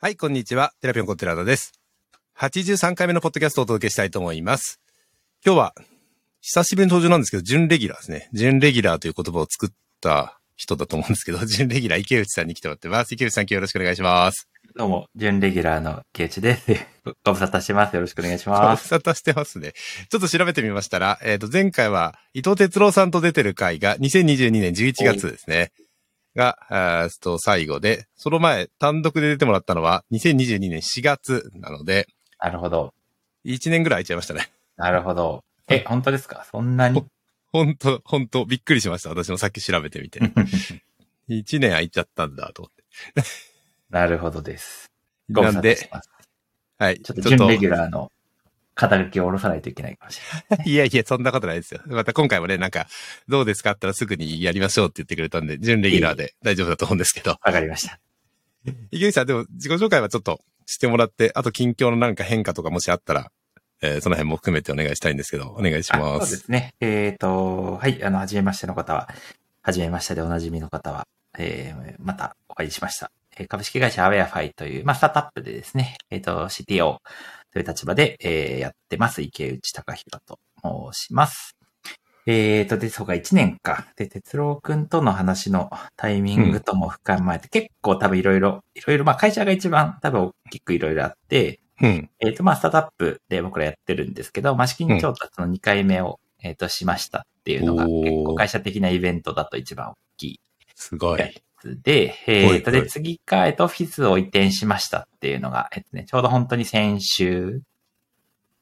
はい、こんにちは。テラピオンコテラダです。83回目のポッドキャストをお届けしたいと思います。今日は、久しぶりの登場なんですけど、準レギュラーですね。準レギュラーという言葉を作った人だと思うんですけど、 準レギュラー池内さんに来てもらってます。池内さん、今日よろしくお願いします。どうも、準レギュラーのケイチです。 ご無沙汰してます。よろしくお願いしごま無す。沙汰してますね。ちょっと調べてみましたら、えっ、と、前回は伊藤哲郎さんと出てる回が2022年11月ですね。が、えっと、最後で、その前、単独で出てもらったのは2022年4月なので、なるほど。 1年ぐらい空いちゃいましたね。なるほど。え、本当ですかそんな にほんと、ほんと、びっくりしました。私もさっき調べてみて。1年空いちゃったんだ、と思って。なるほどです。ごな無沙ん汰してで、ます。はい。ちょっと準レギュラーの肩書きを下ろさないといけないかもしれな い。いやいや、そんなことないですよ。また今回もね、なんか、どうですかって言ったらすぐにやりましょうって言ってくれたんで、準レギュラーで大丈夫だと思うんですけど。わかりました。池口さん、でも自己紹介はちょっとしてもらって、あと近況のなんか変化とかもしあったら、えーその辺も含めてお願いしたいんですけど、お願いしあそうま。ですすね。えっ、と、はい、あの、はじめましての方は、はじめましてでおなじみの方は、えーまたお会いしました。えー株式会社アウェアファイという、まあ、スタートアップでですね、えっ、と、CTO という立場で、えーやってます。池内隆弘と申します。えっ、と、で、そうか、1年か。で、哲郎くんとの話のタイミングとも深まって、結構多分いろいろ、いろいろ、まあ、会社が一番多分大きくいろいろあって、うん。えっ、と、まあ、スタートアップで僕らやってるんですけど、まあ、資金調達の2回目を、えっ、と、しましたっていうのが、おー結構会社的なイベントだと一番大きいすご。はいやつで、えっ、と、はいはで、い次か、えっ、と、オフィスを移転しましたっていうのが、えっ、とね、ちょうど本当に先週、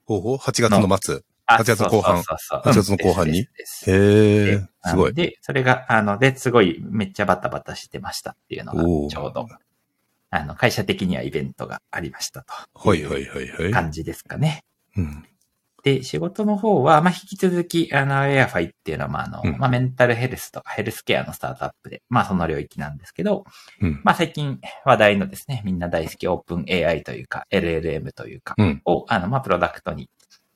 ほうほう、8月の末。あ8月の後半そうそうそう8月の後半にうんですですへでえ、すごなんい。で、それが、あの、で、すごい、めっちゃバタバタしてましたっていうのが、おーちょうど、あの、会社的にはイベントがありましたはいはいはいと、はい。感じですかね。うん。で、仕事の方は、まあ、引き続き、あの、エアファイっていうのは、まあ、あの、うんまあ、メンタルヘルスとかヘルスケアのスタートアップで、まあ、その領域なんですけど、うん。まあ、最近話題のですね、みんな大好きオープン AI というか、LLM というか、うん。を、あの、まあ、プロダクトに、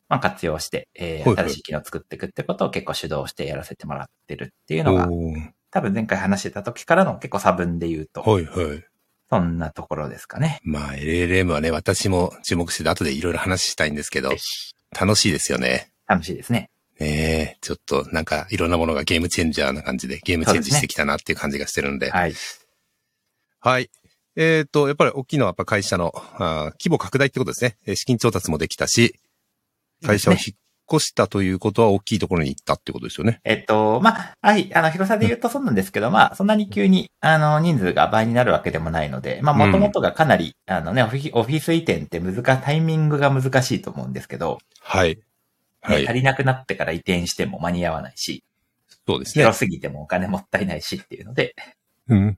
まあ、活用して、えはいはー、い新しい機能を作っていくってことを結構主導してやらせてもらってるっていうのが、おー多分前回話してた時からの結構差分で言うと、はいはい。そんなところですかね。まあ、LLM はね、私も注目してて、後でいろいろ話したいんですけどぜ、楽しいですよね。楽しいですね。ねえ、ちょっとなんかいろんなものがゲームチェンジャーな感じで、ゲームチェンジしてきたなっていう感じがしてるんで。はい。はい。えっ、と、やっぱり大きいのはやっぱ会社のあー規模拡大ってことですね。えー資金調達もできたし、会社をいいですね引っ越したということは大きいところに行ったってことですよね。えっと、まあ、はい、あの、広さで言うとそうなんですけど、まあ、そんなに急に、あの、人数が倍になるわけでもないので、まあ、もともとがかなり、あのね、オフィスオフィス移転って難、タイミングが難しいと思うんですけど、はい。ねは足い。りなくなってから移転しても間に合わないし、そうですね広。すぎてもお金もったいないしっていうので、うん。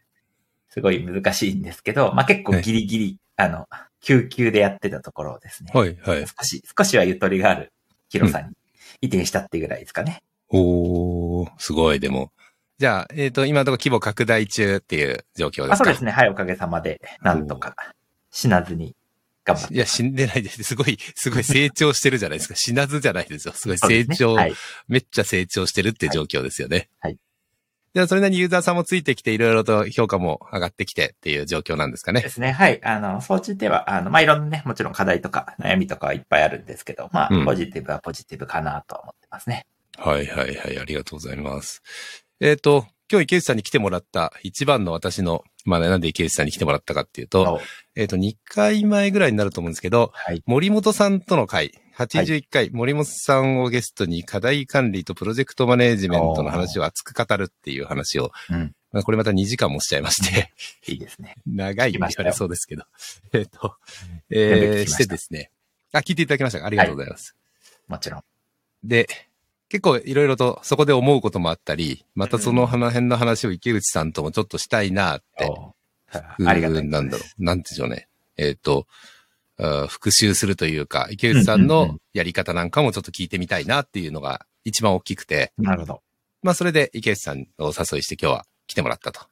すごい難しいんですけど、まあ、結構ギリギリ、あの、救急でやってたところをですね、はい、はい。少し、少しはゆとりがある広さに移転したっていうぐらいですかね。おー、すごい、でも。じゃあ、えっ、と、今のところ規模拡大中っていう状況ですかあそうですね。はい、おかげさまで、なんとか、死なずに頑張って。いや、死んでないです。すごい、すごい成長してるじゃない ですか。死なずじゃないですよ。すごいそうで成すね長、はい。めっちゃ成長してるっていう状況ですよね。はいはいじゃあ、それなりにユーザーさんもついてきて、いろいろと評価も上がってきてっていう状況なんですかねで。すね。はい。あの、総じては、あの、まあ、いろんなね、もちろん課題とか悩みとかはいっぱいあるんですけど、まうんあ、ポジティブはポジティブかなとは思ってますね。はいはいはい。ありがとうございます。えっ、と、今日池内さんに来てもらった一番の私の、まあ、なんで池内さんに来てもらったかっていうと、おえっ、と、2回前ぐらいになると思うんですけど、はい。森本さんとの会、81回、森本さんをゲストに課題管理とプロジェクトマネージメントの話を熱く語るっていう話を、うん。まあ、これまた2時間もしちゃいまして、いいですね。長いって言聞きわましたよれそうですけど、えっと、全部え聞ー、きまししたてですね、あ、聞いていただきましたかありがとうございます。もちろん。で、結構いろいろとそこで思うこともあったり、またその辺の話を池内さんともちょっとしたいなって、おありがたい。なんだろう。なんて言うんでしょうね。えっ、と、あー復習するというか、池内さんうんうんうのやり方なんかもちょっと聞いてみたいなっていうのが一番大きくて、なるほど。まあそれで池内さんをお誘いして今日は来てもらったと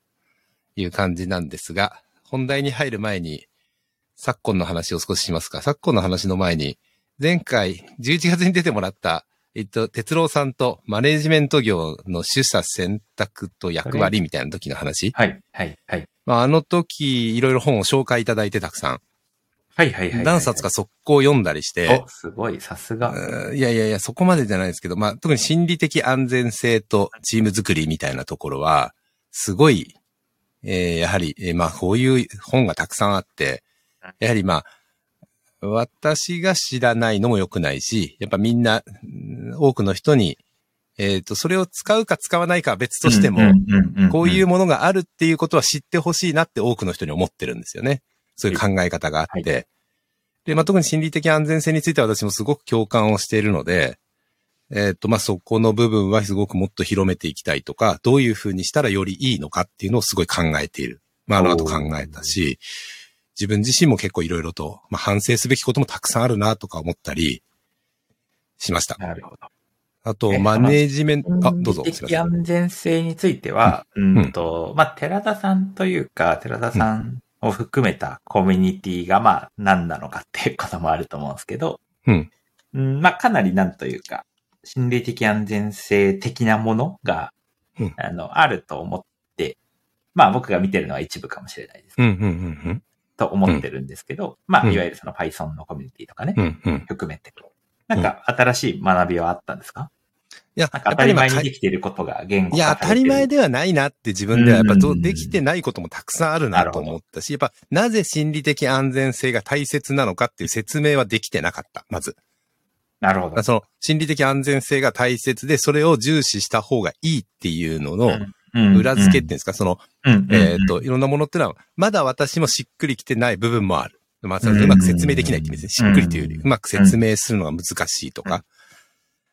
いう感じなんですが、本題に入る前に、昨今の話を少ししますか。昨今の話の前に、前回11月に出てもらったえっと、哲郎さんとマネジメント業の取捨選択と役割みたいな時の話。はい、はい、はい。まあ、あの時、いろいろ本を紹介いただいてたくさん。はい、はい、はい。何冊か速攻読んだりして、お、すごい、さすが。うんいやいやいや、そこまでじゃないですけど、まあ、特に心理的安全性とチーム作りみたいなところは、すごい、えーやはり、えーまあ、こういう本がたくさんあって、やはりまあ、私が知らないのも良くないし、やっぱみんな、うん多くの人に、えっ、と、それを使うか使わないかは別としても、うんんんんんこういうものがあるっていうことは知ってほしいなって多くの人に思ってるんですよね。そういう考え方があって。で、まあ、特に心理的安全性については私もすごく共感をしているので、えっ、と、まあ、そこの部分はすごくもっと広めていきたいとか、どういうふうにしたらよりいいのかっていうのをすごい考えている。まあ、あの後考えたし、自分自身も結構いろいろと、まあ、反省すべきこともたくさんあるなとか思ったりしました。なるほど。あと、えマネジメント、あ、心どうぞ。理すいま的せん安全性については、うんんと、まあ、寺田さんというか、寺田さんを含めたコミュニティが、まあ、何なのかっていうこともあると思うんですけど、うん。うん、まあ、かなりなんというか、心理的安全性的なものが、うんあの、あると思って、まあ、僕が見てるのは一部かもしれないですけうど、ん、うん、うん、と思ってるんですけど、まあ、うんいわゆるその Python のコミュニティとかね、うん。うん、うん。含めて。なんか、新しい学びはあったんですかいや、やなんかっぱ当たりりまあ前にできていることが言語い化さや、れて当るたり前ではないなって自分ではやっぱどうんうできてないこともたくさんあるなと思ったし、やっぱなぜ心理的安全性が大切なのかっていう説明はできてなかった、まず。なるほど。その心理的安全性が大切で、それを重視した方がいいっていうのの裏付けっていうんですか、その、うん、えっうん、と、いろんなものってのは、まだ私もしっくりきてない部分もある。まあ、それうまく説明できないって意味ですね。しっくりというより、うまく説明するのが難しいとうか。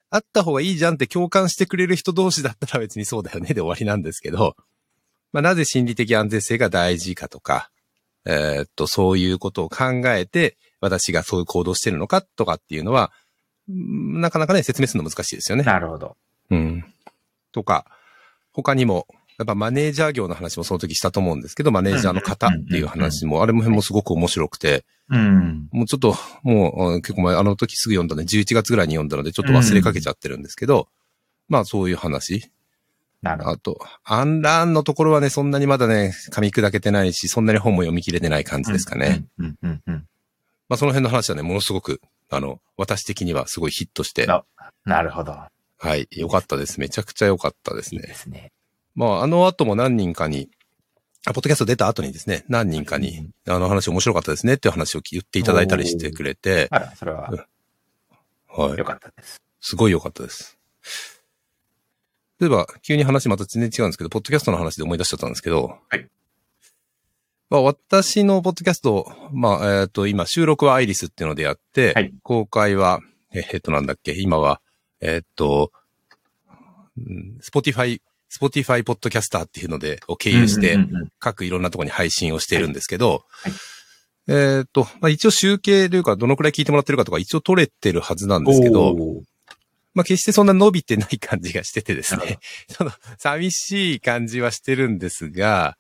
あった方がいいじゃんって共感してくれる人同士だったら別にそうだよねで終わりなんですけど、まあ、なぜ心理的安全性が大事かとか、えーっと、そういうことを考えて、私がそういう行動してるのかとかっていうのは、うんなかなかね、説明するの難しいですよね。なるほど。うん。とか、他にも、やっぱマネージャー業の話もその時したと思うんですけど、マネージャーの方っていう話も、あれももすごく面白くて、うん。もうちょっと、もううん結構前、あの時すぐ読んだので、11月ぐらいに読んだので、ちょっと忘れかけちゃってるんですけど、まあそういう話。なるほど。あと、アンラーンのところはね、そんなにまだね、噛み砕けてないし、そんなに本も読み切れてない感じですかね。。うん、うん、うん。まあその辺の話はね、ものすごく、あの、私的にはすごいヒットして、ななるほど。はい、良かったです。めちゃくちゃ良かったですいいねで。すね。まあ、あの後も何人かに、あポッドキャスト出た後にですね、何人かに、あの話面白かったですねっていう話を言っていただいたりしてくれて、あら、それははい良。かったです。すごい良かったです。例えば、急に話また全然違うんですけど、ポッドキャストの話で思い出しちゃったんですけど、はい。まあ、私のポッドキャスト、まあ、えっ、と、今、収録はアイリスっていうのでやって、はい公開は、えっ、えーと、なんだっけ、今は、えっ、と、スポティファイ、スポティファイポッドキャスターっていうので、を経由して、うんうんうん各いろんなところに配信をしているんですけど、はいえっ、と、まあ、一応集計というか、どのくらい聞いてもらってるかとか、一応取れてるはずなんですけど、おーまあ、決してそんな伸びてない感じがしててですなるね、 その、寂しい感じはしてるんですが、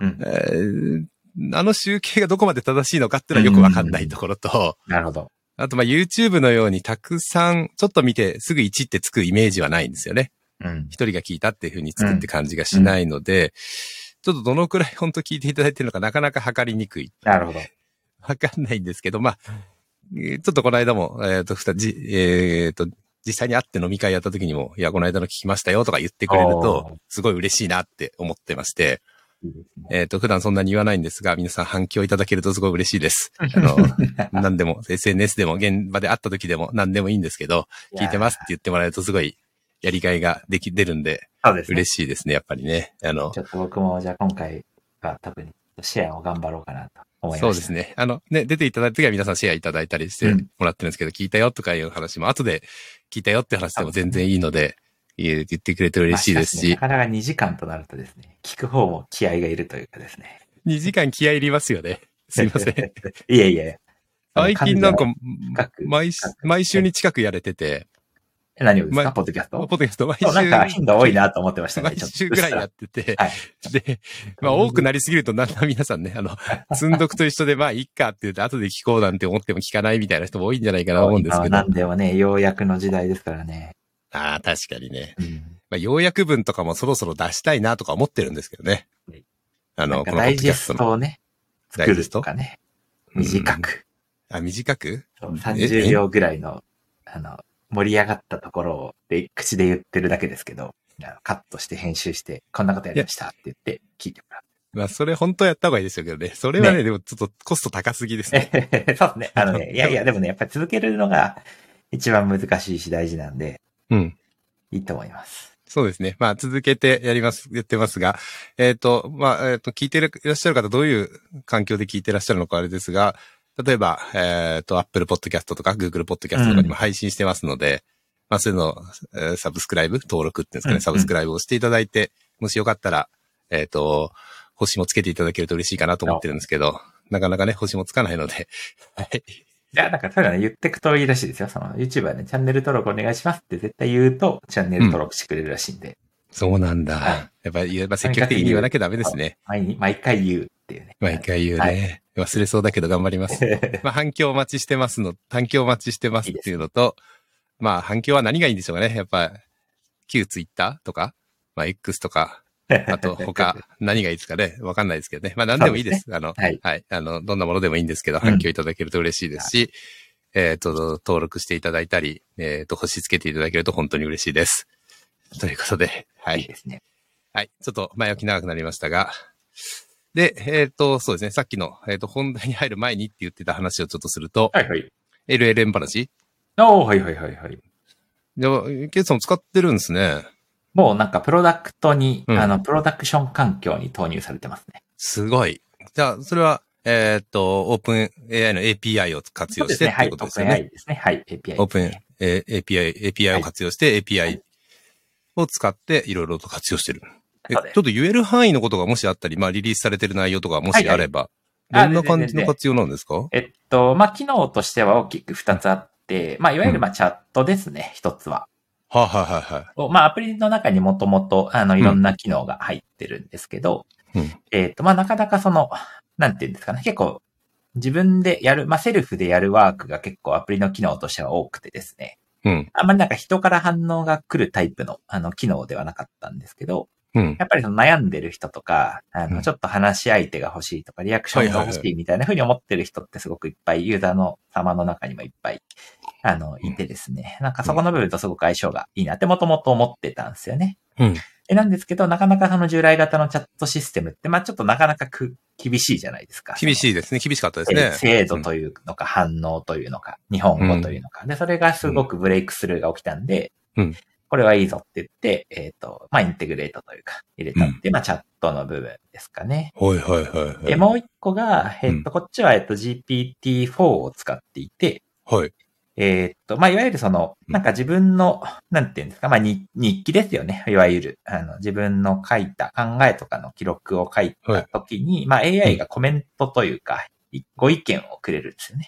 うんえーあの集計がどこまで正しいのかっていうのはよくわかんないところと、なるほど。あと、まあ、YouTube のようにたくさん、ちょっと見てすぐ1ってつくイメージはないんですよね。うん。一人が聞いたっていう風に作って感じがしないので、ちょっとどのくらい本当聞いていただいてるのかなかなか測りにくい。なるほど。わかんないんですけど、まあ、えーちょっとこの間も、えっ、と、ふた、じ、えっ、と、実際に会って飲み会やった時にも、いや、この間の聞きましたよとか言ってくれるおーと、すごい嬉しいなって思ってまして、いいですねえっ、と、普段そんなに言わないんですが、皆さん反響いただけるとすごい嬉しいです。あ の、何でも、SNS でも、現場で会った時でも、何でもいいんですけど、聞いてますって言ってもらえるとすごい、やりがいができ、出るんで、そうですね。嬉しいですね、やっぱりね。あのち、ょっと僕も、じゃあ今回は特にシェアを頑張ろうかなと思いました。そうですね。あの、ね、出ていただいた時は皆さんシェアいただいたりしてうんもらってるんですけど、聞いたよとかいう話も、後で聞いたよって話でも全然いいので、言う言ってくれて嬉しいですまあしか、しねなかなか2時間となるとですね、聞く方も気合がいるというかですね。 2時間気合い入りますよね。 すいません。。 いやいやいや。最近なんか、深く毎週毎週に近くやれてて、え何をですかまポッドキャスポットドキャスト毎そうなんか週頻、度多いなと思ってましたね。毎ちょっと週ぐらいやってて、はい。で、まあ多くなりすぎるとだんだん皆さんね、あ の、積んどくと一緒でまあいっかって言って後で聞こうなんて思っても聞かないみたいな人も多いんじゃないかなと思うんですけ今はど何。でもね、ようやくの時代ですからね。ああ、確かにね。うんまあ、要約文とかもそろそろ出したいなとか思ってるんですけどねはい。あなの、んこかのポダッイドジキェャストスの。トをね、ダ作イジェるストとかね、うん短く、あ、短くそうええ30秒ぐらいの、あの、盛り上がったところをで口で言ってるだけですけど、あのカットして編集して、こんなことやりましたって言って聞いてもらう。 まあ、それ本当やった方がいいですよけどね。それはね、ねでもちょっとコスト高すぎですね。そうですね。あのね、いやいや、でもね、やっぱり続けるのが一番難しいし大事なんで、うん。いいと思います。そうですね。まあ、続けてやります、やってますが、えっ、と、まあ、えっ、と、聞いてるいらっしゃる方、どういう環境で聞いてらっしゃるのかあれですが、例えば、えっ、と、Apple Podcast とか Google Podcast とかにも配信してますので、まあ、そういうのを、えーサブスクライブ、登録っていうんですかうんうね、んサブスクライブをしていただいて、もしよかったら、えっ、と、星もつけていただけると嬉しいかなと思ってるんですけど、なかなかね、星もつかないので、はい。いや、なんかそういうのね、言ってくといいらしいですよ。その YouTube はね、チャンネル登録お願いしますって絶対言うと、チャンネル登録してくれるらしいんで、そうなんはいだ。やっぱ、やっぱ積極的に言わなきゃダメですね。毎日毎回言うっていうね。毎回言うね。は忘れそうだけど頑張り ます。い。まあ、反響お待ちしてますの、反響お待ちしてますっていうのと、まあ、反響は何がいいんでしょうかね。やっぱ、旧ツイッターとか、まあ、X とか、あ と 他、何がいいですかね。わかんないですけどね。まあ、何でもいいです。あの、はい。はい。あの、どんなものでもいいんですけど、ん反響いただけると嬉しいですし、えっ、と、登録していただいたり、えっ、と、星つけていただけると本当に嬉しいです。ということで、はいいい。ですね。はい。ちょっと前置き長くなりましたが。で、えっ、と、そうですね。さっきの、えっ、と、本題に入る前にって言ってた話をちょっとすると、はいはい。 LLM 話おー、はいはいはいはい。でも、ケイさんも使ってるんですね。もうなんかプロダクトに、うんあの、プロダクション環境に投入されてますね。すごい。じゃあ、それは、えっ、と、オープン AI の API を活用してね。ってはいい。うことですよね。 OpenAI ですね。はい。API。オープン、えー API、API を活用して、API を使っていろいろと活用してる。えちょそっうですと言える範囲のことがもしあったり、まあリリースされてる内容とかもしあれば、はいはいどんな感あ全然じ全の然活用なんですかえっと、まあ、機能としては大きく2つあって、まあ、いわゆるまあ、チャットですね。1つは。はいはいはいはい。をまあ、アプリの中にもともと、あの、いろんな機能が入ってるんですけど、うんえっと、まあ、なかなかその、なんていうんですかね。結構、自分でやる、まあ、セルフでやるワークが結構アプリの機能としては多くてですね。うん。あんまりなんか人から反応が来るタイプの、あの、機能ではなかったんですけど、うん。やっぱりその悩んでる人とか、あうんの、ちょっと話し相手が欲しいとか、リアクションが欲しいみたいな風に思ってる人ってすごくいっぱい、ユーザーの様の中にもいっぱい、あの、いてですね。なんかそこの部分とすごく相性がいいなってもともと思ってたんですよね。うん。え、なんですけど、なかなかその従来型のチャットシステムって、まあちょっとなかなかく厳しいじゃないですか。厳い。しいですね。厳しかったですえね。精度というのか、反応というのか、日本語というのか。で、それがすごくブレイクスルーが起きたんで、うんこれはいいぞって言って、えっ、と、まあ、インテグレートというか、入れたって、まあ、チャットの部分ですかね。はいはいはいはい。で、もう一個が、えっ、うんと、こっちは、えっ、と、GPT-4 を使っていて、はい。えっと、まあ、いわゆるその、うんなんか自分の、なんていうんですか、まあ日、日記ですよね。いわゆる、あの、自分の書いた考えとかの記録を書いはいた時に、まあ、AI がコメントというか、いご意見をくれるんですよね。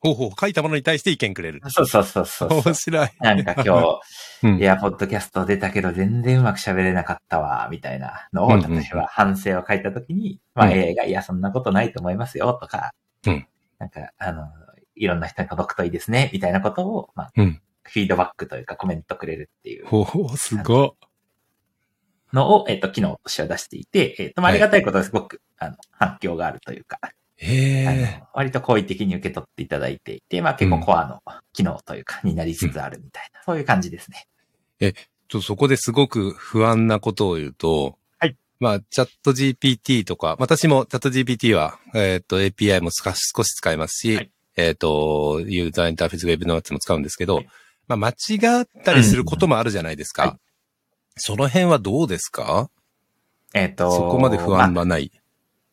ほうほう、書いたものに対して意見くれる。そうそうそうそうそう面。白い。なんか今う日、んいや、ポッドキャスト出たけど全然うまく喋れなかったわ、みたいなのうを、んうん例えば反省を書いたときに、まあうん AI が、いや、そんなことないと思いますよ、とか、うんなんか、あの、いろんな人に届くといいですね、みたいなことを、まあ、うんフィードバックというかコメントくれるっていうほうほう、すごのを、えっ、と、機能としては出していて、えっ、と、まあ、あはいりがたいことですごく、あの、反響があるというか、い。へあえ。の割と好意的に受け取っていただいていて、まあ、結構コアの機能というか、になりつつあるみたいな、そういう感じですね。ちょっとそこですごく不安なことを言うと、はい。まあ、チャット GPT とか、私もチャット GPT は、えっ、と、API も少し少し使いますし、はいえっ、と、ユーザーインターフェースウェブのやつも使うんですけど、はいまあ、間違ったりすることもあるじゃないですか。うんうんはその辺はどうですかえっ、と、そこまで不まあ安はない。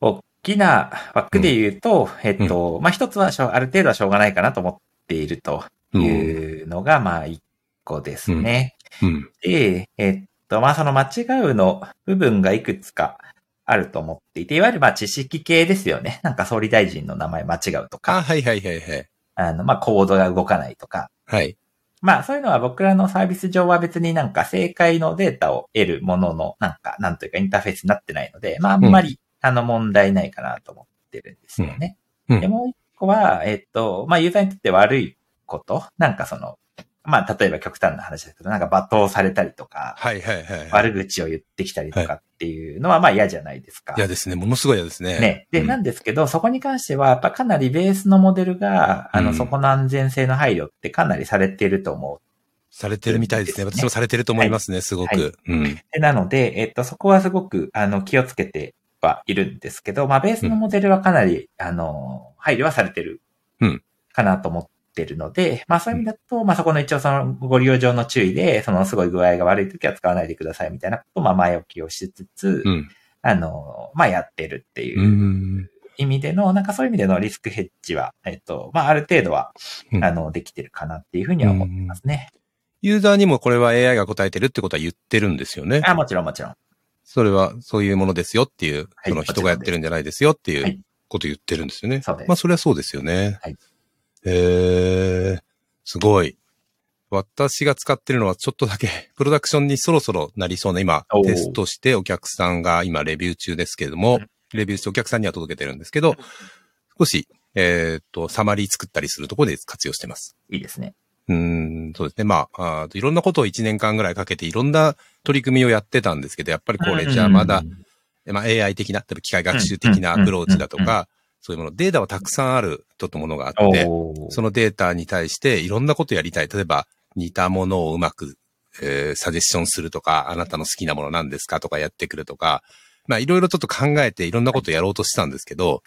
大きな枠で言うと、えっと、まあ、一つはしょう、ある程度はしょうがないかなと思っているとうんいうのが、まあ、一個ですね。うん。で、えっと、まあ、その間違うの部分がいくつかあると思っていて、いわゆる、まあ、知識系ですよね。なんか、総理大臣の名前間違うとあ、か、はいはいはいはい。あの、まあ、コードが動かないとか、はい。まあ、そういうのは僕らのサービス上は別になんか正解のデータを得るものの、なんか、なんというかインターフェースになってないので、まあ、あんまり、あの、問題ないかなと思ってるんですよね。うんうんで、もう一個は、えっと、まあ、ユーザーにとって悪いこと、なんかその、まあ、例えば極端な話ですけど、なんか罵倒されたりとか、はいはいはい。悪口を言ってきたりとかっていうのは、まあ嫌じゃないですか。嫌ですね。ものすごい嫌ですね。ね。で、うんなんですけど、そこに関しては、やっぱかなりベースのモデルが、あうの、んそこの安全性の配慮ってかなりされてると思されてるみたいですね。私もされてると思いますね、すごはく。うんう。。でなので、えっと、そこはすごく、あの、気をつけてはいるんですけど、まあ、ベースのモデルはかなり、あの、配慮はされてる。うんかなと思ってるので、まあ、そういう意味だと、まあ、そこの一応その、ご利用上の注意で、その、すごい具合が悪い時は使わないでくださいみたいなことを、まあ、前置きをしつつ、うん。あの、まあ、やってるっていうう。ん。意味での、なんかそういう意味でのリスクヘッジは、えっと、まあ、ある程度は、うんあの、できてるかなっていうふうには思ってますね。ユーザーにもこれは AI が答えてるってことは言ってるんですよね。あ、もちろんもちろん。それはそういうものですよっていう、はいその人がやってるんじゃないですよっていはういこと言ってるんですよね。そうですまあそれはそうですよね。はいへえー、すごい。私が使ってるのはちょっとだけ、 プロダクションにそろそろなりそうな、今お、ーテストしてお客さんが今レビュー中ですけれども、レビューしてお客さんには届けてるんですけど、少し、えーっと、サマリー作ったりするところで活用してます。いいですね。うーん、そうですね。まあ、あーいろんなことを1年間ぐらいかけていろんな取り組みをやってたんですけど、やっぱりこれじゃまだ、まあ AI 的な、例えば機械学習的なアプローチだとうんうんうんか、そういうもの、データはたくさんあるちょっとものがあおって、ーそのデータに対していろんなことやりたい。例えば、似たものをうまく、えーサディションするとか、あなたの好きなものなんですかとかやってくるとか、まあいろいろちょっと考えていろんなことやろうとしたんですけど、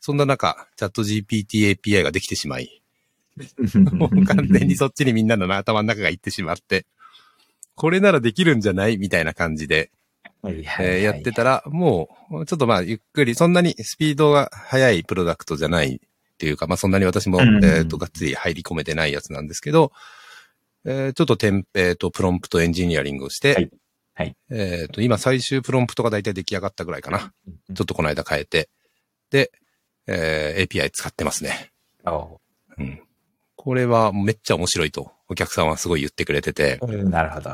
そんな中、チャット GPT API ができてしまい、 もう 完全にそっちにみんなの頭の中が行ってしまって、これならできるんじゃないみたいな感じで、 はいはいはいえーやってたら、もう、ちょっとまあ、ゆっくり、そんなにスピードが速いプロダクトじゃないっていうか、まあそんなに私も、うんえっと、がっつり入り込めてないやつなんですけど、えーちょっとテンペ、えーと、プロンプトエンジニアリングをして、はいはいえっと、今最終プロンプトが大体出来上がったぐらいかな。ちょっとこの間変えて、で、えー API 使ってますね。おうん。これはめっちゃ面白いと、お客さんはすごい言ってくれてて、ーなるほど。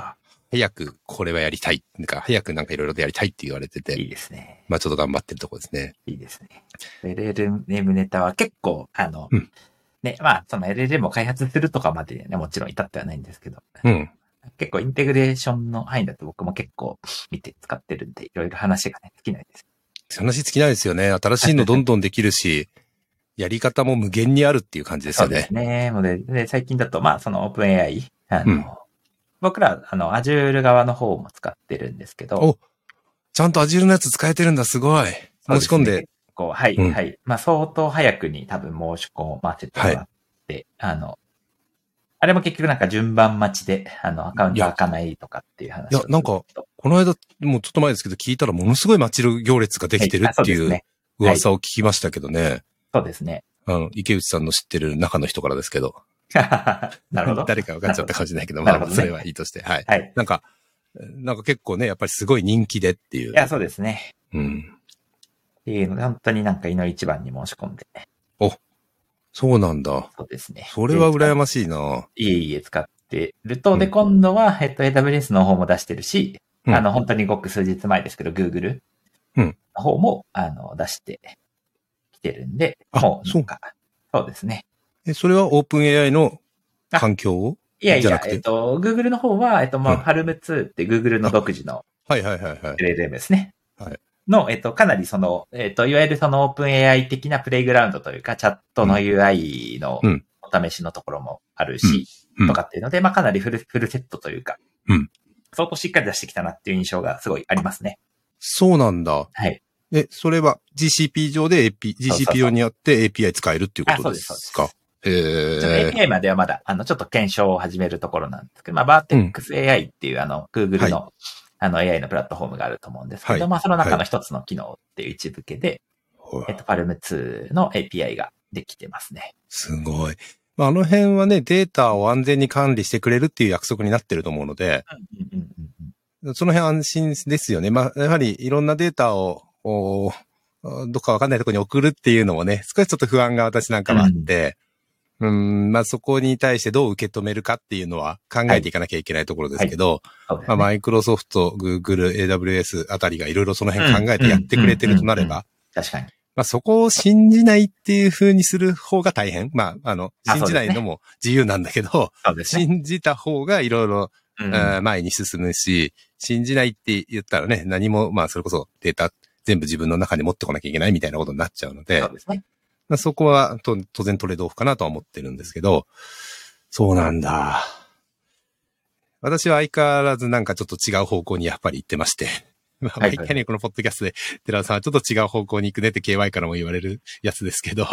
早くこれはやりたい。なんか、早くなんかいろいろやりたいって言われていて、いですね。まあちょっと頑張ってるとこですね。いいですね。LLM ネタは結構、あの、うんね、まあ、その LLM を開発するとかまでね、もちろん至ってはないんですけど、うん。結構インテグレーションの範囲だと僕も結構見て使ってるんで、いろいろ話がね、できないです。話尽きないですよね。新しいのどんどんできるし、 やり方も無限にあるっていう感じですそうよでねす。ね。もうでで、最近だと、まあ、その OpenAI、あの、うん僕ら、あの、Azure 側の方も使ってるんですけおど、ちゃんと Azure のやつ使えてるんだ、すごい。そ申うしす込んねで。。こう、はい、うんはい。まあ、相当早くに多分申し込を待っててもらって、あの、あれも結局なんか順番待ちで、あの、アカウント開かないとかっていう話をいやなんかずっとこの間、もうちょっと前ですけど、聞いたらものすごい待ち行列ができてるはあっていそうですうね。噂を聞きましたけどね。そうですね。 あの、池内さんの知ってる中の人からですけど。なるほど。誰か分かっちゃったかもしれないけど、 なるまほどあ、それはいいとして。はい。はい。なんか、なんか結構ね、やっぱりすごい人気でっていう。いや、そうですね。うん。っていうので、本当になんか、いの一番に申し込んで、そうなんだ。そうですね。それはで羨ましいな。いえいえ使ってると、で、うん今度は、えっと、AWS の方も出してるし、うんあの、本当にごく数日前ですけど、Google うんの方も、あの、出してきてるんで、あもう、そうか。そうですね。え、それはオープン AI の環境をいやいじゃなやく、てえっと、Google の方は、えっと、うまんあ、パルム2って Google の独自のはいはいはいはい。 LLM ですね。はいの、えっと、かなりその、えっと、いわゆるそのオープン AI 的なプレイグラウンドというか、チャットの UI のうんお試しのところもあるし、うんとかっていうので、まあ、かなりフル、フルセットというか、うん相当しっかり出してきたなっていう印象がすごいありますね。そうなんだ。はい。え、それは GCP 上で AP、そうそう GCP 用にあって API 使えるっていうこあとそうでですすかへちょっえと API まではまだ、あの、ちょっと検証を始めるところなんですけど、まあ、バーテックス AI っていう、あの、Google の、あの、AI のプラットフォームがあると思うんですけど、はいまあ、その中の一つの機能っていう位置づけで、えっと、パルム2の API ができてますね。すごい。まああの辺はね、データを安全に管理してくれるっていう約束になってると思うので、うんうんうんうんその辺安心ですよね。まあ、やはりいろんなデータを、おーどっかわかんないところに送るっていうのもね、少しちょっと不安が私なんかはあって、うん、まあそこに対してどう受け止めるかっていうのは考えていかなきゃいけないところですけど、そうですまあね。マイクロソフト、グーグル、AWS あたりがいろいろその辺考えてやってくれてるとなれば、確かに。まあそこを信じないっていう風にする方が大変。まあ、あの、あ信じないのも自由なんだけど、そうで。信じた方がいろいろうんうん前に進むし、信じないって言ったらね、何も、まあそれこそデータ全部自分の中に持ってこなきゃいけないみたいなことになっちゃうのでそ、うですね。まあそこはと当然トレードオフかなとは思ってるんですけど、そうなんだ。私は相変わらずなんかちょっと違う方向にやっぱり行ってまして。 まあ、はい毎回ね、このポッドキャストで、寺田さんはちょっと違う方向に行くねって KY からも言われるやつですけど、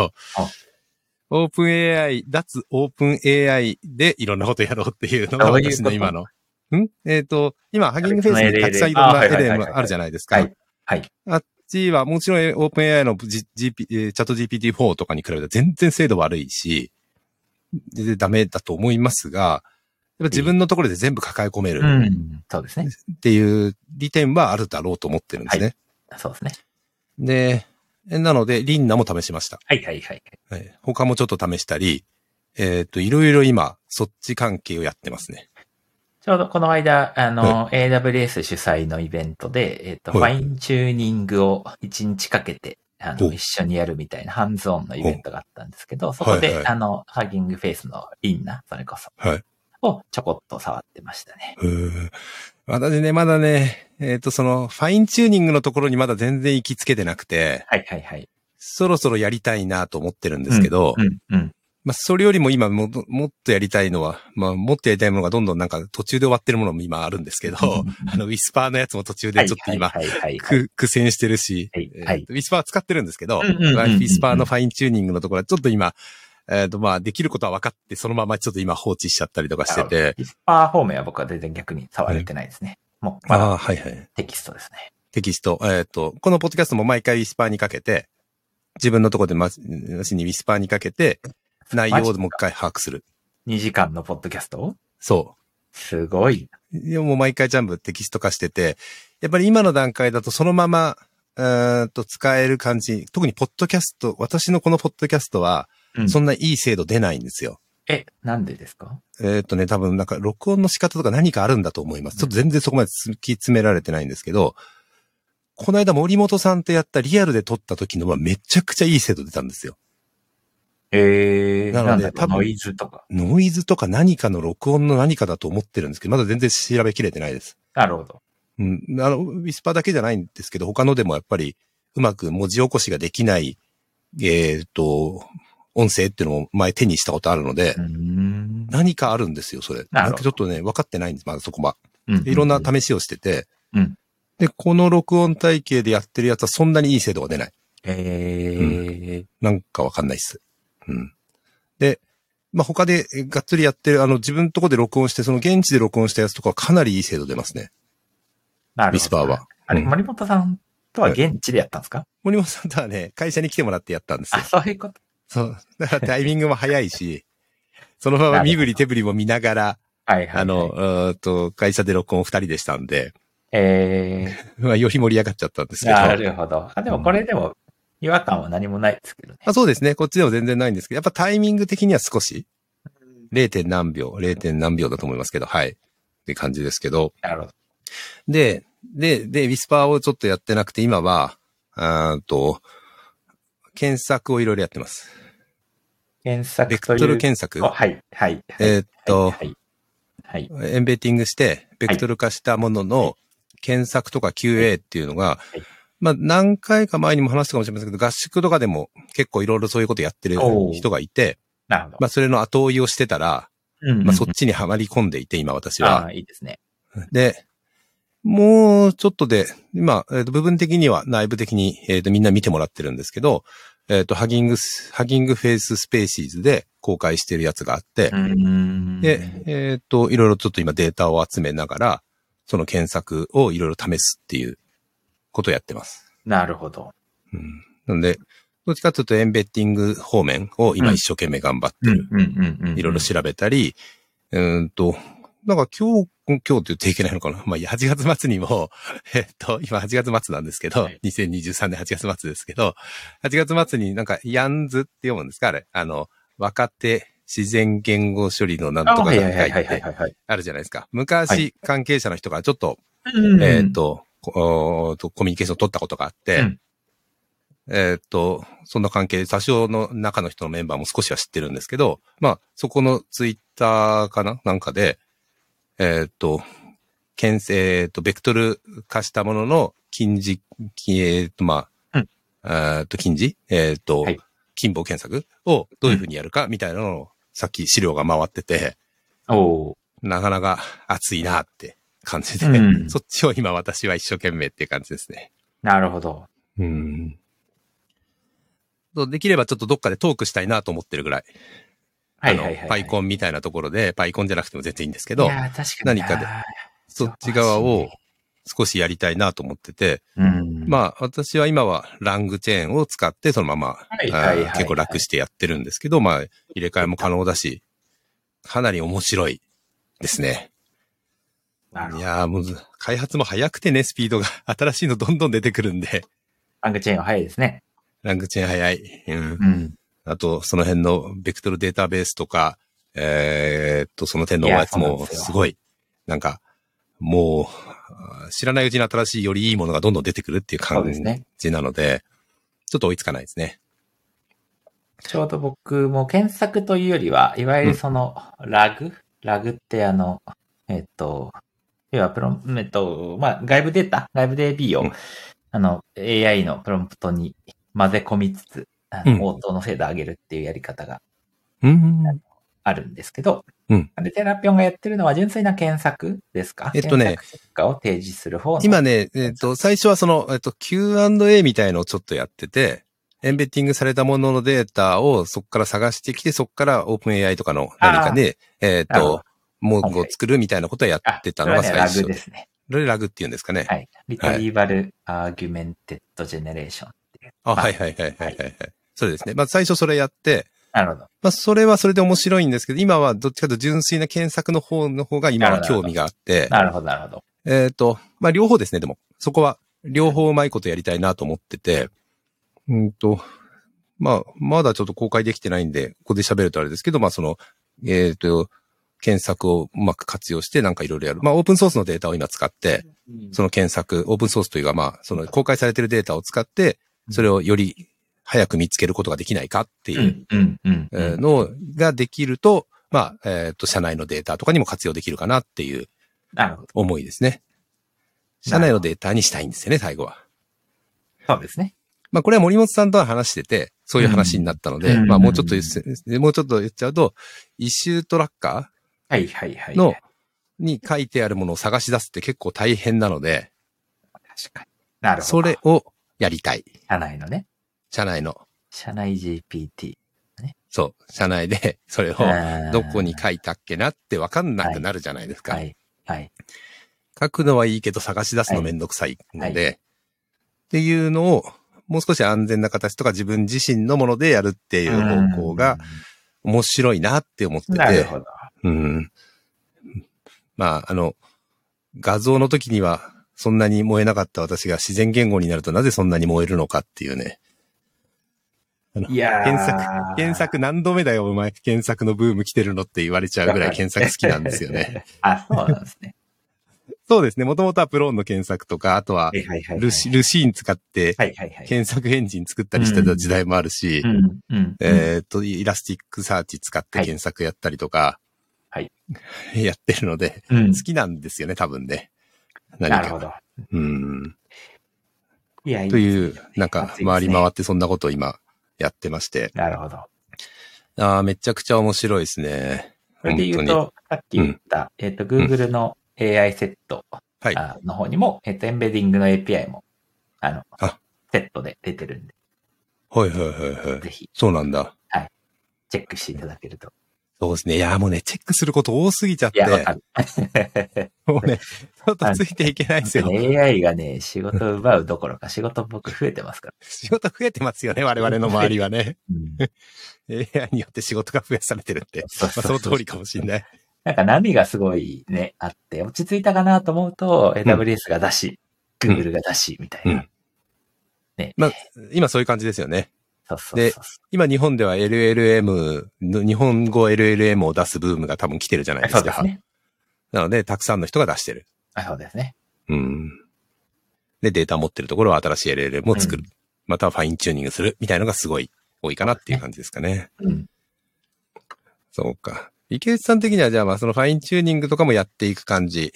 オープン AI、脱オープン AI でいろんなことやろうっていうのがどういうこと私の今の。んえっ、と、今、ハギングフェイスにたくさんいろんあなはエいはいはいレはいンあるじゃないですか。はい。はい。あっちは、もちろん OpenAI の G GP えーチャット GPT-4 とかに比べたら全然精度悪いし、全然ダメだと思いますが、やっぱ自分のところで全部抱え込めるうっん。そうですね。ていう利点はあるだろうと思ってるんですね。そうですね。で、えなので、リンナも試しました。はいはいはい。はい他もちょっと試したり、えっ、と、いろいろ今、そっち関係をやってますね。ちょうどこの間、あの、AWS 主催のイベントで、えっ、と、はフいァインチューニングを1日かけて、あの、お一緒にやるみたいなハンズオンのイベントがあったんですけど、そこで、はいはいあの、ハギングフェイスのインナ、それこそ、はいをちょこっと触ってましたね。うーん私ね、まだね、えっ、と、その、ファインチューニングのところにまだ全然行きつけてなくて、はいはいはい。そろそろやりたいなと思ってるんですけど、うん、うん。まあ、それよりも今もっと、もっとやりたいのは、まあ、もっとやりたいものがどんどんなんか途中で終わってるものも今あるんですけど、 あの、ウィスパーのやつも途中でちょっと今、はいはいはいはい、く苦戦してるし、はいえーはいウィスパーは使ってるんですけど、うんうんうんうんまあウィスパーのファインチューニングのところはちょっと今、えっ、と、まあ、できることは分かって、そのままちょっと今放置しちゃったりとかしてて、ディスパー方面は僕は全然逆に触れてないですね。もう、まあだあ、はいはい。テキストですね。テキスト、えっ、と、このポッドキャストも毎回ウィスパーにかけて、自分のところでま、なしにウィスパーにかけて、内容をもう一回把握する。 2時間のポッドキャストをそう。すごい。いやもう毎回全部テキスト化してて、やっぱり今の段階だとそのまま、うーんと使える感じ、特にポッドキャスト、私のこのポッドキャストは、うんそんないい精度出ないんですよ。え、なんでですかえーっとね、多分なんか録音の仕方とか何かあるんだと思います。ちょっと全然そこまで突き詰められてないんですけど、この間森本さんとやったリアルで撮った時のはめちゃくちゃいい精度出たんですよ。ええー、なのなんでだ多ろう分ノイズとか。ノイズとか何かの録音の何かだと思ってるんですけど、まだ全然調べきれてないです。なるほど。うん。あの、ウィスパーだけじゃないんですけど、他のでもやっぱりうまく文字起こしができない、えっ、と、音声っていうのを前手にしたことあるので、うーん。何かあるんですよ、それ。なるほどんかちょっとね、分かってないんです、まだそこは。うでいろんな試しをしてて、うんで、この録音体系でやってるやつはそんなにいい精度が出ない。ええー、なんかわかんないっす。うん。で、まあ、他でえがっつりやってる、あの、自分のとこで録音して、その現地で録音したやつとかはかなりいい精度出ますね。なるほど。ウィスパーは。あれ、うん森本さんとは現地でやったんですか、森本さんとはね、会社に来てもらってやったんですよあ、。そういうこと。そう。 だからタイミングも早いし、そのまま身振り手振りも見ながら、はいはい。あの、、うーんと、会社で録音二人でしたんで、えまあ、より盛り上がっちゃったんですけえど。なるほど。あ、でもこれでも違和感は何もないですけどね。あそうですね。こっちでも全然ないんですけど、やっぱタイミング的には少し、0. 点何秒、0. 点何秒だと思いますけど、はい。って感じですけど。なるほど。で、で、で、ウィスパーをちょっとやってなくて、今は、あーっと、検索をいろいろやってます。検索ベクとトいう。ル検索お。はい、はい。えーっと、はい。はい。エンベティングして、ベクトル化したものはいの検索とか QA っていうのがい、まあ何回か前にも話したかもしれませんけど、合宿とかでも結構いろいろそういうことやってるおー人がいて、なるほど。まあそれの後追いをしてたら、うんうんまあそっちにはまり込んでいて、今私あは。あ、いいですね。で、もうちょっとで、今、えーと部分的には内部的に、えーとみんな見てもらってるんですけど、えっ、と、ハギングス、ハギングフェイススペーシーズで公開してるやつがあって、うーん。で、えーっと、いろいろちょっと今データを集めながら、その検索をいろいろ試すっていうことをやってます。なるほど。うん。なので、どっちかというとエンベッティング方面を今一生懸命頑張ってる。うんうんうんうん。いろいろ調べたり、うーんと、なんか今日、今日って言っていけないのかなまあ、い や8月末にも、 えっと、今8月末なんですけど、はい2023年8月末ですけど、8月末になんか、ヤンズって読むんですかあれ。あの、若手自然言語処理のなんとあかはがい書はいはいいはいはてい、はい。あるじゃないですか。は昔い、関係者の人がちょっと、うんえっ、と、こおーとコミュニケーションを取ったことがあって、うんえーっと、そんな関係で、多少の中の人のメンバーも少しは知ってるんですけど、まあ、そこのツイッターかななんかで、えーっと、検制、えーっと、ベクトル化したものの近似、きえーっと、まあ、うんえーっと、近似えーっと、はい近傍検索をどういうふうにやるかみたいなのを、さっき資料が回ってて、おなかなか熱いなって感じで、うんそっちを今私は一生懸命っていう感じですね。なるほど。うん。そうできればちょっとどっかでトークしたいなと思ってるぐらい。はいはいはい。あの、パイコンみたいなところで、パイコンじゃなくても全然いいんですけどい、やー確か何にかであそっち側をそうです少しやりたいなと思ってて、ーうん。あ、まあ私は今はラングチェーンを使ってそのまま、いはいはいあー結構楽してやってるんですけど、まあ入れ替えも可能だし、かなり面白いですね。なるほいど。やーもうず開発も早くてね、スピードが。 新しいのどんどん出てくるんで、 アングチェーンは早いですね。ラングチェーン早い。うんうん。あと、その辺のベクトルデータベースとか、えーっと、その点のやついやそうなんもですよすごい、なんか、もう、あー知らないうちに新しいよりいいものがどんどん出てくるっていうそう感ですね。じなので、ちょっと追いつかないですね。ちょうど僕も検索というよりは、いわゆるその、ラグ、ラグってあの、えっと、要はプロン、えっと、まあ、外部データ外部 DB を、うんあの、AI のプロンプトに混ぜ込みつつ、あのうん応答の精度上げるっていうやり方がうん。あるんですけど、うんで、テラピオンがやってるのは純粋な検索ですかえっとね検索結果を提示する方の。今ね、えーっと、最初はその、えーっと、Q&A みたいのをちょっとやってて、エンベッティングされたもののデータをそこから探してきて、そこから OpenAI とかの何かで、えーっなるほどと、モードを作るみたいなことをやあってたのがそ最れはね初。ラグですね。それラグっていうんですかね。はい。リトリーバルアーギュメンテッドジェネレーションっていう。あ、まあはいはいはいはいはいはい。そうですね。まあ最初それやって、なるほど。まあそれはそれで面白いんですけど、今はどっちかというと純粋な検索の方の方が今は興味があって、なるほど、なるほど。えっ、と、まあ両方ですね、でも。そこは両方うまいことやりたいなと思ってて、うんと、まあまだちょっと公開できてないんで、ここで喋るとあれですけど、まあその、えっ、と、検索をうまく活用してなんかいろいろやる。まあオープンソースのデータを今使って、その検索、オープンソースというか、まあ、その公開されているデータを使って、それをより早く見つけることができないかってう、いうんうん、うん。えーのができると、まあ、えっ、と、社内のデータとかにも活用できるかなっていうなるほど。思いですね。社内のデータにしたいんですよね、最後は。そうですね。まあ、これは森本さんとは話してて、そういう話になったので、うんまあ、もうちょっと言っせ、もうちょっと言っちゃうと、イシュートラッカはい、はい、はい。ーの、に書いてあるものを探し出すって結構大変なので、確かに。なるほど。それ。をやりたい。社内のね。社内の社内 GPT。そう、社内でそれをどこに書いたっけなってわかんなくなるじゃないですか。か。はい、はい。書くのはいいけど探し出すのめんどくさいので、っていうのをもう少し安全な形とか自分自身のものでやるっていう方向が面白いなって思ってうん。なるて、ほど。うん。まあ、あの、画像の時にはそんなに燃えなかった私が自然言語になるとなぜそんなに燃えるのかっていうね。いやー検索、検。索何度目だよ、お前。検索のブーム来てるのって言われちゃうぐらい検索好きなんですよ ね。。あ、そうなんですね。そうですね。もともとはプローンの検索とか、あ とははい、はい、はい。ルシ、ルシーン使ってはい、はい、はい。検索エンジン作ったりしてた時代もあるし、うん、うん。えっと、イラスティックサーチ使ってはい検索やったりとか、はい。 やってるので、うん好きなんですよね、多分ね。何か。なるほど。うん。いや、いいとですねいう、なんか、回り回ってそんなことを今やってまして。なるほど。ああ、めちゃくちゃ面白いですね。それで言うと、さっき言った、えっと、Google の AI セットはい。あの方にも、えっと、エンベディングの API も、あのあ、セットで出てるんで、はいはいはいはい。ぜひそうなんだ。チェックしていただけると。そうですね。いや、もうね、チェックすること多すぎちゃっいて、や、わかる。もうね、ちょっとついていけないんですよ。 AI がね、仕事を奪うどころか、仕事僕増えてますから。仕事増えてますよね、我々の周りは ね。AI によって仕事が増やされてるって。そうまあ、その通りかもしれない。なんか波がすごいね、あって、落ち着いたかなと思うと、AWS が出し、うん Google が出し、みたいうんな。ね。まあ、今そういう感じですよね。そうそうそうそ。今日本では LLM の、日本語 LLM を出すブームが多分来てるじゃないうですそか。うですね。なので、たくさんの人が出してる。あそうですね。うん。で、データ持ってるところは新しい LLM を作る。またはファインチューニングするみたいのがすごい多いかなっていう感じですかね。うん。そうか。池内さん的にはじゃあまあそのファインチューニングとかもやっていく感じ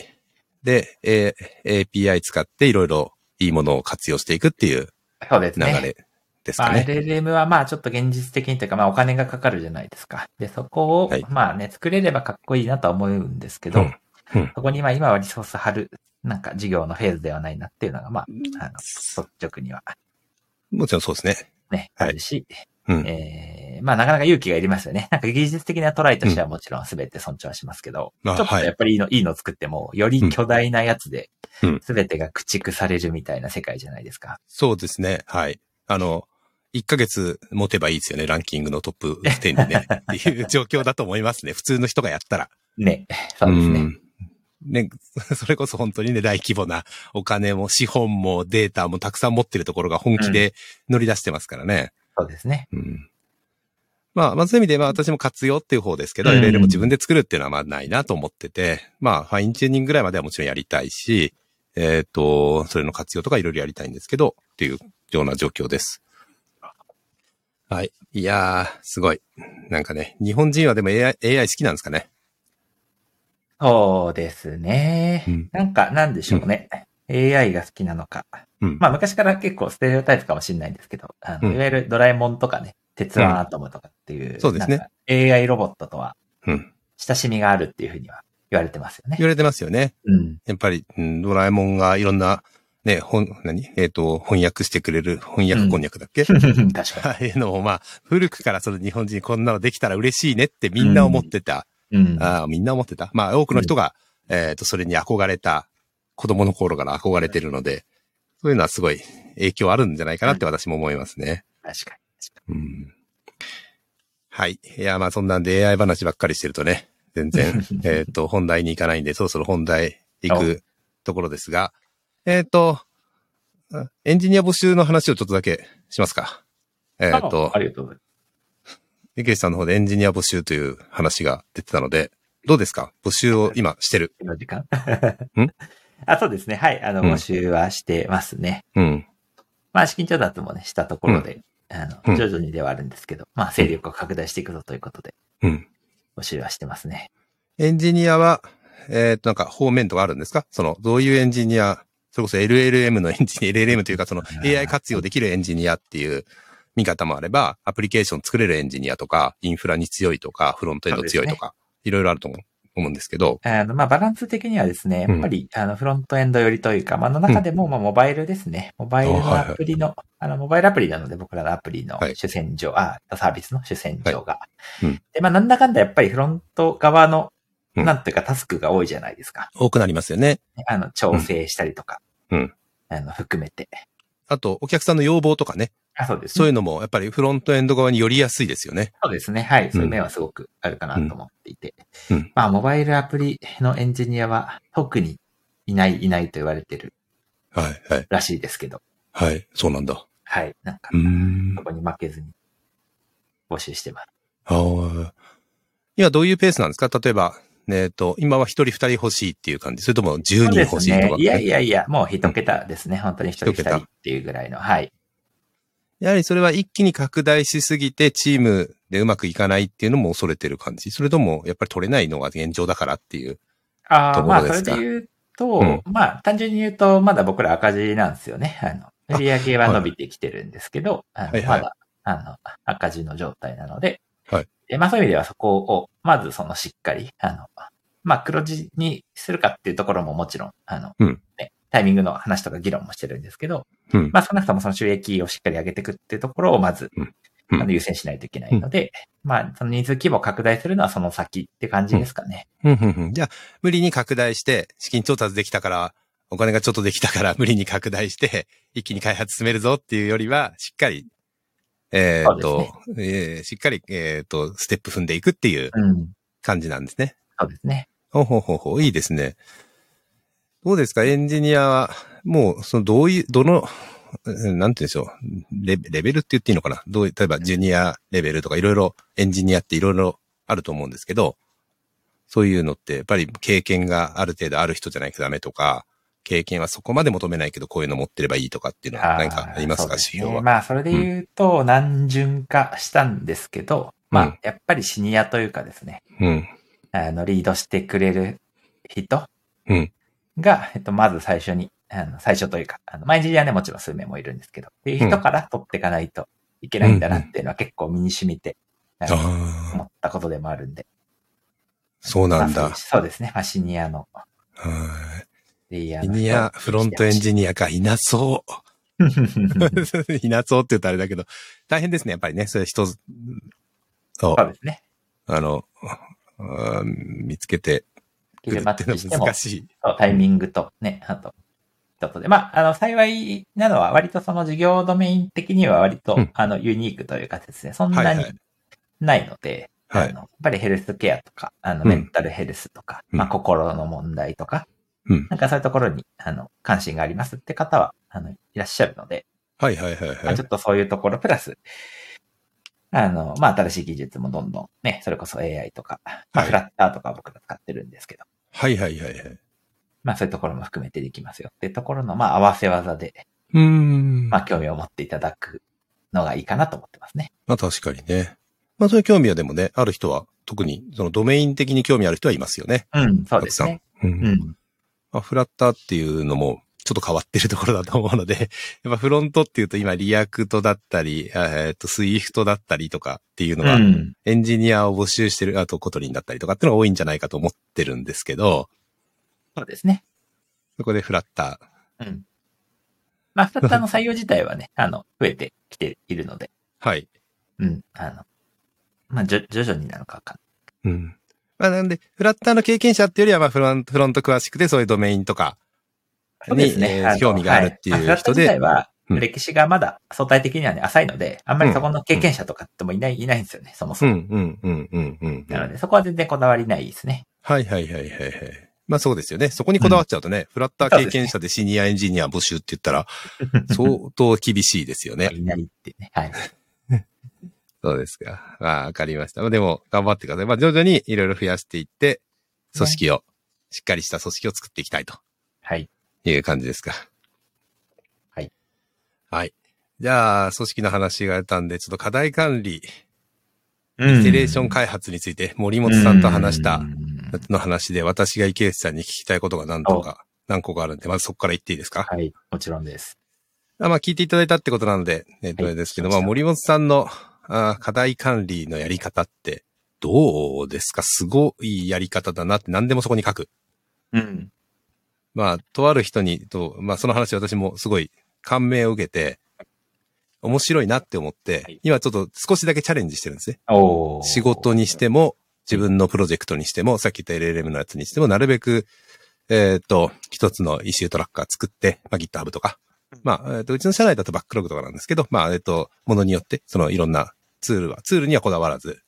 で、えー API 使っていろいろいいものを活用していくっていうそうです流ね。れですまかあ、ね。 LLM はまあちょっと現実的にというか、まあお金がかかるじゃないですか。で、そこをはい、まあね、作れればかっこいいなとは思うんですけど、うんうんそこにまあ今はリソース張る、なんか事業のフェーズではないなっていうのが、まあ、あの率直にはもちろんそうですね。ね、はあいるし、うん。えーまあなかなか勇気がいりますよね。なん か技術的なトライとしてはもちろん全て尊重はしますけど、まあちょっとはいやっぱりいいの、いいの作っても、より巨大なやつでうん、全てが駆逐されるみたいな世界じゃないですか。そうですね。はい。あの、1ヶ月持てばいいですよね。ランキングのトップ10に ね。っていう状況だと思いますね。普通の人がやったら。ね、そうですね。んね、 それこそ本当にね、大規模なお金も資本もデータもたくさん持ってるところが本気で乗り出してますからね。そうですね。うん。まあ、まあ、そういう意味で、まあ私も活用っていう方ですけど、うん LL も自分で作るっていうのはまあないなと思ってて、まあ、ファインチューニングぐらいまではもちろんやりたいし、えっ、と、それの活用とかいろいろやりたいんですけど、っていうような状況です。はい。いやー、すごい。なんかね、日本人はでも AI, AI 好きなんですかね。そうですね。うんなんか、なんでしょうね。AI が好きなのか。うん。まあ、昔から結構ステレオタイプかもしれないんですけど、あのうんいわゆるドラえもんとかね、鉄腕アトムとかっていう、んそうですねなんか AI ロボットとはうん。親しみがあるっていうふうには言われてますよね言。われてますよね。うん。やっぱり、うん、ドラえもんがいろんな、ね、本、何えっ、と、翻訳してくれる翻訳こんにゃくだっけ、 確かああいうのをまあ、古くからその日本人こんなのできたら嬉しいねってみんな思ってた。に。うん。ああみんな思ってた。まあ、多くの人が、えっ、と、それに憧れた、子供の頃から憧れてるので、そういうのはすごい影響あるんじゃないかなって私も思いますね。確かうん。はい。いや、まあそんなんで AI 話ばっかりしてるとね、全 然、えっと、本題に行かないんで、そろそろ本題行くところですが、えっ、と、あエンジニア募集の話をちょっとだけしますか。えっ、に。とああ、りがとうございま池内さんの方でエンジニア募集という話が出てたので、どうですか募集を今してる。す。今の時間。ん あ、そうですね。はい。あの、うん募集はしてますね。うん。まあ、資金調達もね、したところで、あうんの、徐々にではあるんですけど、まあ、勢力を拡大していくぞということで、うん。募集はしてますね。エンジニアは、えっ、と、なんか方面とかあるんですかその、どういうエンジニア、それこそ LLM のエン ジニア、LLM というかそのあー AI 活用できるエンジニアっていう見方もあれば、アプリケーション作れるエンジニアとか、インフラに強いとか、フロントエンド強いとか、いろいろあると思う思うんですけど、あの、まあ、バランス的にはですね、やっぱり、あの、フロントエンド寄りというか、まあ、あの中でも、まあ、モバイルですね。モバイあルはいのはいアプリの、あの、モバイルアプリなので、僕らのアプリのはい主戦場、あ、サービスの主戦場が。いうんで、まあ、なんだかんだやっぱりフロント側の、うんなんというかタスクが多いじゃないですか。多くなりますよね。あの、調整したりとか、うんうんあの、含めて。あと、お客さんの要望とかね、あ、そうです、そういね。うのもやっぱりフロントエンド側に寄りやすいですよね。そうですね。はい。そういう面はすごくあるかなと思っていて。うんまあ、モバイルアプリのエンジニアは、特にいない、いないと言われてるはい、はい、らしいですけど、はい、そうなんだ。はい。なんかう、ーんそ。こに負けずに募集してます。ああ。今どういうペースなんですか例えば、えっ、と、今は一人二人欲しいっていう感じ。それとも十人欲しいとか、いやいや。やいや、もう一桁ですね。本当に一人二一人桁っていうぐらいの。はい。やはりそれは一気に拡大しすぎてチームでうまくいかないっていうのも恐れてる感じ。それともやっぱり取れないのが現状だからっていう。あとあ、こまろであ、そすれかで言うと、うんまあ、単純に言うと、まだ僕ら赤字なんですよね。あの、売上は伸びてきてるんですけど、あのはいはいまだ、あの、赤字の状態なので、はいでまあ、そういう意味ではそこを、まずそのしっかり、あの、まあ、黒字にするかっていうところももちろん、あの、うんね、タイミングの話とか議論もしてるんですけど、うん。まあ、少なくともその収益をしっかり上げていくっていうところをまず、うんうんあの優先しないといけないので、まあ、その人数規模を拡大するのはその先って感じですかね。うんうんうんじゃあ、無理に拡大して、資金調達できたから、お金がちょっとできたから、無理に拡大して、一気に開発進めるぞっていうよりは、しっかり、えーっ、と、えーしっかり、えーっ、と、ステップ踏んでいくっていううん。感じなんですね。そうですね。ほうほうほうほう、いいですね。どうですかエンジニアは、もう、その、どういう、どの、うんなんて言うんでしょうレ。レベルって言っていいのかなどういう、例えば、ジュニアレベルとか、いろいろ、エンジニアっていろいろあると思うんですけど、そういうのって、やっぱり経験がある程度ある人じゃないとダメとか、経験はそこまで求めないけど、こういうの持ってればいいとかっていうのは何かありますか、あ指ーそうですね標は。まあ、それで言うと、何巡かしたんですけど、まうんあ、やっぱりシニアというかですね、うん。あの、リードしてくれる人うんが、えっと、まず最初に、あの、最初というか、あの、毎日はね、もちろん数名もいるんですけど、っていう人から取っていかないといけないんだなっていうのは結構身に染みて、あのああ、思ったことでもあるんで。そうなんまあだ。そうですね。まあ、シニアの、はレイヤいシーの人ニアフロントエンジニアか、いなそう。いなそうって 言うとあれだけど、大変ですね、やっぱりね。それ人、そう そうですね。あの、あー見つけてくる切れっマッてチいうのしてはも難、しい。そうタイミングとね、あと、人とで。まあ、あの、幸いなのは、割とその事業ドメイン的には割と、うんあの、ユニークというかですね、そんはないはにいないので、はいあのやっぱりヘルスケアとか、あの、うんメンタルヘルスとか、うんまあ、心の問題とか、うんなんかそういうところに、あの、関心がありますって方は、あの、いらっしゃるので、はいはいはいまはあ、いちょ。っとそういうところ、プラス、あの、まあ、新しい技術もどんどんね、それこそ AI とか、まはあ、いフラッターとか僕ら使ってるんですけど、はいはいはいはい。まあ、そういうところも含めてできますよっていうところの、まあ、合わせ技で、うーん。ままあ、興味を持っていただくのがいいかなと思ってますね。あ確かにね。まあそういう興味はでもね、ある人は、特にそのドメイン的に興味ある人はいますよね。うん、そうですね。う。うんん。まあフラッターっていうのも、ちょっと変わってるところだと思うので、 やっぱフロントっていうと今リアクトだったり、あえっとスイフトだったりとかっていうのうが、ん。エンジニアを募集してる、あとコトリンだったりとかっていうのが多いんじゃないかと思ってるんですけど、そうですね。そこでフラッタうん。まあ、フラッターの採用自体はね、あの、増えてきているので、ー。はい。うん、あの、まあ、じょ徐々になのかわかんうん。まあなんで、フラッターの経験者っていうよりは、まあフロント、フロント詳しくてそういうドメインとかそうに、ですね。えーあの興味があるってはいうまあフラット人自体で、は、うん歴史がまだ相対的にはね、浅いので、あんまりそこの経験者とかってもいない、いないんですよね、そもうそん、も。うん、うん、うん、うん。なので、そこは全然こだわりないで すね。はいはいはいはいはい。まあそうですよね。そこにこだわっちゃうとね、フラッター経験者でシニアエンジニア募集って言ったら、相当厳しいですよね。いないってね。はい。そうですか。ああ、わかりました。まあでも、頑張ってください。まあ徐々にいろいろ増やしていって、組織を、しっかりした組織を作っていきたいとはい。いう感じですか。はい。はい。じゃあ、組織の話が出たんで、ちょっと課題管理、うんイテレーション開発について、森本さんと話したうんの話で、私が池内さんに聞きたいことが何とか、何個かあるんで、まずそこから言っていいですかはい。もちろんです。あまあ、聞いていただいたってことなので、えっと、はあいれですけど、そうですまあ、森本さんのあ課題管理のやり方って、どうですかすごいやり方だなって、何でもそこに書く。うん。まあ、とある人に、と、まあ、その話私もすごい感銘を受けて、面白いなって思って、はい今ちょっと少しだけチャレンジしてるんですね。おー仕事にしても、自分のプロジェクトにしても、さっき言った LLM のやつにしても、なるべく、えっ、と、一つのイシュートラッカー作って、まあ、GitHub とか、まあ、えっ、と、うちの社内だとバックログとかなんですけど、まあ、えっ、と、ものによって、そのいろんなツールは、ツールにはこだわらず、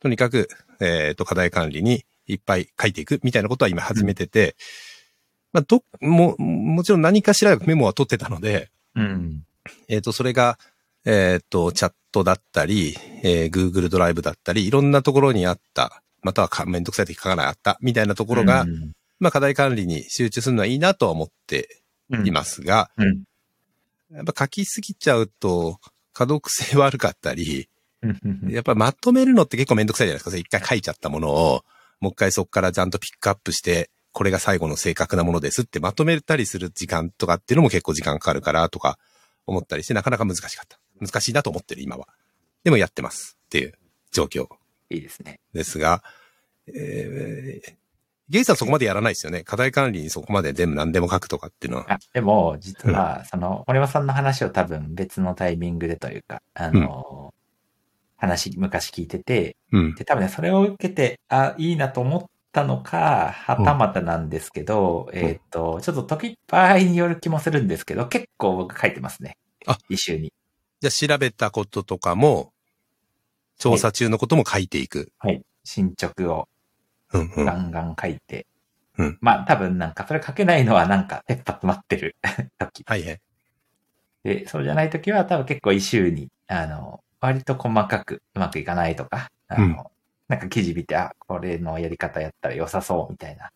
とにかく、えっ、と、課題管理にいっぱい書いていくみたいなことは今始めてて、まあ、ど、も、もちろん何かしらメモは取ってたので、うん。えっ、と、それが、えっ、と、チャットだったり、えー Google ドライブだったり、いろんなところにあった、またはかめんどくさい時書かなかった、みたいなところが、うん、まあ、課題管理に集中するのはいいなとは思っていますが、うん。やっぱ書きすぎちゃうと、可読性悪かったり、うん。うんやっぱまとめるのって結構めんどくさいじゃないですか。それ一回書いちゃったものを、もう一回そこからちゃんとピックアップして、これが最後の正確なものですってまとめたりする時間とかっていうのも結構時間かかるからとか思ったりして、なかなか難しかった。難しいなと思ってる今は。でもやってますっていう状況いいですね。ですが、えー、ゲイさんそこまでやらないですよね。課題管理にそこまで全部何でも書くとかっていうのは。あ、でも、実は、その、森本さんの話を多分別のタイミングでというか、あの、話、昔聞いてて、うん。で、多分ね、それを受けて、あ、いいなと思ったのか、はたまたなんですけど、えーっと、ちょっと時場合による気もするんですけど、結構僕書いてますね。あ一周に。じゃあ調べたこととかも、調査中のことも書いていく。はい。進捗をうんうんガ。ンガン書いて。うんまあ、多分なんか、それ書けないのはなんか、切羽詰まってる 時。はいはい。で、そうじゃない時は、多分結構一周に、あの、割と細かくうまくいかないとか、あの、うんなんか記事見て、あ、これのやり方やったら良さそうみたいな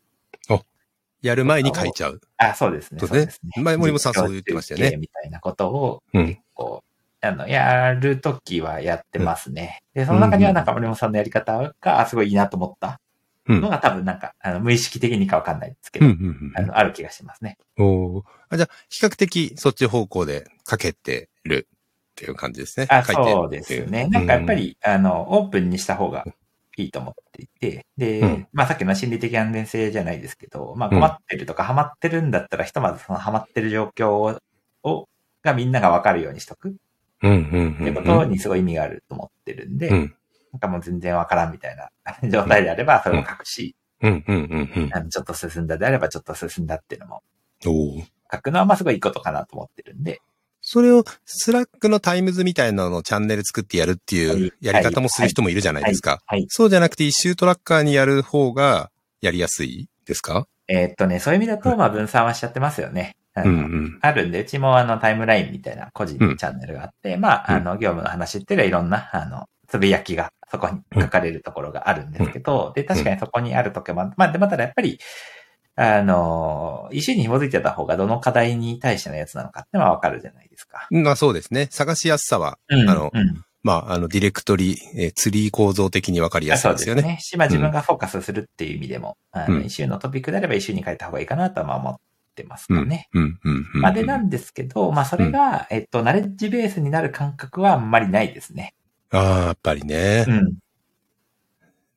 やる前に書いちゃう。あ、そうですね。そうそねうですね。前森本さんそう言ってましたよね実況中継みたいなことを、うん結構、あの、やるときはやってますね。で、その中にはなんか森本さんのやり方が、あすごいいいなと思ったうん。うのんが多分なんか、あの無意識的にかわかんないですけうど、んあの、ある気がしますね。うん。おーあじゃあ、比較的そっち方向で書けてるっていう感じですね。あ、書いてるそうですね。なんかやっぱり、あの、オープンにした方がいいと思っていて、で、うんまあさっきの心理的安全性じゃないですけど、まあうん困ってるとかハマってるんだったら、ひとまずそのハマってる状況を、をがみんながわかるようにしとくっうんうんてうん。いうことにすごい意味があると思ってるんで、うん。なんかもう全然わからんみたいな状態であれば、それも書くし、うんうんうんうん。あのちょっと進んだであれば、ちょっと進んだっていうのもおー書くのはまあすごいいいことかなと思ってるんで、それを、スラックのタイムズみたいなのをチャンネル作ってやるっていうやり方もする人もいるじゃないですか。はい。そうじゃなくて、一周トラッカーにやる方がやりやすいですかえーっとね、そういう意味だと、まあ分散はしちゃってますよね。あうのんうん。あるんで、うちもあのタイムラインみたいな個人うんチャンネルがあって、まあ、あの、業務の話っていうのはいろんな、あの、つぶやきがそこに書かれるところがあるんですけど、で、確かにそこにあるときも、まあ、で、まただやっぱり、あの、一緒に紐づいてた方がどの課題に対してのやつなのかってのはわかるじゃないですか。まあそうですね。探しやすさは、うんあのうんまあ、あの、ディレクトリ、えーツリー構造的にわかりやすいそうでですすよよね。ね。し、まあ自分がフォーカスするっていう意味でも、あうの、ん一周のトピックであれば一周に書いた方がいいかなとはまあ思ってますうかね。ん。うん。うん。うんまあ、でなんですけど、まあ、それが、えっと、ナレッジベースになる感覚はあんまりないですね。ああ、やっぱりね。うん。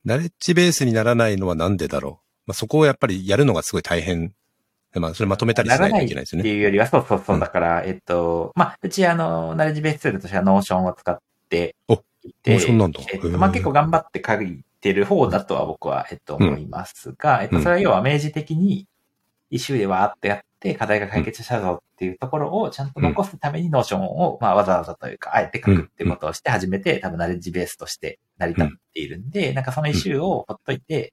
ナレッジベースにならないのはなんでだろう。まあそこをやっぱりやるのがすごい大変。まあ、それまとめたりしないといけないですよってね。いうよりは、そうそうそうう。んだから、えっと、まあ、うち、あの、ナレッジベースツールとしては、ノーションを使っておいて、ノーションなんだえっへと、ーまあ、結構頑張って書いてる方だとは僕は、えっと、うん思いますが、えっと、それは要は明示的に、一周でわーってやって、課題が解決したぞっていうところをちゃんと残すためにノーションを、まあ、わざわざというか、あえて書くっていうことをして初めて、多分ナレッジベースとして成り立っているんで、なんかその一周をほっといて、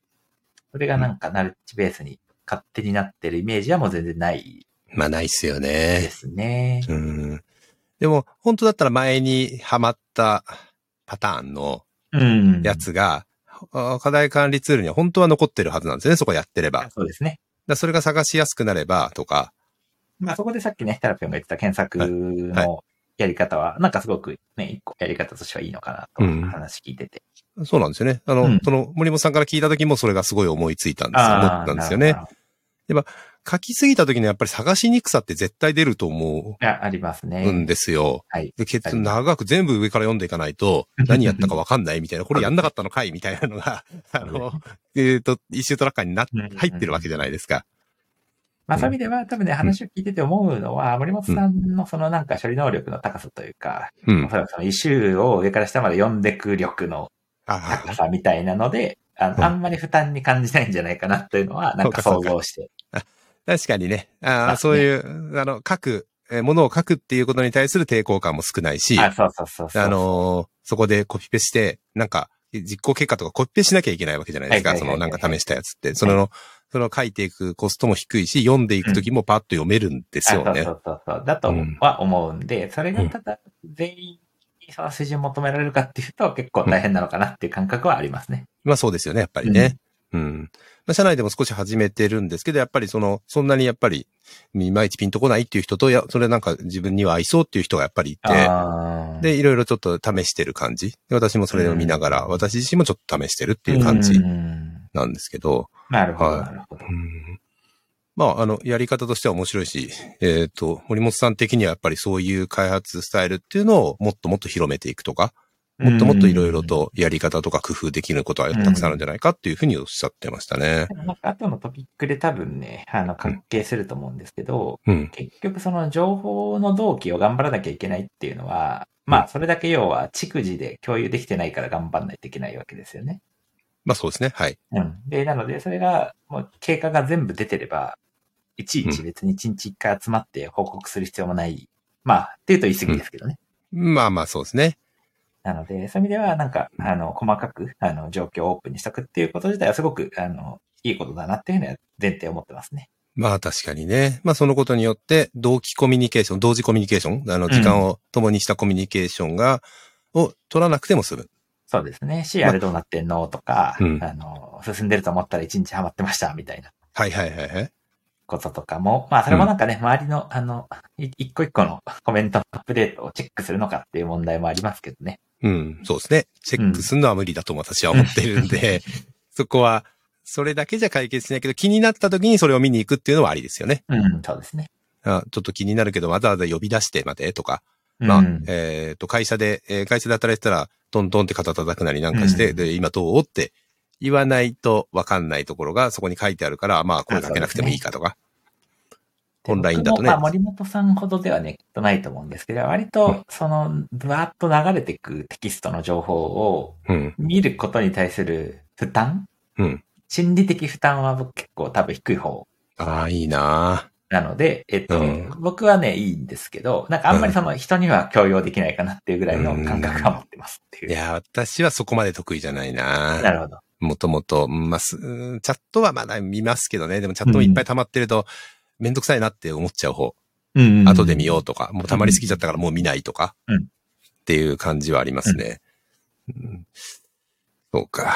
それがなんかナレッジベースに勝手になってるイメージはもう全然ないまあないっすよでね。すね。うん。でも、本当だったら前にハマったパターンのうん。やつが、あー課題管理ツールには本当は残ってるはずなんですよね。そこやってれば。だかそうですね。らそれが探しやすくなればとか。まあそこでさっきね、テラピョンが言ってた検索はいのやり方は、なんかすごくね、一個やり方としてはいいのかうなんと話聞いてて。そうなんですよね。あの、うんその森本さんから聞いた時もそれがすごい思いついたんですよ。思ったんですよなねる。ほど書きすぎた時にやっぱり探しにくさって絶対出ると思いや、ありますね。うんですよ。はい。で結はい長く全部上から読んでいかない と、何やったかわかんないみたいな、これやんなかったのかいみたいなのが、あの、えっと、一周トラッカーにな、うん入ってるわけじゃないですか。まあそういう意味では、多分ね、話を聞いてて思うのは、森本さんのそのなんか処理能力の高さというか、うんお。そらくそのイシューを上から下まで読んでく力のあ高さみたいなので、あうんのあんまり負担に感じないんじゃないかなっていうのは、なんかそうかそ想うか像して。確かにね。ああ、あそういう、あの、書く、えーものを書くっていうことに対する抵抗感も少ないし、あ、あそうそうそうそう。のーそこでコピペして、なんか、実行結果とかコピペしなきゃいけないわけじゃないですか。はいそはいの、はいなはいんか試したやつって。その、その書いていくコストも低いし、読んでいくときもパッと読めるんですよあそうねそ。うそうそう。だとは思うんで、それがただ全員にその水準求められるかっていうと結構大変なのかなっていう感覚はありますね。まあそうですよね、やっぱりね。うん。まあ社内でも少し始めてるんですけど、やっぱりその、そんなにやっぱり、いまいちピンとこないっていう人と、いや、それなんか自分には合いそうっていう人がやっぱりいて、あーで、いろいろちょっと試してる感じ。で私もそれを見ながら、私自身もちょっと試してるっていう感じうんなんですけど、なるほはど、いなるほど。うんまあ、あの、やり方としては面白いし、えっ、と、森本さん的にはやっぱりそういう開発スタイルっていうのをもっともっと広めていくとか、もっともっといろいろとやり方とか工夫できることはたくさんあるんじゃないかっていうふうにおっしゃってましたね。でもなんか後のトピックで多分ね、あの、関係すると思うんですけど、うん。結局その情報の同期を頑張らなきゃいけないっていうのは、まあ、それだけ要は逐次で共有できてないから頑張らないといけないわけですよね。まあそうですね。はい。うん。で、なので、それが、もう経過が全部出てれば、いちいち別に1日1回集まって報告する必要もない。まあ、っていうと言い過ぎですけどね。まあまあそうですね。なので、そういう意味では、なんか、あの、細かく、あの、状況をオープンにしとくっていうこと自体はすごく、あの、いいことだなっていうのは前提を持ってますね。まあ確かにね。まあそのことによって、同期コミュニケーション、同時コミュニケーション、あの、ん時間を共にしたコミュニケーションが、を取らなくても済む。そうですね。し、あれどうなってんのとか、うんあの、進んでると思ったら1日ハマってました、みたいな。はいはいはいはい。こととかも、まあそれもなんかね、周りの、あの、い一個一個のコメントのアップデートをチェックするのかっていう問題もありますけどね。うん、そうですね。チェックするのは無理だと私は思ってるんで、 そこは、それだけじゃ解決しないけど、気になった時にそれを見に行くっていうのはありですよね。うん、そうですね。あちょっと気になるけど、わざわざ呼び出してまでとか、うんまあ、えっ、と、会社で、えー会社で働いてたら、トントンって肩叩くなりなんかして、うんで、今どうって言わないとわかんないところがそこに書いてあるから、まあ、声かけなくてもいいかとか。オンラインだとね僕もまあ森本さんほどではね、きっとないと思うんですけど、割と、その、ぶわっと流れてくテキストの情報をうん、見ることに対する負担うん。心理的負担は僕結構多分低い方ああ、いいななので、えっと、うん僕はね、いいんですけど、なんかあんまりその人には強要できないかなっていうぐらいの感覚は持ってますってーいうい。や、私はそこまで得意じゃないななるほど。もともと、うんまあ、すうんチャットはまだ見ますけどね。でもチャットもいっぱい溜まってると、めんどくさいなって思っちゃう方。うん後で見ようとか、もう溜まりすぎちゃったからもう見ないとか、うんっていう感じはありますね。うんそうか。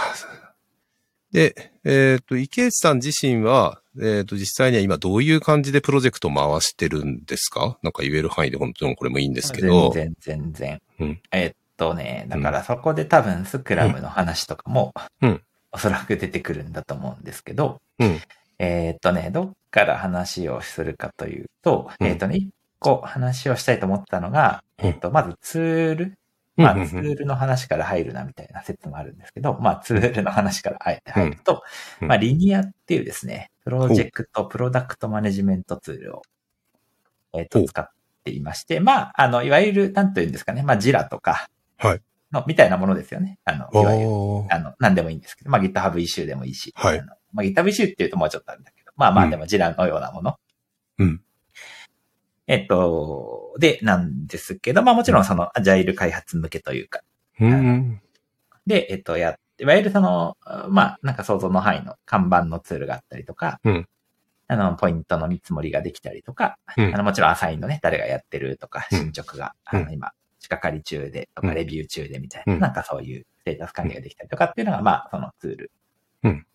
で、えっ、と、池内さん自身は、えっ、と、実際には今どういう感じでプロジェクト回してるんですかなんか言える範囲で本当にこれもいいんですけど。全然、全然。うんえっとね、だからそこで多分スクラムの話とかも、うんおそらく出てくるんだと思うんですけど、うん。えっとね、どっから話をするかというと、うんえっとね、一個話をしたいと思ったのが、うんえっと、まずツール、まあ、ツールの話から入るなみたいな説もあるんですけど、まあ、ツールの話からあえて入ると、うんまあ、リニアっていうですね、プロジェクト、プロダクトマネジメントツールを、えっ、ほと、う使っていまして、まあ、あの、いわゆる、なんというんですかね、まあ、ジラとか、はいの、みたいなものですよね。あの、いわゆる、おーあの、なんでもいいんですけど、まあ、GitHub イシューでもいいし、はいあのまあ、GitHub イシューっていうともうちょっとあるんだけど、まあまうあ、んでもジラのようなものうん。えっと、で、なんですけど、まあもちろんそのアジャイル開発向けというか、うん。で、えっと、やっ、いわゆるその、まあ、なんか想像の範囲の看板のツールがあったりとか、うんあの、ポイントの見積もりができたりとか、うんあの、もちろんアサインのね、誰がやってるとか、うん進捗が、うんあの、今、仕掛かり中でとうか、んレビュー中でみたいな、うんなんかそういうステータス管理ができたりとかっていうのが、まあ、そのツール。うん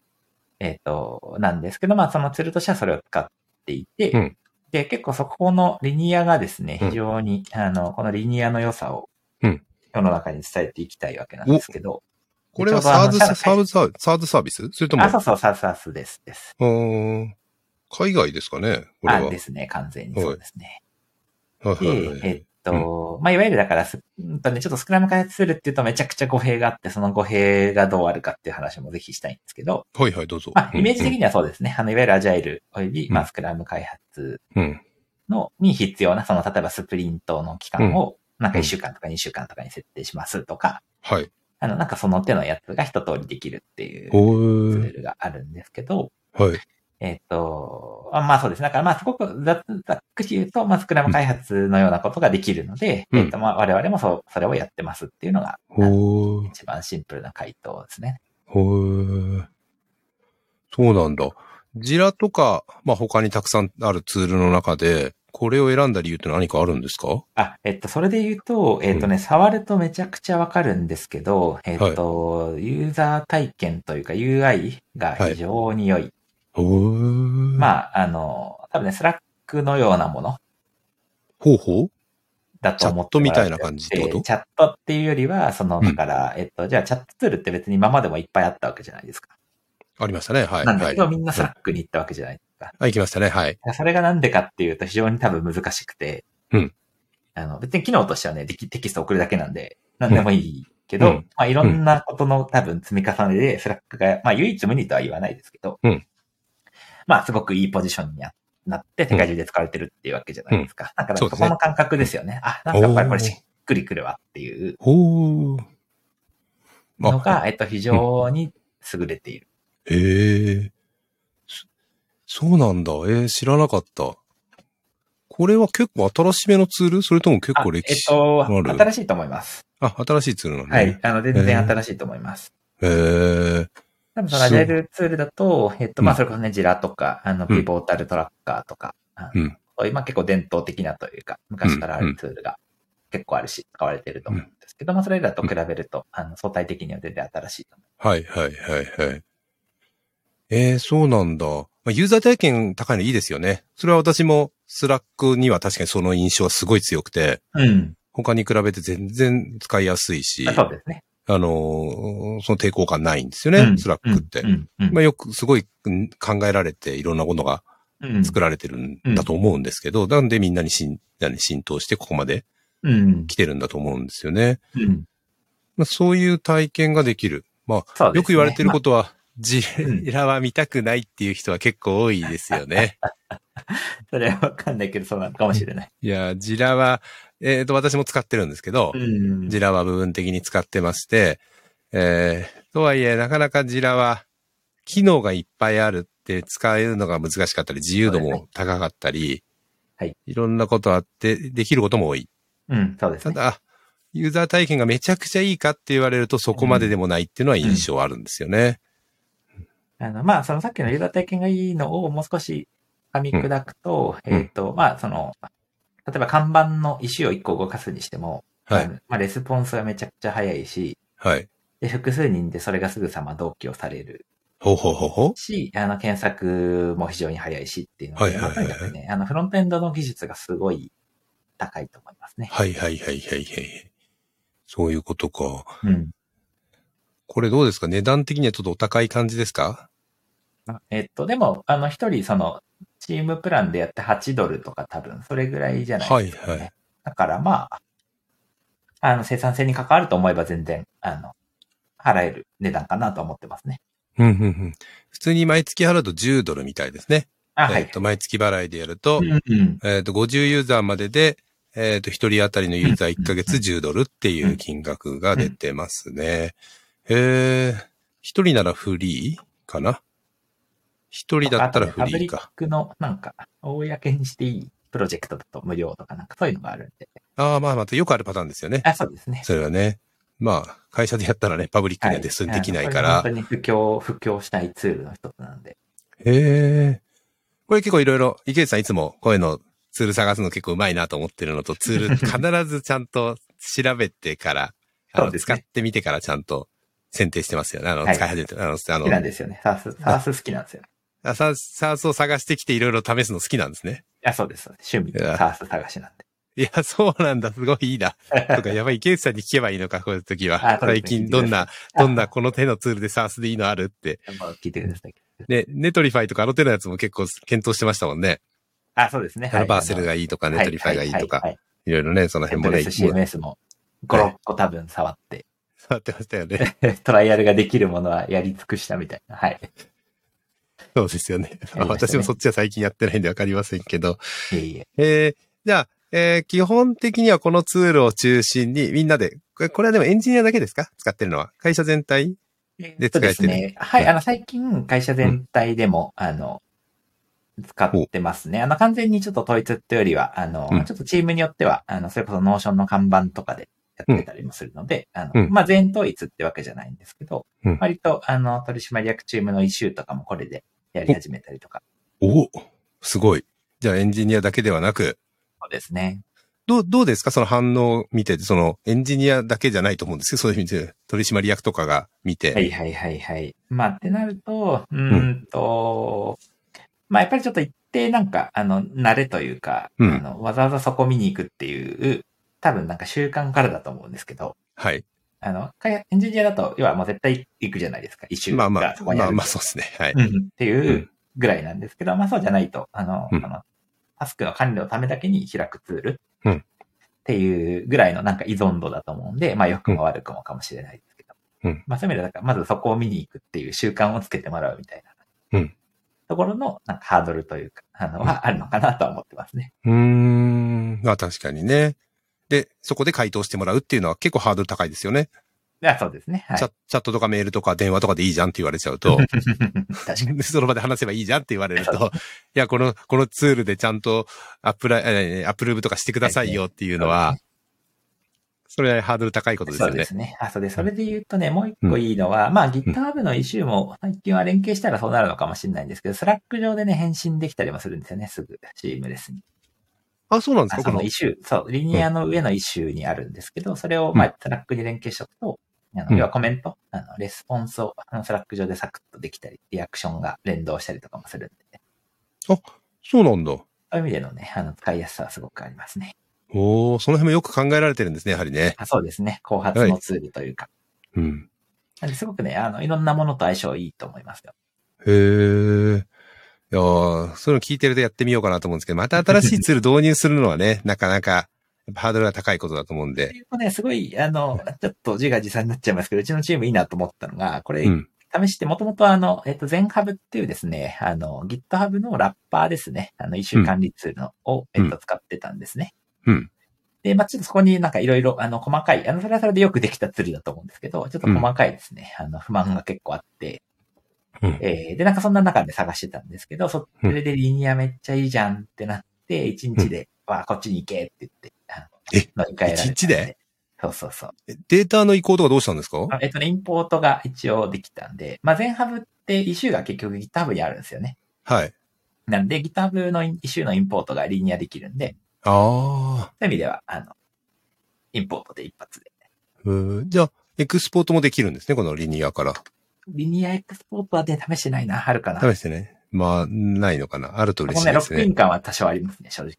えっ、と、なんですけど、まあ、そのツールとしてはそれを使っていて、うんで、結構そこのリニアがですね、うん非常に、あの、このリニアの良さを、うん世の中に伝えていきたいわけなんですけど、これはちょうどあサーのズ、社内サーズサービス、サーズサービスそれともあ、、そうそう、サースサースです。です。うーん海外ですかねこれは。あ、ですね、完全にそうですね。はいではいはい、えっと、まあ、いわゆるだから、すうんとね、ちょっとスクラム開発ツールっていうとめちゃくちゃ語弊があって、その語弊がどうあるかっていう話もぜひしたいんですけど、はいはい、どうぞ。まあ、イメージ的に。にはそうですね。あの、いわゆるアジャイルおよび、うんまあ、スクラム開発うん。の、に必要な、その、例えばスプリントの期間を、なんか1週間とか2週間とかに設定しますとか、はい。あの、なんかその手のやつが一通りできるっていうおツーールがあるんですけど、はい。えっ、と、あまあそうですね。だからまあすごくざざっくり言うと、まあスクラム開発のようなことができるので、うんえっ、とまあ我々もそう、それをやってますっていうのがおー一番シンプルな回答ですね。ほーそうなんだ。ジラとか、まあ、他にたくさんあるツールの中で、これを選んだ理由って何かあるんですかあ、えっ、と、それで言うと、えっ、とね、触るとめちゃくちゃわかるんですけど、えっ、と、ユーザー体験というか UI が非常に良い。おーまあ、あの、多分ね、スラックのようなものほうほうだと思ってもらチャットみたいな感じっててことチャットっていうよりは、その、うんだから、えっと、じゃあチャットツールって別に今までもいっぱいあったわけじゃないですか。ありましたね。はい。なんだはけい。ど、みんなスラックに行ったわけじゃないですか。あ、行きましたね。はい。それがなんでかっていうと非常に多分難しくて、うんあの、別に機能としてはね、テキテキスト送るだけなんで、なんでもいいけど、うんまあいろんなことの多分積み重ねで、スラックが、まあ唯一無二とは言わないですけど、うんまあすごくいいポジションにななって、世界中で使われてるっていうわけじゃないですか。だからそそうですねこの感覚ですよね。あ、なんかやっぱりこれおーしっくりくるわっていうほーのあが、えっと、非常に優れている。へえそそうなんだ。えー知らなかった。これは結構新しめのツールそれとも結構歴史ああ,、えっあと、る新しいと思います。新しいツールなのね。はい。あの、全然へー新しいと思います。へー多分そのアジャイルツールだと、えっと、うんまあ、それこそね、ジラとか、あの、うんピボータルトラッカーとか、あのうんそういうまあ結構伝統的なというか、昔からあるツールが結構あるし、使われてると思うんですけど、まあ、それらと比べると、あの、相対的には全然新しいと思はいはいはいはい。えー、そうなんだ。まあ、ユーザー体験高いのいいですよね。それは私もスラックには確かにその印象はすごい強くて、うん。他に比べて全然使いやすいし、そうですね。あのーその抵抗感ないんですよね、うんスラックって。うん。うんまあ、よく、すごいうん考えられていろんなものがうん。作られてるんだと思うんですけど、なんでみんなに浸みんなに浸透してここまでうん。来てるんだと思うんですよね。うん。まあ、そういう体験ができる。まあ、そうですねよく言われてることは、ジうんラは見たくないっていう人は結構多いですよね。それはわかんないけど、そうなのかもしれない。いや、ジラは、えっ、と、私も使ってるんですけど、んジラは部分的に使ってまして、えー、とはいえ、なかなかジラは、機能がいっぱいあるって使えるのが難しかったり、自由度も高かったり、はい。いろんなことあって、できることも多い。うん、そうですたね。だ、ユーザー体験がめちゃくちゃいいかって言われると、そこまででもないっていうのは印象あるんですよね。あの、まあ、そのさっきのユーザー体験がいいのをもう少し噛み砕くと、うんえっ、と、まあ、その、例えば看板の石を1個動かすにしても、はいあのまあ、レスポンスがめちゃくちゃ早いし、はい。で、複数人でそれがすぐさま同期をされるほうほうほうほう。し、あの、検索も非常に早いしっていうので、はいはいはいはいまあとにかくね、あの、フロントエンドの技術がすごい高いと思いますね。はいはいはいはいはい。そういうことか。うん。これどうですか値段的にはちょっとお高い感じですかえっと、でも、あの、一人、その、チームプランでやって8ドルとか多分、それぐらいじゃないはいはい。だからまあ、あの、生産性に関わると思えば全然、あの、払える値段かなと思ってますね。うんうんうん。普通に毎月払うと10ドルみたいですね。あ、はえっい。と、毎月払いでやると、うんうん。えっと、50ユーザーまでで、えっ、と、1人当たりのユーザー1ヶ月10ドルっていう金額が出てますね。へえ、1人ならフリーかな ?1 人だったらフあリーとねパブリッか。クの、なんか、公にしていいプロジェクトだと無料とかなんかそういうのがあるんで。ああ、まあまたよくあるパターンですよね。あ、そうですね。それはね。まあ、会社でやったらね、パブリックにはでですすできないから。本当に布教、布教したいツールの一つなんで。へえ。これ結構いろいろ、池内さんいつもこういうのツール探すの結構うまいなと思ってるのと、ツー ル必ずちゃんと調べてから、あそうの、です使ねってみてからちゃんと選定してますよね。あの、はい使い始めて、あの、あ好きなんのですよね。サース、サース好きなんですよね。あ、サースサースを探してきていろいろ試すの好きなんですね。あ、そうです。趣味いやとサース探しなんで。いや、そうなんだ、すごいいいな。とか、やばい、池内さんに聞けばいいのか、こういう時は。 あそうですね最近どんな、どんなこの手のツールでサースでいいのあるって。まあ聞いてください。ね、ネトリファイとかあの手のやつも結構検討してましたもんね。あ、そうですね。アルバーセルいがいいとか、いネトリファイがいいとはかは、はいいろいろね、そのエン辺トもね、レもスう CMS も5、はい6個多分触って、 触ってましたよね。トライアルができるものはやり尽くしたみたいな。はい。そうですよね。やりましたね私もそっちは最近やってないんでわかりませんけど。いえいえ。えー、じゃあ、えー基本的にはこのツールを中心にみんなで、これこれはでもエンジニアだけですか使ってるのは。会社全体えっとですね。はい。あの、最近、会社全体でも、あの、使ってますね。あの、完全にちょっと統一ってよりは、あの、うんちょっとチームによっては、あの、それこそノーションの看板とかでやってたりもするので、あの、うんまあ、全統一ってわけじゃないんですけど、うん割と、あの、取締役チームのイシューとかもこれでやり始めたりとか、おすごい。じゃあエンジニアだけではなく、そうですね。どう、どうですかその反応を見てて、そのエンジニアだけじゃないと思うんですけど、そういう意味で取締役とかが見て。はいはいはいはい。まあってなると、うーんと、まあやっぱりちょっと一定なんか、あの、慣れというか、うんあの、わざわざそこ見に行くっていう、多分なんか習慣からだと思うんですけど、はい。あの、エンジニアだと、要はもう絶対行くじゃないですか、一周まあまがあ、そこにまああるまあそうですね。はい。うんってういうんぐらいなんですけど、まあそうじゃないと、あの、うんあのタスクの管理のためだけに開くツールうんっていうぐらいのなんか依存度だと思うんで、まあ良くも悪くもかもしれないですけど、うんまあそういう意味では、だからまずそこを見に行くっていう習慣をつけてもらうみたいな、うんところのなんかハードルというか、あの、うんはあるのかなとは思ってますね。うーん。まあ確かにね。で、そこで回答してもらうっていうのは結構ハードル高いですよね。いや、そうですね。はい。チャチャットとかメールとか電話とかでいいじゃんって言われちゃう と、確 かに。その場で話せばいいじゃんって言われる と、いや、この、このツールでちゃんとアップライ、えーアップルーブとかしてくださいよっていうのは、それはハードル高いことですそようでね。すね。あ、そうです。それで言うとね、もう一個いいのは、まあ GitHub のイシューも最近は連携したらそうなるのかもしれないんですけど、Slack 上でね、返信できたりもするんですよね、すぐ、シームレスに。あ、そうなんであすかそこののイ、シュー、そう、リニアの上のイシューにあるんですけど、それをまあ Slack に連携しておくと、あうのん要はコメント、あのレスポンスをあの Slack 上でサクッとできたり、リアクションが連動したりとかもするんで、そうなんだ。そういう意味でのね、あの、使いやすさはすごくありますね。おお、その辺もよく考えられてるんですね、やはりね。あそうですね。後発のツールというか。うん。なんですごくね、あの、いろんなものと相性いいと思いますよ。へえ。いやーそういうの聞いてるとやってみようかなと思うんですけど、また新しいツール導入するのはね、 なかなか、やっぱハードルが高いことだと思うんとで。いうとね、すごい、あの、ちょっと自画自賛になっちゃいますけど、うちのチームいいなと思ったのが、これう、ん。試して、もともとあの、えっ、と、全ハブっていうですね、あの、GitHub のラッパーですね、あの、一周管理ツールのを、うんえっと、使ってたんですね。うん。で、まあ、ちょっとそこになんかいろいろ、あの、細かい、あの、それはそれでよくできたツールだと思うんですけど、ちょっと細かいですね、あの、不満が結構あって、うんえーで、なんかそんな中で探してたんですけど、そそれでリニアめっちゃいいじゃんってなって、一日で、わあ、こっちに行けって言って、あえの乗り換えられたん一日でそうそうそう。えデータの移行とかどうしたんですかあえっとね、インポートが一応できたんで、まあ、全ハブってイシューが結局 GitHub にあるんですよね。はい。なんで GitHub のイシューのインポートがリニアできるんで、ああ。そういう意味では、あの、インポートで一発で。うーじゃあ、エクスポートもできるんですね、このリニアから。リニアエクスポートはね、試してないな、あるかな。試してね。まあ、ないのかな。あると嬉こしいのね、でロすックイね。ン感は多少ありますね、正直。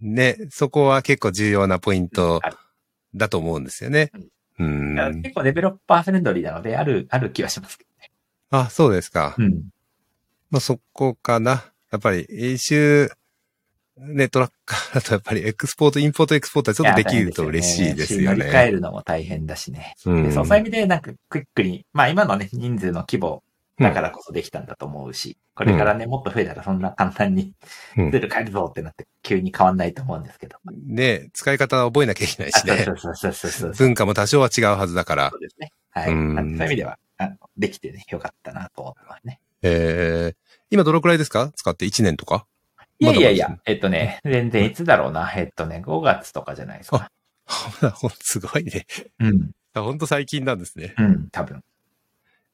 ね、そこは結構重要なポイントあるだと思うんですよね。うだからん。結構デベロッパーフレンドリーなので、ある、ある気はしますけあ、そうですか。ど。うん。まあ、そこかな。やっぱり、一周、ね、トラッカーだとやっぱりエクスポート、インポート、エクスポートはちょっとできると嬉しいですよ乗り換えね。るのも大変だしね。うでん。そうそういう意味で、なんかクイックに、まあ今のね、人数の規模だからこそできたんだと思うし、これからね、もっと増えたらそんな簡単に、うんルール変えるぞってなって急に変わんないと思うんですけど。ね、使い方は覚えなきゃいけないあしそうねそ。うそうそうそう そう。文化も多少は違うはずだからそ。うですね。はい。うんなんでそういう意味では、あのできてね、よかったなと思ってますね。えー、今どのくらいですか使って1年とか いまやだいやいや、まだえっとね、全然いつだろうな。えっとね、5月とかじゃないですか。ほんすごいね。うん。あほんと最近なんですね。うん、多分。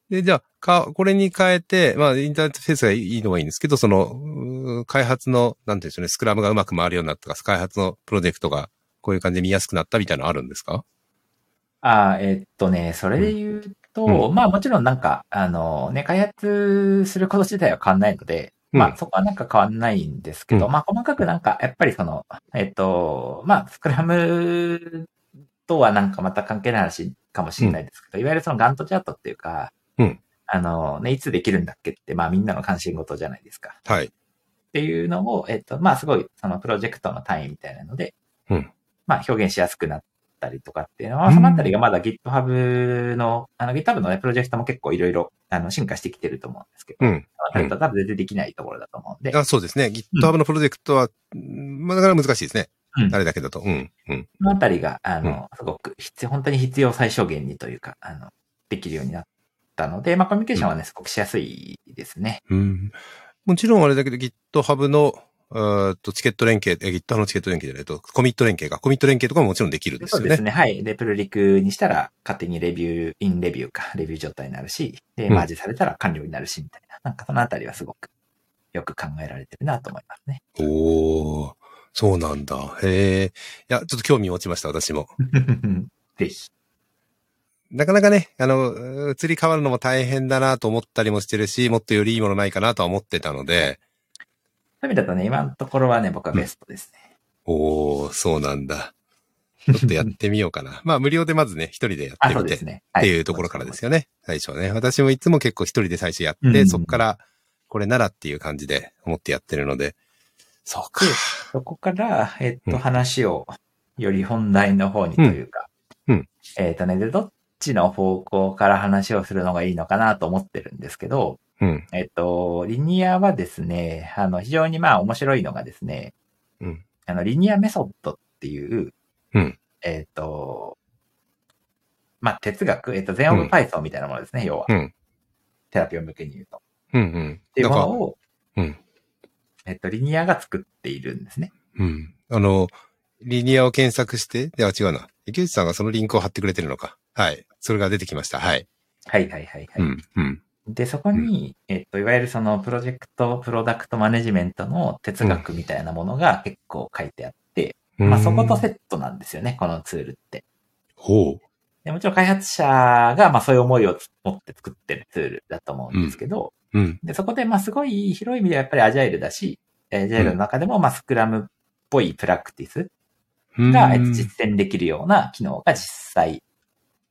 で、じゃあ、か、これに変えて、まあ、インターネットフェースがいいのはいいんですけど、その、うー開発の、なんていうんでしょうね、スクラムがうまく回るようになったとか、開発のプロジェクトが、こういう感じで見やすくなったみたいなのあるんですかあーえっとね、それで言うと、まあもちろんなんか、あのね、開発すること自体は変わんないので、うまんあそこはなんか変わんないんですけど、うまあ細かくなんか、やっぱりその、えっと、まあスクラムとはなんかまた関係ない話かもしれないですけど、いわゆるそのガントチャートっていうか、うんあのね、いつできるんだっけって、まあみんなの関心事じゃないですか。はい。っていうのを、えっと、まあすごい、そのプロジェクトの単位みたいなので、うんまあ表現しやすくなったりとかっていうのうは、んそのあたりがまだ GitHub の、あの GitHub のね、プロジェクトも結構いろいろ、あの、進化してきてると思うんですけど、うん。そのあたりと多分全然できないところだと思うんで、あそうですね。GitHub のプロジェクトは、うんまあ、だから難しいですね。うんあれだけだと。うん。うん。そのあたりが、あの、すごく必要、本当に必要最小限にというか、あの、できるようになったので、まあコミュニケーションはね、すごくしやすいですね。うん。もちろんあれだけど GitHub の、えーっと、チケット連携、え、GitHub のチケット連携じゃないと、コミット連携か。コミット連携とかももちろんできるんですそうよでねす。ね。はい。で、プルリクにしたら、勝手にレビュー、インレビューか、レビュー状態になるし、で、うんマージされたら完了になるし、みたいな。なんかそのあたりはすごく、よく考えられてるなと思います ね。おー。そうなんだ。へえ。いや、ちょっと興味持ちました、私も。ぜひ。なかなかね、あの、う移り変わるのも大変だなと思ったりもしてるし、もっとよりいいものないかなとは思ってたので、そういう意味だとね、今のところはね、僕はベストですね。おー、そうなんだ。ちょっとやってみようかな。まあ、 無料でまずね、一人でやあ、ってそうみでて、すね。っはていうところからですよね。最初はね。私もいつも結構一人で最初やって、うんそこから、これならっていう感じで思ってやってるので。そうか。そこから、えっうんと、話を、より本題の方にというか、うんうんえっとね、で、どっちの方向から話をするのがいいのかなと思ってるんですけど、うん。えっと、リニアはですね、あの、非常にまあ面白いのがですね、うんあの、リニアメソッドっていう、うんえっと、まあ、哲学、えっと、全オブ Python みたいなものですね、要は。うん。テラピオ向けに言うと。っうんうん。ていうものなんかを、うんえっと、リニアが作っているんですね。うん。あの、リニアを検索して、では違うな。池内さんがそのリンクを貼ってくれてるのか。はい。それが出てきました。はい。はいはいはいはい。うん。うん。で、そこに、えっと、いわゆるそのプロジェクト、プロダクトマネジメントの哲学みたいなものが結構書いてあって、まあ、そことセットなんですよね、このツールって。ほでもちろん開発者が、まあそういう思いを持って作ってるツールだと思うんですけど、う。うん。でそこで、まあすごい広い意味ではやっぱりアジャイルだし、えー、ジェルの中でも、まあ、スクラムっぽいプラクティスうんが、えっと、実践できるような機能が実際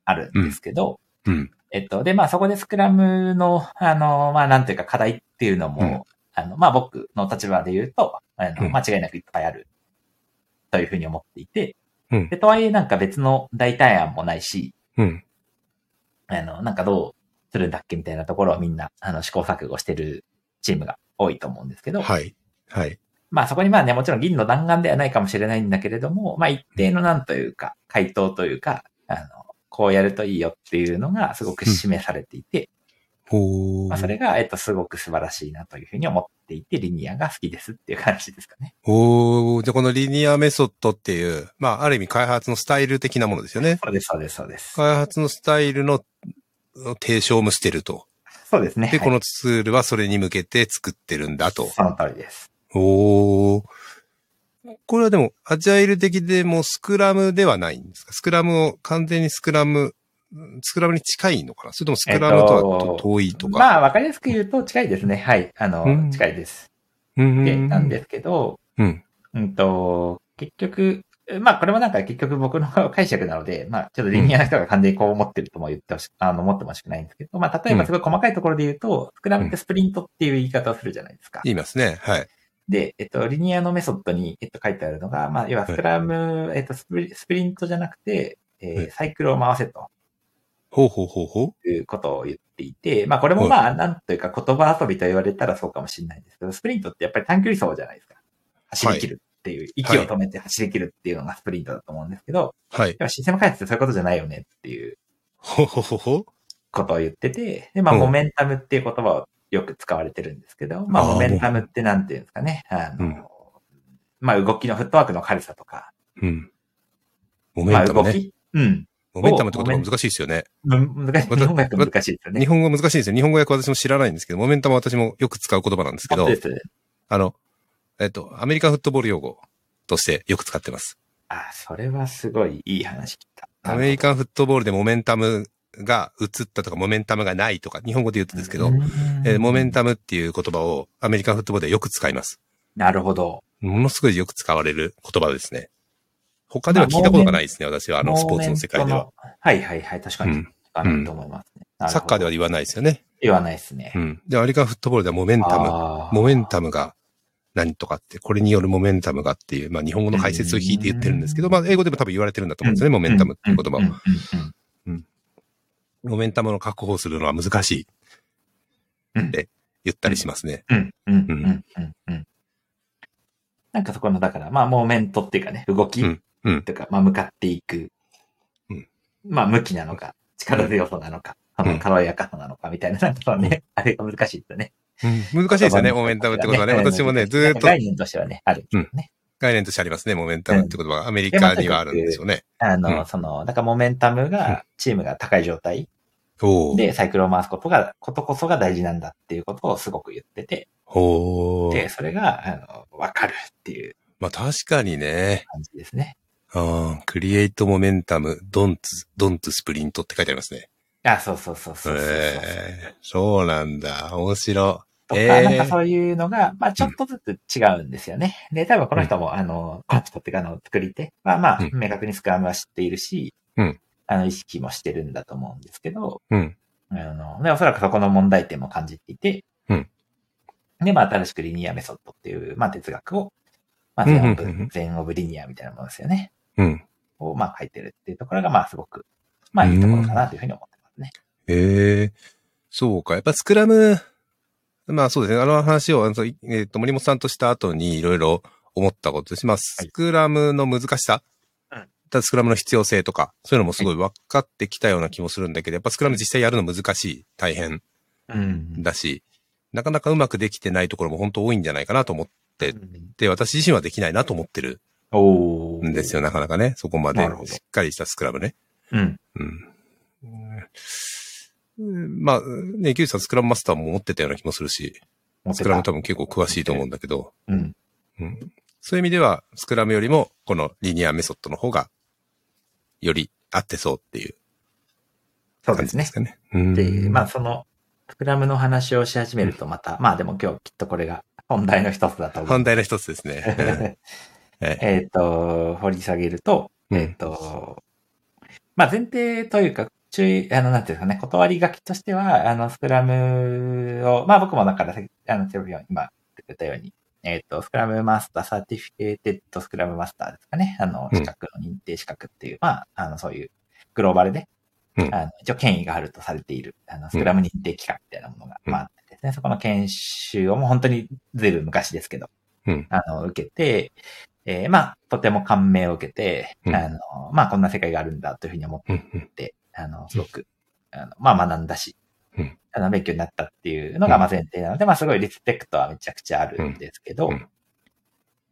あるんですけど、うん。えっと、で、まあ、そこでスクラムの、あの、まあ、なんていうか課題っていうのも、あの、まあ、僕の立場で言うと、あの、うん間違いなくいっぱいある、というふうに思っていて、うんで、とはいえなんか別の代替案もないし、うん。あの、なんかどうするんだっけみたいなところをみんな、あの、試行錯誤してるチームが多いと思うんですけど、はい。はい。まあそこにまあね、もちろん銀の弾丸ではないかもしれないんだけれども、まあ一定のなんというか、回答というか、あの、こうやるといいよっていうのがすごく示されていて、ほー。まあそれが、えっと、すごく素晴らしいなというふうに思っていて、リニアが好きですっていう感じですかね。おー、じゃあこのリニアメソッドっていう、まあ、ある意味開発のスタイル的なものですよね。そうです、そうです、そうです。開発のスタイルのの提唱もしてると。そうですね。で、はいこのツールはそれに向けて作ってるんだと。その通りです。おー。これはでも、アジャイル的でもうスクラムではないんですかスクラムを、完全にスクラム、うんスクラムに近いのかなそれともスクラムとはえっとと遠いとか、まあわかりやすく言うと近いですね。はい。あの、うん近いです。うんで、なんですけど、うん。うんと、結局、まあこれもなんか結局僕の解釈なので、まあちょっとリニアの人が完全にこう思ってるとも言ってほし、あの、思ってもしくないんですけど、まあ例えばすごい細かいところで言うと、スクラムってスプリントっていう言い方をするじゃないですか。言いますね。はい。で、えっと、リニアのメソッドに、えっと、書いてあるのが、まあ要はスクラム、えっとスプリ、スプリントじゃなくて、はえーいサイクルを回せとほうほうほうほう。いうことを言っていて、まあこれもまあなんというか言葉遊びと言われたらそうかもしれないんですけど、スプリントってやっぱり短距離走じゃないですか。走り切るっていう、息を止めて走り切るっていうのがスプリントだと思うんですけど、はい。要はシステム開発ってそういうことじゃないよねっていうほうほうほうほう。ことを言ってて、で、まあ、うんモメンタムっていう言葉をよく使われてるんですけど、まあ、あーモメンタムってなんていうんですかね、あの、うんまあ、動きのフットワークの軽さとか、うん。モメまンあ、タム動ね。き、うん。モメンタムって言葉難しいですよね。む難しい。また日本語訳難しいですよ日ね。本語難しいんですよ。日本語訳私も知らないんですけど、モメンタムは私もよく使う言葉なんですけ本ど当、です。あの、えっと、アメリカンフットボール用語としてよく使ってます。あ、それはすごいいい話聞いた。アメリカンフットボールでモメンタムが移ったとか、モメンタムがないとか、日本語で言うとですけど、えーモメンタタムっていう言葉をアメリカンフットボールではよく使います。なるほど。ものすごいよく使われる言葉ですね。他では聞いたことがないですね、私は、あの、スポーツの世界ではモ。メントの。はいはいはい、確かうにん。あると思いますね。サッカーではは言わないですよね。言わないですねう。ん。で、アメリカンフットボールではモメンタムあーモメンタムが何とかって、これによるモメンタムがっていう、まあ日本語の解説を聞いて言ってるんですけど、まあ英語でも多分言われてるんだと思うんですよね、モメンタムっていう言葉うんうんを。モメンタムの確保するのは難しい、うんで言ったりしますね。うんうんうんうんうんうんなんかそこの、だから、まあ、モーメントっていうかね、動きうんうんとか、まあ、向かっていくうん、まあ、向きなのか、力強さなのか、そうのん軽やかさなのか、みたいな、なんかそのね、あれが難しいですよね。難しいですよね、モメンタムってことはね。私もね、ずーっと概念としてはね、あるけどね。概念としてありますね、モメンタムって言葉が。アメリカにはあるんですよね。あうの、んその、だからモメンタムうんが、チームが高い状態ほう。でサイクルを回すことが、ことこそが大事なんだっていうことをすごく言ってて、ほで、う。それが、あの、わかるっていうまあ確かにね、感じですね。あークリエイトモメンタム、ドンツ、ドンツスプリントって書いてありますね。あ、そうそうそうそうそうそう。えー、そうなんだ。面白とか、えーなんかそういうのが、まあちょっとずつ違うんですよね。で、多分この人も、あの、コンプトっていうか、あの、作り手は、まあ、うん明確にスクラムは知っているし、うんあの、意識もしてるんだと思うんですけど、い。うん。あの、で、おそらくそこの問題点も感じていて、うんで、まあ、新しくリニアメソッドっていう、まあ、哲学を、まあ、うんうん全部、うんうん全オブリニアみたいなものですよね。うん。を、まあ、書いてるっていうところが、まあ、すごく、まあ、いいところかなというふうに思ってますね。へえ、そうか。やっぱスクラム、まあそうですね。あの話を、あのいえっ、と、森本さんとした後にいろいろ思ったことですし、まあ、スクラムの難しさ、うんただスクラムの必要性とか、そういうのもすごい分かってきたような気もするんだけど、やっぱスクラム実際やるの難しい、大変うん。だし、なかなかうまくできてないところも本当多いんじゃないかなと思っでうんて、私自身はできないなと思ってるおーんですよ、なかなかね。そこまでなるほどしっかりしたスクラムね。うん。うんうん。まあ、ね、キュウジさんスクラムマスターも持ってたような気もするし、持ってスたクラム多分結構詳しいと思うんだけど、うん。うん、そういう意味では、スクラムよりも、このリニアメソッドの方が、より合ってそうっていうそう感じですでねす。かね。うんで、まあその、スクラムの話をし始めるとまた、まあでも今日きっとこれが本題の一つだと思う 本。題の一つですね。うんはいえっと、掘り下げると、うんえっと、まあ前提というか、注意、あの、なんていうんですかね、断り書きとしては、あの、スクラムを、まあ僕もだから、あの、テレビを今言ったように、えっ、と、スクラムマスター、サーティフィケーテッドスクラムマスターですかね、あの、うん資格の認定資格っていう、まあ、あの、そういう、グローバルで、うんあの一応権威があるとされている、あの、スクラム認定機関みたいなものが、うんまああってですね、そこの研修をもう本当にずいぶん昔ですけど、うんあの、受けて、えーまあ、とても感銘を受けて、うんあの、まあ、こんな世界があるんだというふうに思うんうんって、あの、すごく、あのまあ、学んだし、うんあの、勉強になったっていうのが、うんまあ、前提なので、まあ、すごいリスペクトはめちゃくちゃあるんですけど、うんうん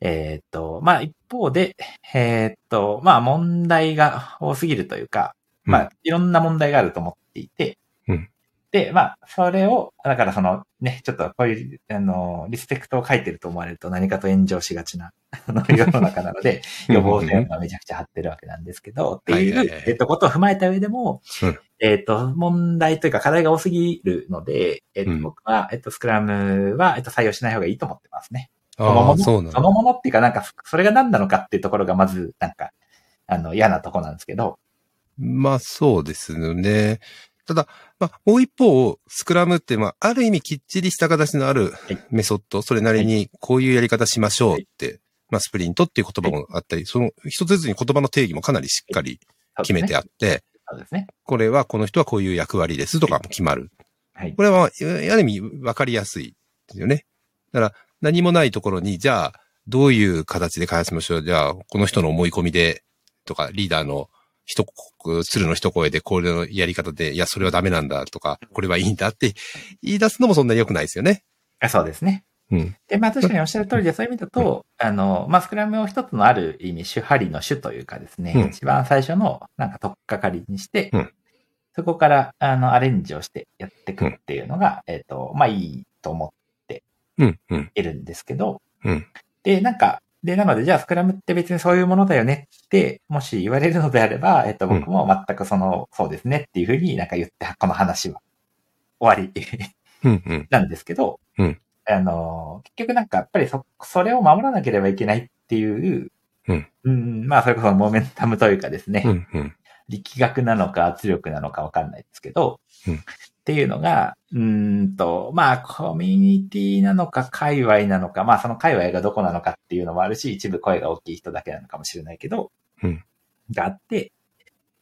えーっと、まあ、一方で、えーっと、まあ、問題が多すぎるというか、まうんあ、いろんな問題があると思っていて、うんで、まあ、それを、だからその、ね、ちょっとこういう、あの、リスペクトを書いてると思われると何かと炎上しがちな、 あの世の中なので、予防線がめちゃくちゃ張ってるわけなんですけど、っていはいうはいはい、えっと、ことを踏まえた上でもうん、えっと、問題というか課題が多すぎるので、えっうと、ん僕は、えっと、スクラムは、えっと、採用しない方がいいと思ってますね。そのあもあ、のそうなんそだ。のものっていうか、なんか、それが何なのかっていうところが、まず、なんか、あの、嫌なとこなんですけど、まあそうですね。ただ、まあもう一方、スクラムって、まあある意味きっちりした形のあるいメソッド、それなりにこういうやり方しましょうって、まあスプリントっていう言葉もあったり、その一つずつに言葉の定義もかなりしっかりそうです決ねめてあって、そうですね。これはこの人はこういう役割ですとかも決まる。はい。これは、まあある意味分かりやすいですよね。だから何もないところに、じゃあどういう形で開発しましょう。じゃあこの人の思い込みでとか、リーダーの一こ、鶴の一声でこれのやり方で、いや、それはダメなんだとか、これはいいんだって言い出すのもそんなに良くないですよね。あそうですね。うん。で、まあ、確かにおっしゃる通りで、そういう意味だと、あの、まあ、スクラムを一つのある意味、主張の主というかですね、うん一番最初の、なんか、とっかかりにして、うんそこから、あの、アレンジをしてやっていくっていうのが、えっ、と、まあ、いいと思うん、うん、ってるんですけど、うん。で、なんか、で、なので、じゃあ、スクラムって別にそういうものだよねって、もし言われるのであれば、えっと、うん僕も全くその、そうですねっていうふうになんか言って、この話は終わりうん、うん。なんですけど、うんあの、結局なんか、やっぱりそ、それを守らなければいけないっていう、うんうんまあ、それこそモメンタムというかですね、うん、うん。力学なのか圧力なのかわかんないですけど、うんっていうのが、うーんと、まあ、コミュニティなのか、界隈なのか、まあ、その界隈がどこなのかっていうのもあるし、一部声が大きい人だけなのかもしれないけど、うんがあって、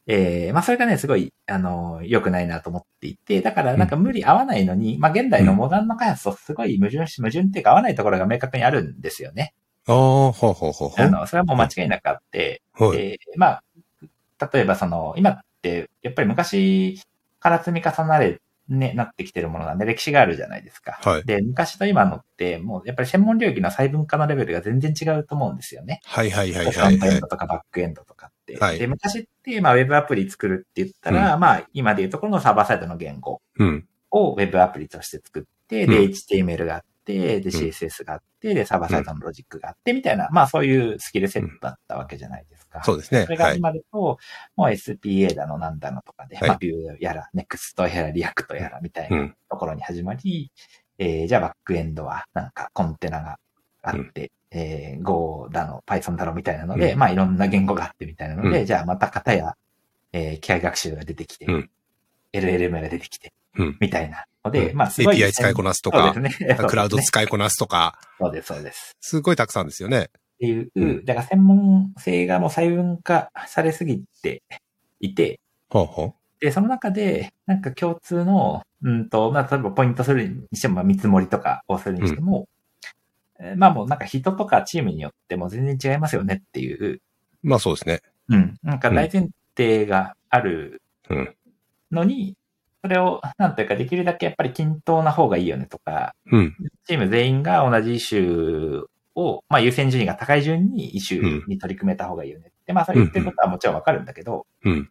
えー、まあ、それがね、すごい、あの、良くないなと思っていて、だからなんか無理合わないのに、まあ、現代のモダンの開発とすごい矛盾し、矛盾っていうか合わないところが明確にあるんですよね。ああ、ほうほうほうほあう。の、それはもう間違いなくあって、はい。で、まあ、例えばその、今って、やっぱり昔から積み重なれ、ね、なってきてるものなんで、歴史があるじゃないですか。はいで、昔と今のって、もうやっぱり専門領域の細分化のレベルが全然違うと思うんですよね。はい、はい、はい、フロはンいトエンはい。ドとかバックエンドとかって。はいで、昔って、まあ、ウェブアプリ作るって言ったら、まあ、今でいうところのサーバーサイドの言語うん、をウェブアプリとして作って、うで、ん HTML があって、で、CSS があって、で、サーバーサイドのロジックがあって、みたいな、まあ、そういうスキルセットだったわけじゃないですか。そうですねそれ。がはい始。まると、もう SPA だのなんだのとかで、はい、まあ、ビューやら、NEXT やら、React やらみたいうなんところに始まり、えーじゃあバックエンドはなんかコンテナがあって、えー Go だの、Python だのみたいなので、うんまあいろんな言語があってみたいなので、うじゃあまた型や、えー機械学習が出てきて、うん LLM が出てきて、うんみたいなので、うんまあすごい。 API 使いこなすとそうか、ですね。クラウド使いこなすとか、そうです、そうです。すごいたくさんですよね。っていう、うんだから専門性がもう細分化されすぎていて、ほうほで、その中で、なんか共通の、うんと、まあ、例えばポイントするにしても、まあ見積もりとかをするにしても、えーまあもうなんか人とかチームによっても全然違いますよねっていう、う。まあそうですね。うん、なんか大前提があるうん。のに、それを、なんというか、できるだけやっぱり均等な方がいいよねとか、うん。チーム全員が同じイシューを、まあ優先順位が高い順にイシューに取り組めた方がいいよねって、まあそれ言ってることはもちろんわかるんだけど、うん。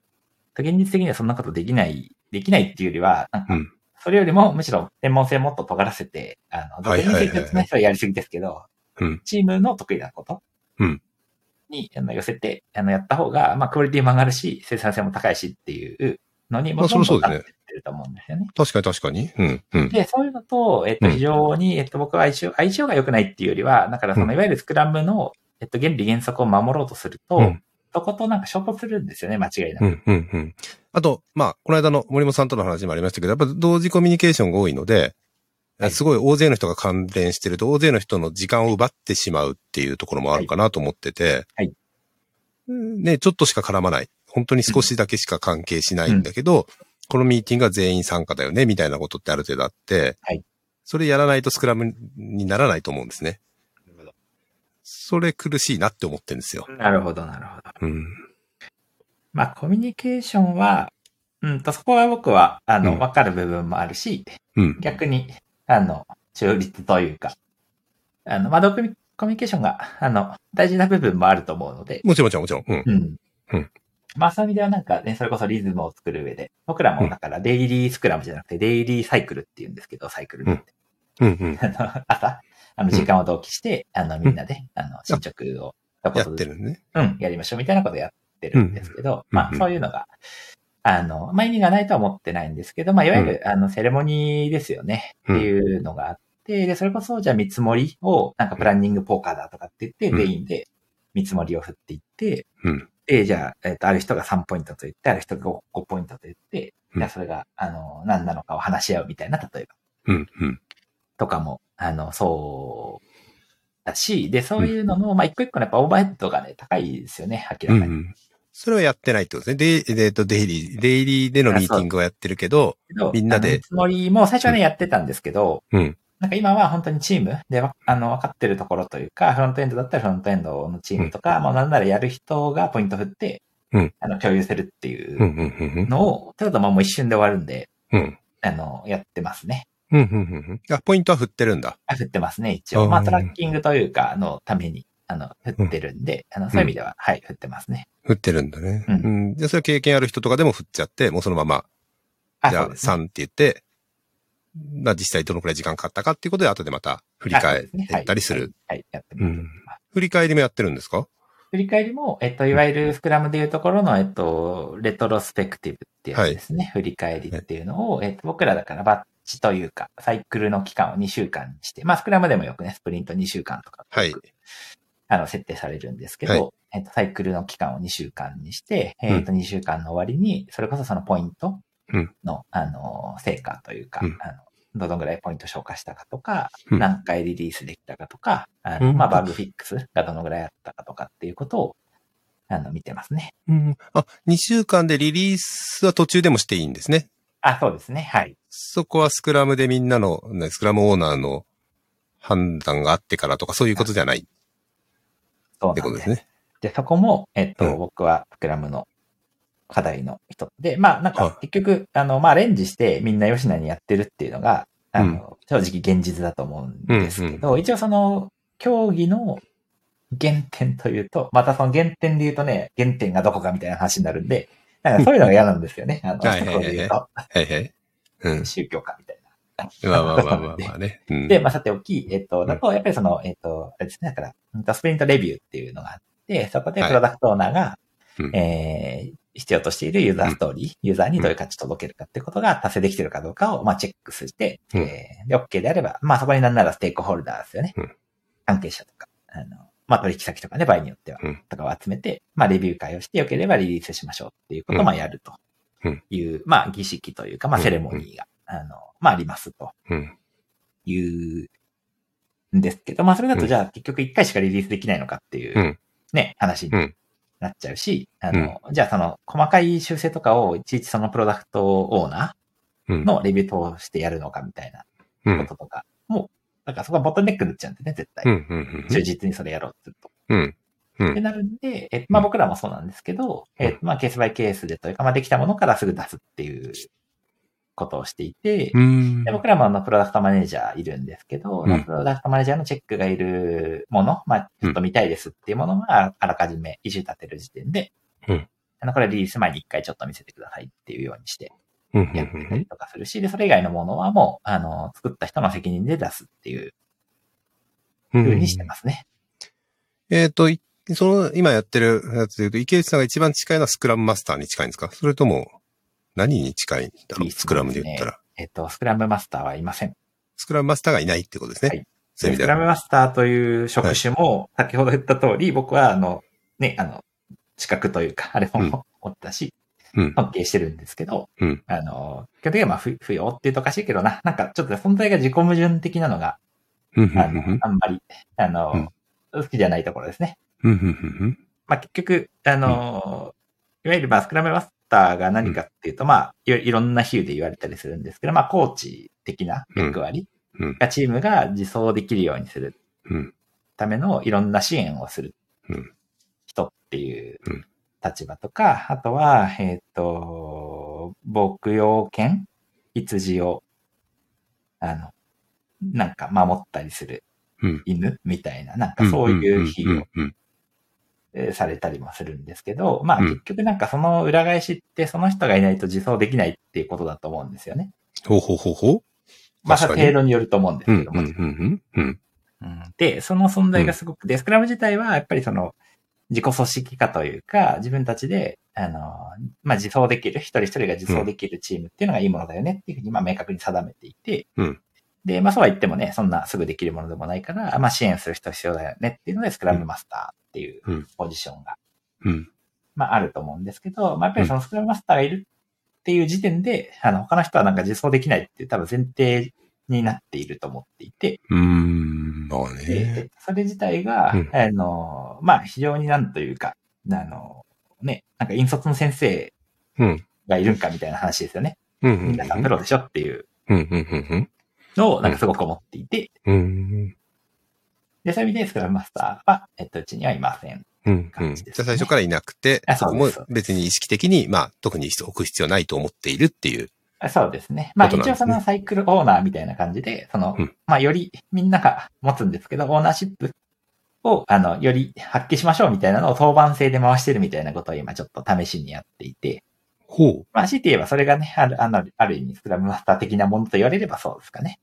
現実的にはそんなことできない、できないっていうよりは、なんうかん、それよりもむしろ専門性もっと尖らせて、あの、はい独はいはい自的な人はやりすぎですけどうん、チームの得意なことうんにあの寄せて、あの、やった方が、まあクオリティも上がるし、生産性も高いしっていうのに、まあそれそうですねどんどんなってってると思うんですよね。確かに確かに。うん、うん。で、そういうのと、えっと、うん非常に、えっと、僕は相性、相性が良くないっていうよりは、だからそうんの、いわゆるスクラムの、えっと、原理原則を守ろうとすると、うんそことなんか衝突するんですよね、間違いなく。うん、うん、うん。あと、まあ、この間の森本さんとの話もありましたけど、やっぱ同時コミュニケーションが多いので、はいすごい大勢の人が関連してると、大勢の人の時間を奪ってしまうっていうところもあるかなと思ってて、はいうんね、ちょっとしか絡まない。本当に少しだけしか関係しないんだけど、このミーティングは全員参加だよね、みたいなことってある程度あって、はいそれやらないとスクラムにならないと思うんですね。それ苦しいなって思ってるんですよ。なるほど、なるほど。うん。まあ、コミュニケーションは、うんと、そこは僕は、あうんの、わかる部分もあるし、うん。逆に、あの、中立というか、あの、まあ、コミコミュニケーションが、あの、大事な部分もあると思うので、もちろん、もちろん、もちろん。うん。うんうんまあ、そういう意味ではなんかね、それこそリズムを作る上で、僕らもだからデイリースクラムじゃなくてデイリーサイクルって言うんですけど、サイクルって。うん、うん。あの朝、あの、時間を同期して、あの、みんなで、あの、進捗を、やってるね。うん、やりましょうみたいなことをやってるんですけど、うんうまあ、んそういうのが、あの、まあ、意味がないとは思ってないんですけど、まあ、いわゆる、あの、セレモニーですよね、うんっていうのがあって、で、それこそ、じゃあ見積もりを、なんかプランニングポーカーだとかって言っうんて、全員で見積もりを振っていって、うんで、じゃあ、えっ、と、ある人が3ポイントと言って、ある人が 5, 5ポイントと言って、うんじゃあ、それが、あの、何なのかを話し合うみたいな、例えば。うん、うん。とかも、あの、そう、だし、で、そういうのの、まあ、一個一個のやっぱオーバーヘッドがね、高いですよね、うん明らうかに。ん。それはやってないってことですね。デイ、えっと、デイリー、デイリーでのミーティングはやってるけど、けどみんなであの見積もりも最初はね、やってたんですけど、うんなんか今は本当にチームで、わあの、分かってるところというか、フロントエンドだったらフロントエンドのチームとか、まあ、なんならやる人がポイント振って、うん、あの、共有するっていううんうん、うん、のを、ただまあもう一瞬で終わるんで、うん。うん、あの、やってますね。うん、うん。うんあ、ポイントは振ってるんだ。あ振ってますね、一う応。んまあ、トラッキングというか、のために、あの、振ってるんで、あの、そういう意味では、はい、振ってますね。振ってるんだね。う。うんじゃあ、それは経験ある人とかでも振っちゃって、もうそのまま、あじゃそあ、うですね3って言って、まあ、実際どのくらい時間かかったかっていうことで、後でまた振りあそう返ですねったりする。はい、はいやってうます。ん。振り返りもやってるんですか振り返りも、えっと、いわゆるスクラムでいうところの、えっと、レトロスペクティブっていうやつですね。振り返りっていうのを、えっと、僕らだからバッチというか、サイクルの期間を2週間にして、まあ、スクラムでもよくね、スプリント2週間とか、はいよくあの、設定されるんですけど、はいえっと、サイクルの期間を2週間にして、んえっと、2週間の終わりに、それこそそのポイントうんの、あの、成果というか、うんあの、どのぐらいポイント消化したかとか、うん何回リリースできたかとか、あうのんまあ、バグフィックスがどのぐらいあったかとかっていうことを、あの、見てますね。うん。あ、2週間でリリースは途中でもしていいんですね。あ、そうですね。はい。そこはスクラムでみんなの、ねスクラムオーナーの判断があってからとか、そういうことじゃないっそうてなこんとですですね。で、そこも、えっと、うん僕は、スクラムの課題の一つで、まあ、なんはいか、結局、あの、まあ、アレンジして、みんな吉野にやってるっていうのが、あの、正直現実だと思うんですけど、一応その、競技の原点というと、またその原点で言うとね、原点がどこかみたいな話になるんで、なんかそういうのが嫌なんですよね。あの、はいはいはいはい一言で言うと、はいはい。うん。宗教かみたいな。まあまあまあまあまあ ね。うんで、まあ、さておき、えっうと、んだと、やっぱりその、えっと、あれですね、だからうんと、スプリントレビューっていうのがあって、そこではいプロダクトオーナーが、うんえー必要としているユーザーストーリー、ユーザーにどういう価値届けるかってことが達成できてるかどうかを、まあ、チェックして、うんえーで、OK であれば、まあ、そこになんならステークホルダーですよね。うん関係者とか、あの、まあ、取引先とかね、場合によってはうん、とかを集めて、まあ、レビュー会をして、良ければリリースしましょうっていうことうを、んまあ、やるという、まあ、儀式というか、まあ、セレモニーが、あの、まあ、ありますと。うん。言うんですけど、まあそれだうとんじゃあ結局1回しかリリースできないのかっていううんね、話にうんなっちゃうし、あの、じゃあその細かい修正とかをいちいちそのプロダクトオーナうんー。のレビュー通してやるのかみたいなうこん。ととか、もう、だからそこはボトルネックになっちゃうんでね、絶対。うん。うん。忠実にそれやろうとすると。うん。うってん。なるんで、えまあ僕らもそうなんですけど、うんえまあケースバイケースでというか、まあできたものからすぐ出すっていうことをしていて、うんで。僕らもあのプロダクトマネージャーいるんですけど、うんプロダクトマネージャーのチェックがいるもの、まあ、ちょっと見たいですっていうものがあらかじめ移住立てる時点で、うんあのこれリリース前に一回ちょっと見せてくださいっていうようにしてうやってたんり。とかするし、で、それ以外のものはもう、あの、作った人の責任で出すっていううふうんにしてますね。えっと、いその、今やってるやつで言うと、池内さんが一番近いのはスクラムマスターに近いんですかそれとも、何に近いんだろいういス質問ですねクラムで言ったら。えっと、スクラムマスターはいません。スクラムマスターがいないってことですね。はいそういう意味スクでラは。ムマスターという職種も、先ほど言った通り、僕は、あの、ね、あの、資格というか、あれうんも持ったし、うん。尊敬してるんですけど、うんあの、基本的にはまあ、不不要って言うとおかしいけどな、なんかちょっと存在が自己矛盾的なのが、うんうんあの、あんまり、あの、好きじゃないところですね。うんうんうんまあ、結局、あのーいわゆるまあスクラムマスターが何かっていうと、まあいろ、いろんな比喩で言われたりするんですけど、まあ、コーチ的な役割うんうんがチームが自走できるようにするうんためのいろんな支援をするうん人っていううん立場とか、あとは、えっ、と、牧羊犬、羊を、あの、なんか守ったりするうん犬みたいな、なんうかん。そういう比喩をうんうんえーされたりもするんですけど、まあうん結局なんかその裏返しってその人がいないと自走できないっていうことだと思うんですよね。ほうほうほうほう。まあ確かに程度によると思うんですうんうけんどうも。んうん。うんで、その存在がすごく、で、スクラム自体はやっぱりその自己組織化というか、自分たちで、あの、まあ自走できる、一人一人が自走できるチームっていうのがいいものだよねっていうふうにまあ明確に定めていて、うんで、まあそうは言ってもね、そんなすぐできるものでもないから、まあ支援する人必要だよねっていうので、スクラムマスターっていうポジションがうん。まああると思うんですけど、まあやっぱりそのスクラムマスターがいるっていう時点で、あの他の人はなんか自走できないっていう多分前提になっていると思っていて、うーん。まあね。でそれ自体が、うんあの、まあ非常になんというか、あの、ね、なんか引率の先生うん。がいるんかみたいな話ですよね。うんうみんんなさんプロでしょっていううん。うんうんのをなんかすごく思っていて、うんうん。で、そういう意味でスクラムマスターは、えっと、うちにはいません。うんう感ん。じじゃですあね最初からいなくて、あこそこうでもす別に意識的に、まあ特に置く必要ないと思っているっていう。あそうですね。まあことなん一で応すそねのサイクルオーナーみたいな感じで、その、うんまあよりみんなが持つんですけど、オーナーシップを、あの、より発揮しましょうみたいなのを当番制で回してるみたいなことを今ちょっと試しにやっていて、ほう。まあ強いて言えばそれがね、ある、あの、ある意味スクラムマスター的なものと言われればそうですかね。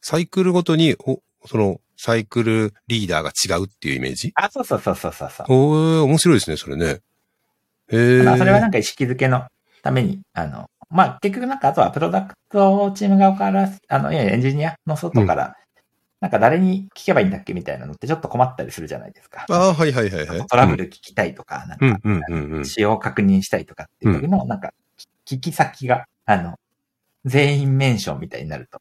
サイクルごとに、お、その、サイクルリーダーが違うっていうイメージあ、そうそうそうそうそうそう。おー、面白いですね、それね。へまあ、それはなー。んか意識づけのために、あの、まあ、結局なんかあとはプロダクトをチーム側から、あの、いやいやエンジニアの外から、なんか誰に聞けばいいんだっけみたいなのってちょっと困ったりするじゃないですか。ああ、はいはいはいはい。トラブル聞きたいとか、なんうんか、うんうんうん。使用確認したいとかっていう時の、なんか、聞き先が、あの、全員メンションみたいになると。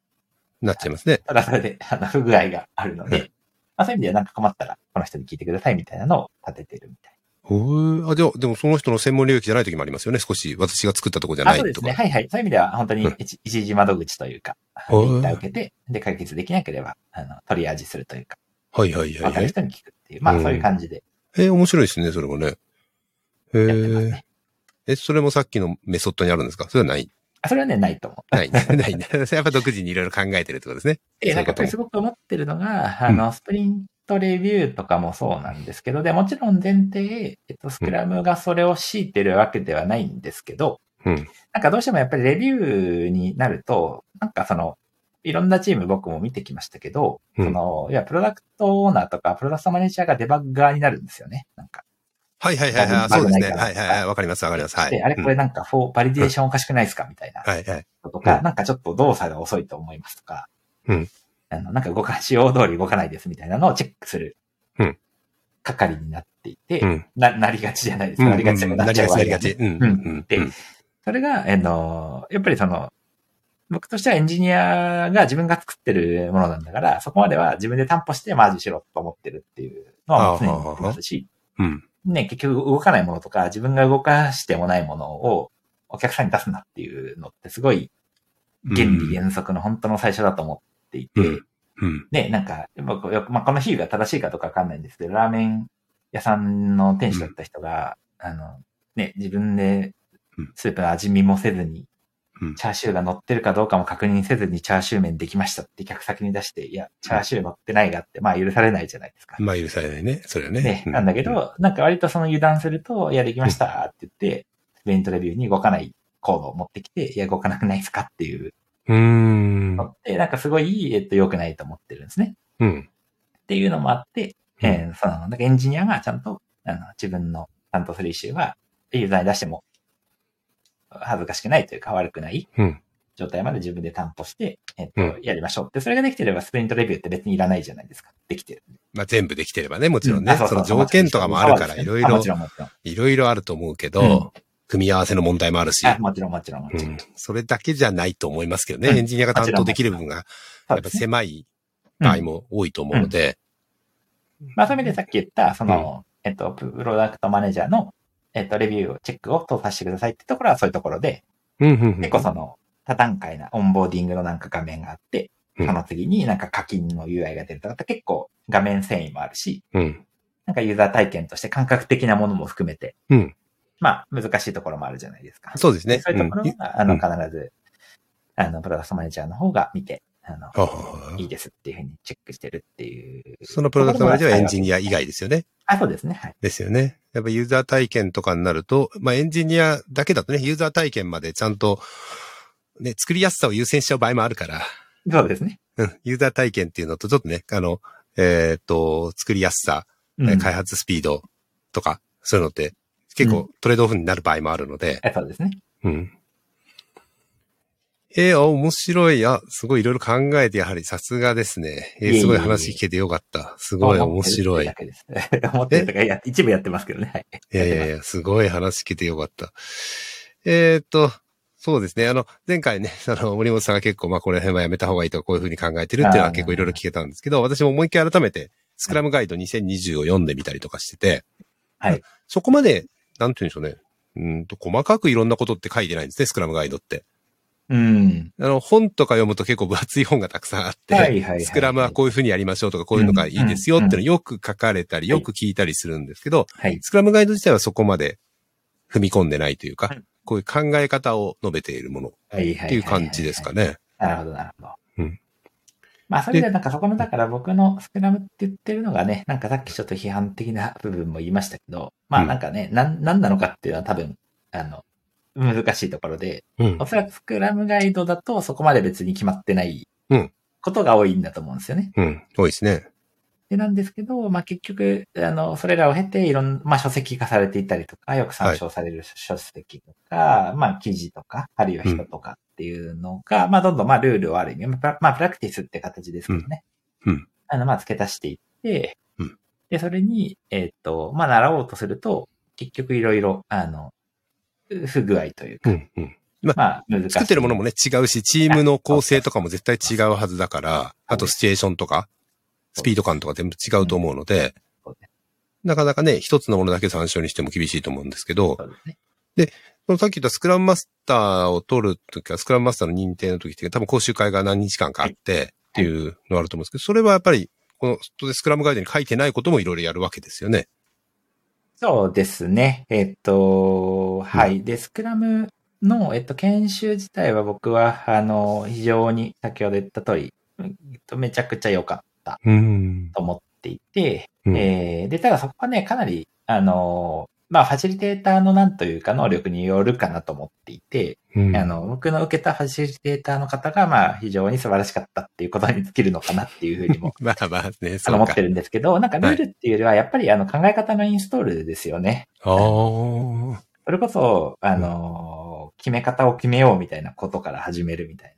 なっちゃいますね。ただそれで、 あの、不具合があるのうで、まあ、そういう意味ではなんか困ったら、この人に聞いてくださいみたいなのを立ててるみたいほう。あ、でも、でもその人の専門領域じゃない時もありますよね。少し私が作ったとこじゃな。なあ、いそうでとすか。ね。はいはい。そういう意味では、本当にうん一一時窓口というか、ほう一旦受けて、で、解決できなければ、あの、取り味するというか、はいはいはい分かはるい。人に聞くっていう、まうあ、んそういう感じでえー面白いですね、それもね。へやってますーね。え、それもさっきのメソッドにあるんですかそれはない。あそれはね、ないと思う。 ない。 ない。やっぱ独自にいろいろ考えてるってことですね。で、なんかやっぱりそすごく思ってるのが、あの、スプリントレビューとかもそうなんですけど、で、もちろん前提、えっと、スクラムがそれを強いてるわけではないんですけど、うんなんかどうしてもやっぱりレビューになると、なんかその、いろんなチーム僕も見てきましたけど、うんその、いや、プロダクトオーナーとか、プロダクトマネージャーがデバッガーになるんですよね。なんか。はいはいはいはい。バそグうですね。バグはないいはかいらはい。わかりますわかります。はい。で、あれうんこれなんか、フォー、バリデーションおかしくないですかみたいな。はいはい。とか、うんなんかちょっと動作が遅いと思いますとか、うんあのなんか動か、仕様通り動かないですみたいなのをチェックするうん係になっていて、うん。な、なりがちじゃないですうんか。うんなりがちなりがち、なりがちゃう場合がねち。うんうんうんでうんそれが、あの、やっぱりその、僕としてはエンジニアが自分が作ってるものなんだから、そこまでは自分で担保してマージしろと思ってるっていうのはもう常に言ってますし、うん。ね、結局動かないものとか、自分が動かしてもないものをお客さんに出すなっていうのってすごい原理原則の本当の最初だと思っていて、うんうん。ね、なんか、僕よく、まあ、この比喩が正しいかどうかわかんないんですけど、ラーメン屋さんの店主だった人が、あの、ね、自分でうんスープの味見もせずに、うんチャーシューが乗ってるかどうかも確認せずにチャーシュー麺できましたって客先に出して、いや、チャーシュー乗ってないがあって、まあ許されないじゃないですか。まあ許されないね。それはねね。、なんだけう、ど、なんか割とその油断すると、いや、できましたって言って、スペイントレビューに動かないコードを持ってきて、いや、動かなくないですかっていううーん。のって、なんかすごい、えっと、良くないと思ってるんですね。うん。っていうのもあって、うんえーその、なんかエンジニアがちゃんと、あの、自分の担当するイシューは、ユーザーに出しても、恥ずかしくないというか悪くないうん状態まで自分で担保して、えっうんと、やりましょう。で、それができてれば、スプリントレビューって別にいらないじゃないですか。できてる。まあ全部できてればね、もちろんね、あうそうのう条件とかもあるから、そういそうろいあろもち、ろん、もちろん。いろいろあると思うけど、うん組み合わせの問題もあるし、あ、もちろん、もちろん、もうちろん。ん、それだけじゃないと思いますけどね、うんエンジニアが担当できる部分が、やそうっでぱすね。狭いうん場合も多いと思うので、まあ、そういう意味でさっき言った、その、えっと、プロダクトマネージャーの、えっと、レビューをチェックを通させてくださいってところはそういうところで、うん、うん、うん結構その、多段階なオンボーディングのなんか画面があって、うそんの次になんか課金の UI が出るとかって結構画面遷移もあるし、うん、なんかユーザー体験として感覚的なものも含めて、うんまあ難しいところもあるじゃないですか。そうですね。そういうところうんは、あの、必ず、あの、プロダクトマネージャーの方が見て、あの、ああいいですっていうふうにチェックしてるっていう。そのプロダクトマネージャーはエンジニア。ア以外ですよね。あ、そうですね。はい。ですよね。やっぱユーザー体験とかになると、まあエンジニアだけだとね、ユーザー体験までちゃんと、ね、作りやすさを優先しちゃう場合もあるから、そうですね。うん、ユーザー体験っていうのとちょっとね、あの、えっ、と、作りやすさ、うん開発スピードとか、そういうのって結う構トレードオフになる場合もあるので、あそうですね。うん。えー、あ、面白い。あ、すごいいろいろ考えて、やはりさすがですね。えいえいーえいえすごい話聞けてよかった。すごい面白い。思ってるだけです。思 ってるとか、いや、一部やってますけどね。はい。いやいやいや、すごい話聞けてよかった。えーっと、そうですね。あの、前回ね、 あの、森本さんが結構、まあ、この辺はやめた方がいいとか、こういうふうに考えてるっていうのあはー結構いろいろ聞けたんですけど、私ももう一回改めて、スクラムガイド2020を読んでみたりとかしてて、はい。そこまで、なんて言うんでしょうね。うんと、細かくいろんなことって書いてないんですね、スクラムガイドって。うん。あの、本とか読むと結構分厚い本がたくさんあって、はいはいはいはいスクラムはこういうふうにやりましょうとか、こういうのがいいですよっていうのをよく書かれたり、うんよく聞いたりするんですけど、はい。スクラムガイド自体はそこまで踏み込んでないというか、はいこういう考え方を述べているものっはい。はていう感じですかね。なるほど、なるほど。うんまあ、それで、なんかそこの、だから僕のスクラムって言ってるのがね、なんかさっきちょっと批判的な部分も言いましたけど、まうあんなんかね、なん、なんなのかっていうのは多分、あの、難しいところで、うんお。そらくスクラムガイドだとそこまで別に決まってないうんことが多いんだと思うんですよね。うん。多いですね。で、なんですけど、まあ結局、あの、それらを経ていろんな、まあ書籍化されていたりとか、よく参照される書籍とか、まあ記事とか、あるいは人とかっていうのが、まあどんどんまあルールをある意味、まあプラまあプラクティスって形ですけどね。うんうんあの、まあ付け足していって、うんで、それに、えっ、と、まあ習おうとすると、結局いろいろ、あの、不具合というか、うん。うん。まあ難しい。作ってるものもね、違うし、チームの構成とかも絶対違うはずだから、あとシチュエーションとか、スピード感とか全部違うと思うのでそうで、なかなかね、一つのものだけ参照にしても厳しいと思うんですけど、そうですね。そのさっき言ったスクラムマスターを取るときは、スクラムマスターの認定のときって、多分講習会が何日間かあってっていうのあると思うんですけど、それはやっぱり、この当然スクラムガイドに書いてないこともいろいろやるわけですよね。そうですね。えっと、はい。で、スクラムの、えっと、研修自体は僕は、あの、非常に先ほど言った通り、うんえっとめちゃくちゃ良かったうん。と思っていて、うんえーで、ただそこはね、かなり、あの、まあ、ファシリテーターのなんというか能力によるかなと思っていて、うんあの、僕の受けたファシリテーターの方が、まあ、非常に素晴らしかったっていうことに尽きるのかなっていうふうにもまあまあね、あそのう思っかて。るんですけど、なんかルールっていうよりは、やっぱりあの考え方のインストールですよね。ああ。それこそ、あのー決め方を決めようみたいなことから始めるみたい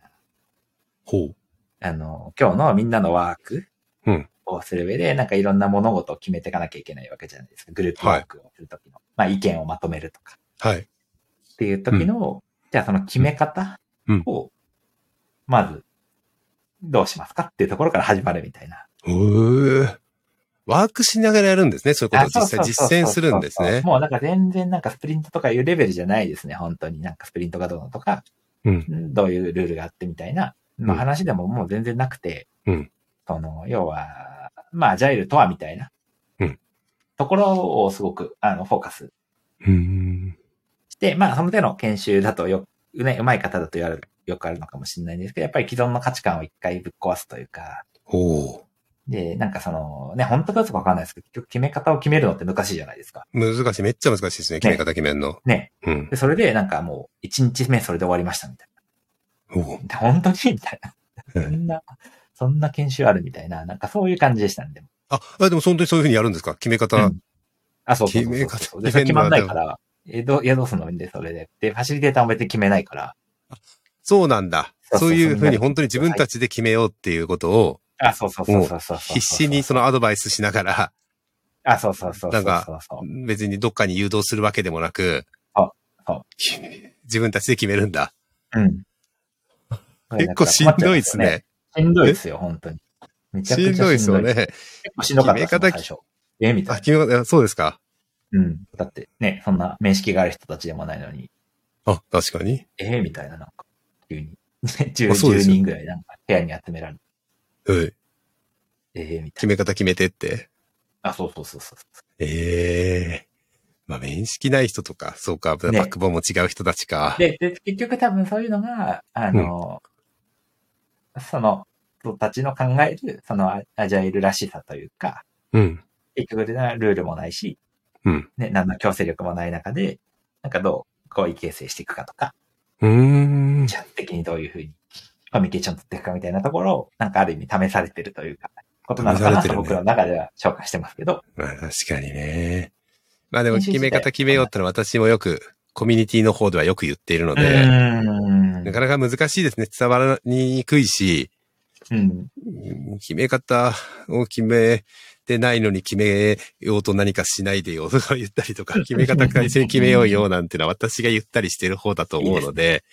ほう。な。あのー今日のみんなのワークうんをする上で、なんかいろんな物事を決めていかなきゃいけないわけじゃないですか。グループワークをするときの、まあ意見をまとめるとかはい。っていう時の、じゃあその決め方を、まず、どうしますかっていうところから始まるみたいな。へえ。ワークしながらやるんですね。そういうあことを実際実践するんですね。もうなんか全然なんかスプリントとかいうレベルじゃないですね、本当に。なんかスプリントがどうのとか、うんどういうルールがあってみたいな、まうんあ、話でももう全然なくて、うんその、要は、まあ、アジャイルとはみたいな、うんところをすごく、あの、フォーカスうん。して、まあ、その手の研修だとよ、ね、うまい方だとやる、よくあるのかもしれないんですけど、やっぱり既存の価値観を一回ぶっ壊すというか、ほう。で、なんかその、ね、本当かどうかわかんないですけど、結局決め方を決めるのって難しいじゃないですか。難しい。めっちゃ難しいですね。決め方決めんの。ね。うん。で、それでなんかもう、1日目それで終わりましたみたいほな。で 本当にみたいな。うそんな、そんな研修あるみたいな、なんかそういう感じでしたんで。あ、あでも本当にそういうふうにやるんですか決め方。うんあ、そうそうそうそ決め方うで、それ決まんないから、え、どう、いや、どうすんので、それで。で、ファシリテーターも別に決めないから。そうなんだ。そうそそうういうふうみんなでに本当に自分たちで決めようっていうことを、あ、そうそうそうそうそうそうそう。必死にそのアドバイスしながら、あ、そうそうそうそなうそう。んかそう別にどっかに誘導するわけでもなくああ、自分たちで決めるんだ。うん。 結構しんどいですね。。しんどいですよ、本当に。めちゃしくちゃんどいですよ。ね。結構しんどかったですもん。決め方最初。えみたあ、いな。決め方、そうですか。うん。だって、ね、そんな面識がある人たちでもないのに、あ、確かに。えみたいな、なんか、急に。10, あそう10ですよ人ぐらい、なんか、部屋に集められて、はい。えみたい決め方決めてって。な。あ、そうそうそうそうそええまあ、面識ない人とか、そうか、バねックボーンも違う人たちかう。。で、で結局多分そういうのが、あの、その、人たちの考える、その、アアジャイルらしさというか、うん。結局でなルールもないし、うん。ね、何の強制力もない中で、なんかどう、こう意形成していくかとか、うーん。ちゃん的にどういうふうにコミュニケーション取っていくかみたいなところを、なんかある意味試されてるというか、ことなのか試されてなとるね僕の中では紹介してますけど、まあ、確かにね。まあでも、編集決め方決めようってのは私もよく、コミュニティの方ではよく言っているのうで、んなかなか難しいですね。伝わらにくいし、うん。うん決め方を決めてないのに決めようと何かしないでよとか言ったりとか、決め方改正決めようよなんてのは私が言ったりしてる方だと思うので、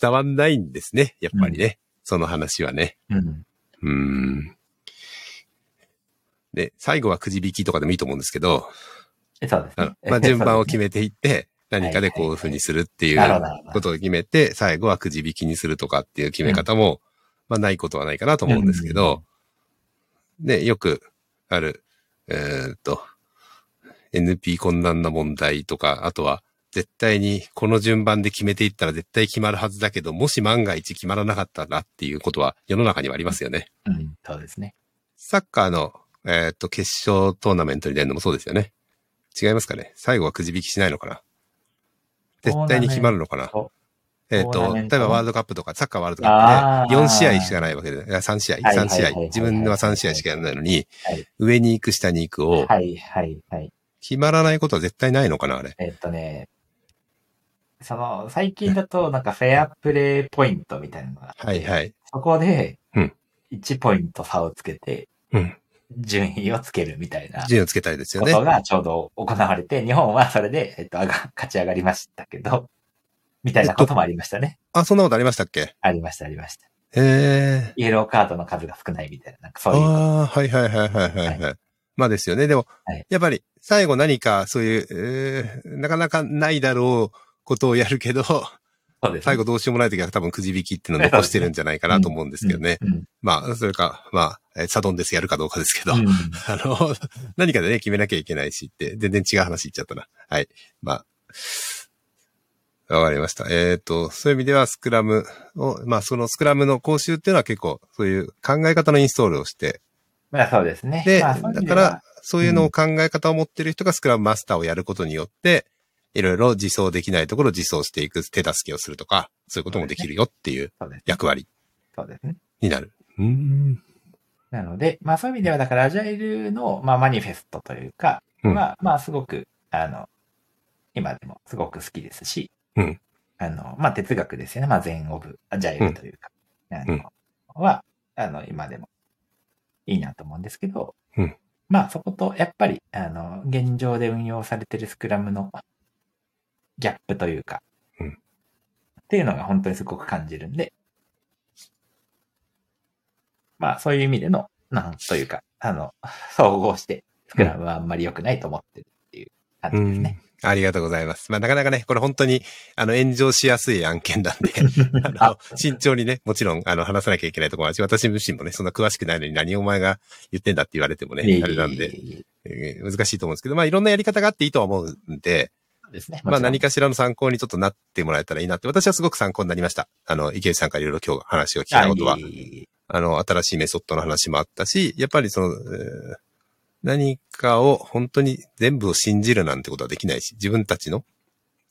伝わんないんですね、やっぱりね。その話はね。うん。うーん。で、最後はくじ引きとかでもいいと思うんですけど、えそうですあねの。まあ、順番を決めめてい って、ね何かでこういうふうにするっているう なるほどなるほこど。とを決めて、最後はくじ引きにするとかっていう決め方も、まあないことはないかなと思うんですけど、ね、よくある、えーっと、NP 困難な問題とか、あとは、絶対にこの順番で決めていったら絶対決まるはずだけど、もし万が一決まらなかったらっていうことは世の中にはありますよね。うん、そうですね。サッカーの、えーっと、決勝トーナメントに出るのもそうですよね。違いますかね最後はくじ引きしないのかな絶対に決まるのかなトえっ、トーナと、メ例ンえトばワールドカップとか、サッカーワールドカップであー4試合しかないわけで、いや3試合、はいはい3試はいは合、い自分は3試合しかやらないのにはい、上に行く、下に行くを、はい、はい、はい。決まらないことは絶対ないのかな、あれ。えっとね、その、最近だと、なんかフェアプレイポイントみたいなのがあってはいはい。そこでうん、 1ポイント差をつけて、うん。順位をつけるみたいな順位をつけたいですよこね。とがちょうど行われて、日本はそれで、えっと、あが勝ち上がりましたけど、みたいなこともありましたね。あ、そんなことありましたっけありました、ありました。へえ。イエローカードの数が少ないみたいな、なんかそういう。ああ、はいはいはいはいはい。はい、まあですよね。でも、はいやっぱり、最後何かそういう、えーなかなかないだろうことをやる けど、そうですね最後どうしようもないときは多分くじ引きっていうのを残してるんじゃないかなと思うんですけどね。うんうんまあ、それか、まあ、えーサドンデスやるかどうかですけど、うんあの、 何かでね、決めなきゃいけないしって、全然違う話言っちゃったな。はい。まあ、わかりました。えっ、と、そういう意味ではスクラムを、まあ、そのスクラムの講習っていうのは結構、そういう考え方のインストールをして、まあそうですね。で、まあそういだう意味かではら、、そういうのを考え方を持ってる人がスクラムマスターをやることによって、いろいろ自走できないところを自走していく手助けをするとか、そういうこともできるよっていうそうです。役割そうですね。になる。うん。なので、まあそういう意味では、だからアジャイルの、まあ、マニフェストというか、うんまあまあすごく、あの、今でもすごく好きですし、うんあの、まあ哲学ですよね。まあ全オブアジャイルというか、あの、うんは、あの、今でもいいなと思うんですけど、うんまあそこと、やっぱり、あの、現状で運用されてるスクラムのギャップというか、うんっていうのが本当にすごく感じるんで、まあ、そういう意味での、なんというか、あの、総合して、スクラムはあんまり良くないと思ってるっていう感じですね。ありがとうございます。まあ、なかなかね、これ本当に、あの、炎上しやすい案件なんで、 あの あ、慎重にね、もちろん、あの、話さなきゃいけないところもあるし、私自身もね、そんな詳しくないのに何お前が言ってんだって言われてもね、あれなんで、で。えー難しいと思うんですけど、まあ、いろんなやり方があっていいとは思うんで、ですね。まあ、何か。かしらの参考にちょっとなってもらえたらいいなって、私はすごく参考になりました。あの、池内さんからいろいろ今日話を聞いたことはあい、えいえいえあの、新しいメソッドの話もあったし、やっぱりその、えー何かを本当に全部を信じるなんてことはできないし、自分たちの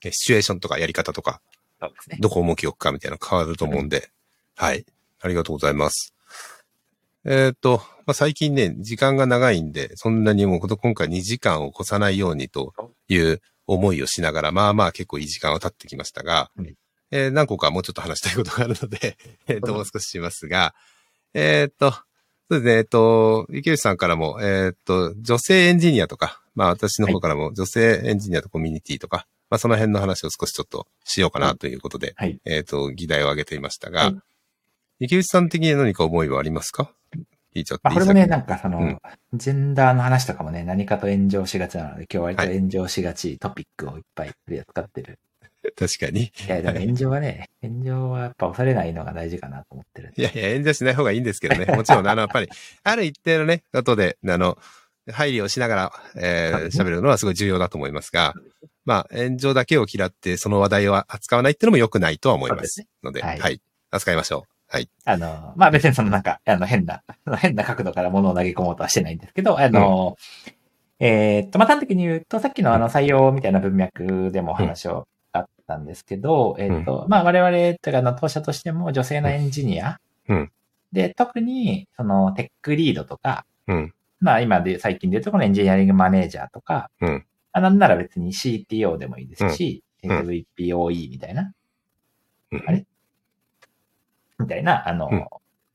えシチュエーションとかやり方とか、そうですね。どこ重きを置くかみたいなの変わると思うんで、はい。ありがとうございます。えーっ、と、まあ、最近ね、時間が長いんで、そんなにもうこと今回2時間を越さないようにという思いをしながら、まあまあ結構いい時間は経ってきましたが、はいえー何個かもうちょっと話したいことがあるので、 えっと、はいもう少ししますが、えーっと、そうですね、えっと、池内さんからも、えーっと、女性エンジニアとか、まあ私の方からも女性エンジニアとコミュニティとか、まあその辺の話を少しちょっとしようかなということで、はいえーっと、議題を挙げていましたが、はい池内さん的に何か思いはありますか聞いちゃっていまいあ、これもね、なんかその、うんジェンダーの話とかもね、何かと炎上しがちなので、今日割とはい炎上しがちトピックをいっぱい取り扱ってる。 確かに。い、や、でも炎上はね、炎上はやっぱ抑えれないのが大事かなと思ってるんいで。やいや、炎上しない方がいいんですけどね。もちろん、あの、やっぱり、ある一定のね、ことで、あの、配慮をしながら、えそうー、ですね喋るのはすごい重要だと思いますが、まあ、炎上だけを嫌って、その話題は扱わないっていうのも良くないとは思いまそうですので、はいはい。扱いましょう。はい。あの、まあ別にそのなんか、あの変な、 変な角度から物を投げ込もうとはしてないんですけど、あの、えーっと、まあ端的に言うと、さっきのあの採用みたいな文脈でもお話をあったんですけど、えーっと、まあ我々というかあの当社としても女性のエンジニア、うんで、特にそのテックリードとか、うん。まあ今で最近で言うとこのエンジニアリングマネージャーとか、うん。あなんなら別に CTO でもいいですし、んうん VPOE みたいな、うんあれみたいな、あの、うん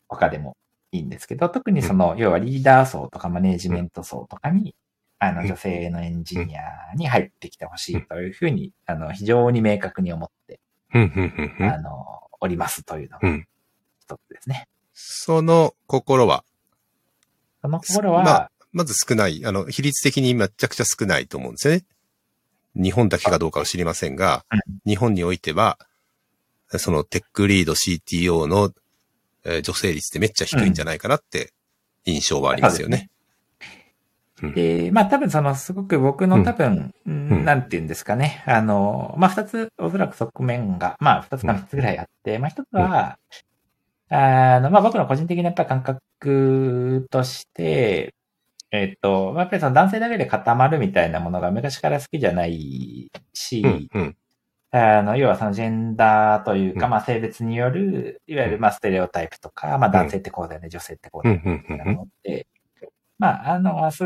他でもいいんですけど、特にその、要はリーダー層とかマネージメント層とかに、あの、うん女性のエンジニアに入ってきてほしいというふうに、あの、非常に明確に思って、ふんふんふんふんあの、おりますというのうがん一つですね。その心は、その心まはあ、まず少ない、あの、比率的にめちゃくちゃ少ないと思うんですよね。日本だけかどうかは知りませんが、うん日本においては、そのテックリード CTO の、えー女性率ってめっちゃ低いんじゃないかなって印象はありますよね。うんで、まあ多分そのすごく僕うのん多分、うんうんなんて言うんですかね。あの、まあ二つ、おそらく側面が、まあ二つかうん三つぐらいあって、まあ一つは、あの、まあ僕の個人的なやっぱり感覚として、えっと、やっぱりその男性だけで固まるみたいなものが昔から好きじゃないし、うん、うん、あの、要はそのジェンダーというか、うんまあ性別による、いわゆるまあステレオタイプとか、まあ男性ってこうだよね、女性ってこううだよねん、うん、うんうん、で、まあ、あの、明日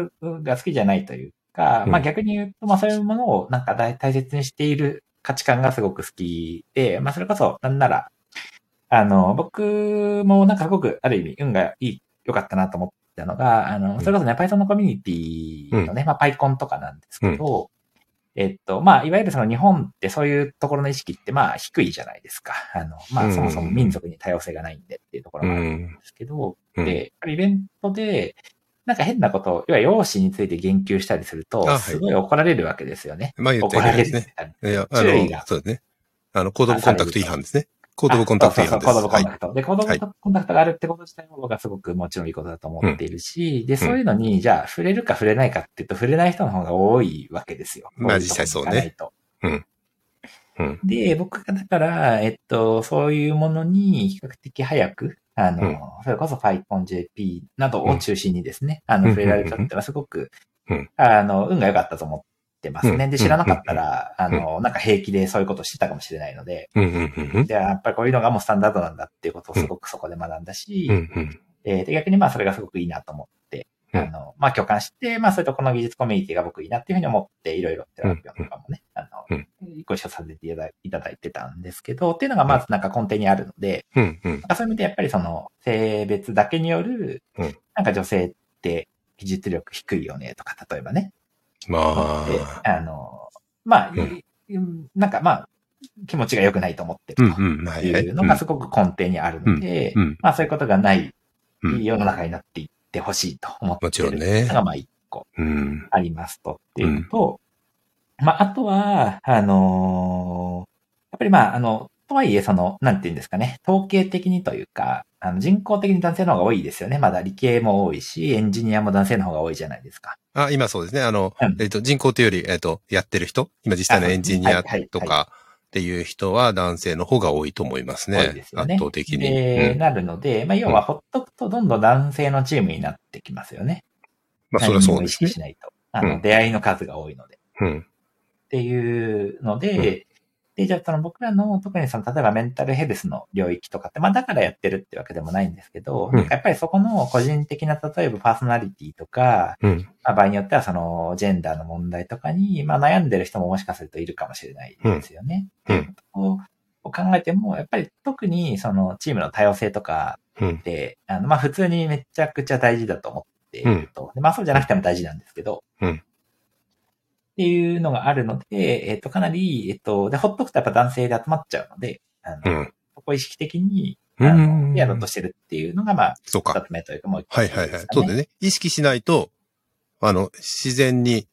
が好きじゃないというか、うんまあ逆に言うと、まあそういうものをなんか大大切にしている価値観がすごく好きで、まあそれこそ、なんなら、あの、僕もなんかすごくある意味運がいい、良かったなと思ったのが、あの、それこそね、Python のコミュニティのね、まあ PyCon とかなんですけど、えっと、まあ、いわゆるその日本ってそういうところの意識ってまあ低いじゃないですか。あの、まうあんそもそも民族に多様性がないんでっていうところうもあるんん、ですけど、うんで、イベントで、なんか変なことを、要は容姿について言及したりするあはと、いすごい怒られるわけですよね。まあ言って怒あらげれるんるですね。あのいや、あ注意のが、そうですね。あの、コードオブコンタクト違反ですね。コードオブコンタクト違反です。あそうそうコードオブコンはタクト。で、コードオブコンタクトがあるってこと自体も僕はすごくもちろんいいことだと思っているし、で、そういうのに、じゃあ触れるか触れないかっていうと、触れない人の方が多いわけですよ。まあ実際そうね多いとこに行かないとうんうんで、僕がだから、えっと、そういうものに比較的早く、あの、うんそれこそ PyConJP などを中心にですね、あうんの、触れられたっていうのはすごく、うんあの、運が良かったと思ってますね。うんで、知らなかったら、あの、なんか平気でそういうことしてたかもしれないので、い。うん、うん、うん、うんで、やっぱりこういうのがもうスタンダードなんだっていうことをすごくそこで学んだし、うん、うん。えーで逆にまあそれがすごくいいなと思って、うんあの、まあ共感して、まあそれとこの技術コミュニティが僕いいなっていうふうに思って、いろいろテラピオンとかもね、あうの、ご一緒させていただいただいてたんですけど、っていうのがまずなんか根底にあるので、うん、うん。なんかそういう意味でやっぱりその性別だけによるうん、なんか女性って技術力低いよねとか、例えばね、まであ、あの、まあ、うんうんなんかまあ、気持ちが良くないと思ってうるんと、。うん、はい、はい。いうのがすごく根底にあるので、うん、まあそういうことがないうん世の中になっていってほしいと思ってもちろんるねのがまあ一個うん。ありますとっていうのと、まああとは、あのーやっぱりまああの、とはいえその、なんて言うんですかね、統計的にというか、あの人口的に男性の方が多いですよね。まだ理系も多いし、エンジニアも男性の方が多いじゃないですか。あ、今そうですね。あの、うんえっと、人口というより、えっと、やってる人、今実際のエンジニアあそうですねとはいはいかっていう人は男性の方が多いと思いますね。多いですよね。圧倒的に。で、うんなるので、まあ要はほっとくとどんどん男性のチームになってきますよね。まあ、それは何そもう意です識ね。しないと。あうの、ん出会いの数が多いので。うん。っていうので、うんで、で、じゃあその僕らの特にその、例えばメンタルヘルスの領域とかって、まあだからやってるってわけでもないんですけど、うんなんかやっぱりそこの個人的な、例えばパーソナリティとか、うん。まあ場合によってはそのジェンダーの問題とかに、まあ悩んでる人ももしかするといるかもしれないですよね。うんっていうことを考えても、やっぱり特にそのチームの多様性とかうんっ。て、あの、まあ普通にめちゃくちゃ大事だと思っていると。でまあそうじゃなくても大事なんですけど。うんっていうのがあるので、えっと、かなり、えっと、で、ほっとくとやっぱ男性で集まっちゃうので、あうの、ん。そこを意識的に、あうんの、やろうとしてるっていうのが、まあ、そう一か。つ目というか、もう一つは目いですかはね、いはい。そうだよね。意識しないと、あの、自然に、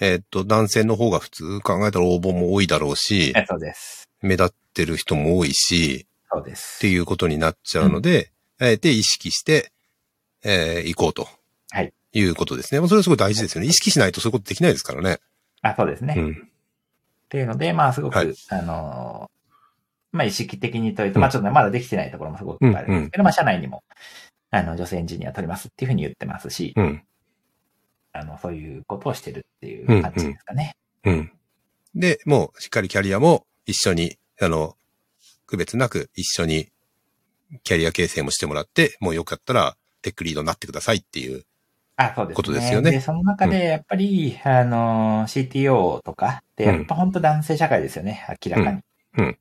えーっと、男性の方が普通考えたら応募も多いだろうし、えそうです。目立ってる人も多いし、そうです。っていうことになっちゃうので、あえて意識して、えー行こうと。はい。いうことですね。まあそれはすごい大事ですよね。意識しないとそういうことできないですからね。あ、そうですね。うっん。ていうので、まあ、すごく、はいあのー、まあ、意識的にといううと、んまあ、ちょっとねまだできてないところもすごくあるんですけど、まあ、社内にも、あの、女性エンジニア取りますっていうふうに言ってますし、うん。あの、そういうことをしてるっていう感じですかね。うん。で、もうしっかりキャリアも一緒に、あの、区別なく一緒にキャリア形成もしてもらって、もうよかったらテックリードになってくださいっていう。あ、そうですね。ことですよねで、その中で、やっぱり、あのー、CTO とかって、やっぱ本当男性社会ですよね、明らかに。うんうん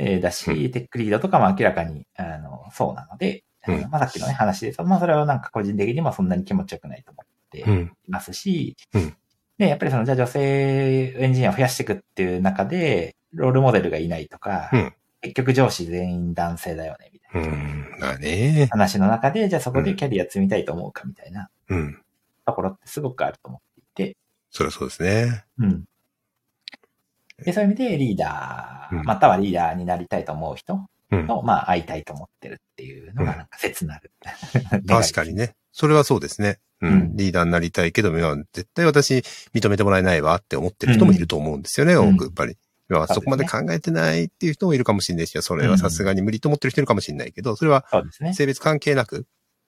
えーだし、うテックリードとかも明らかに、あの、そうなので、あのうんまあ、さっきのね、話ですと、まあ、それはなんか個人的にもそんなに気持ちよくないと思ってん。いますし、うんで、やっぱりその、じゃあ女性エンジニアを増やしていくっていう中で、ロールモデルがいないとか、うん結局上司全員男性だよね、みたういな、ん。まあね。話の中で、じゃあそこうでんキャリア積みたいと思うかみたいなうん。ところってすごくあると思っていて、そりゃそうですね。うん。で、そういう意味でリーダうー、んまたはリーダーになりたいと思う人うん。の、まあ、会いたいと思ってるっていうのが、なんか切なる。 確かにね。それはそうですね。うん。うんリーダーになりたいけど、まあ絶対私認めてもらえないわって思ってる人もいると思うんですよね、うん多くやっぱり。まあ、そこまで考えてないっていう人もいるかもしれないし、それはさすがに無理と思ってる人いるかもしれないけど、それはそうですね。性別関係なく、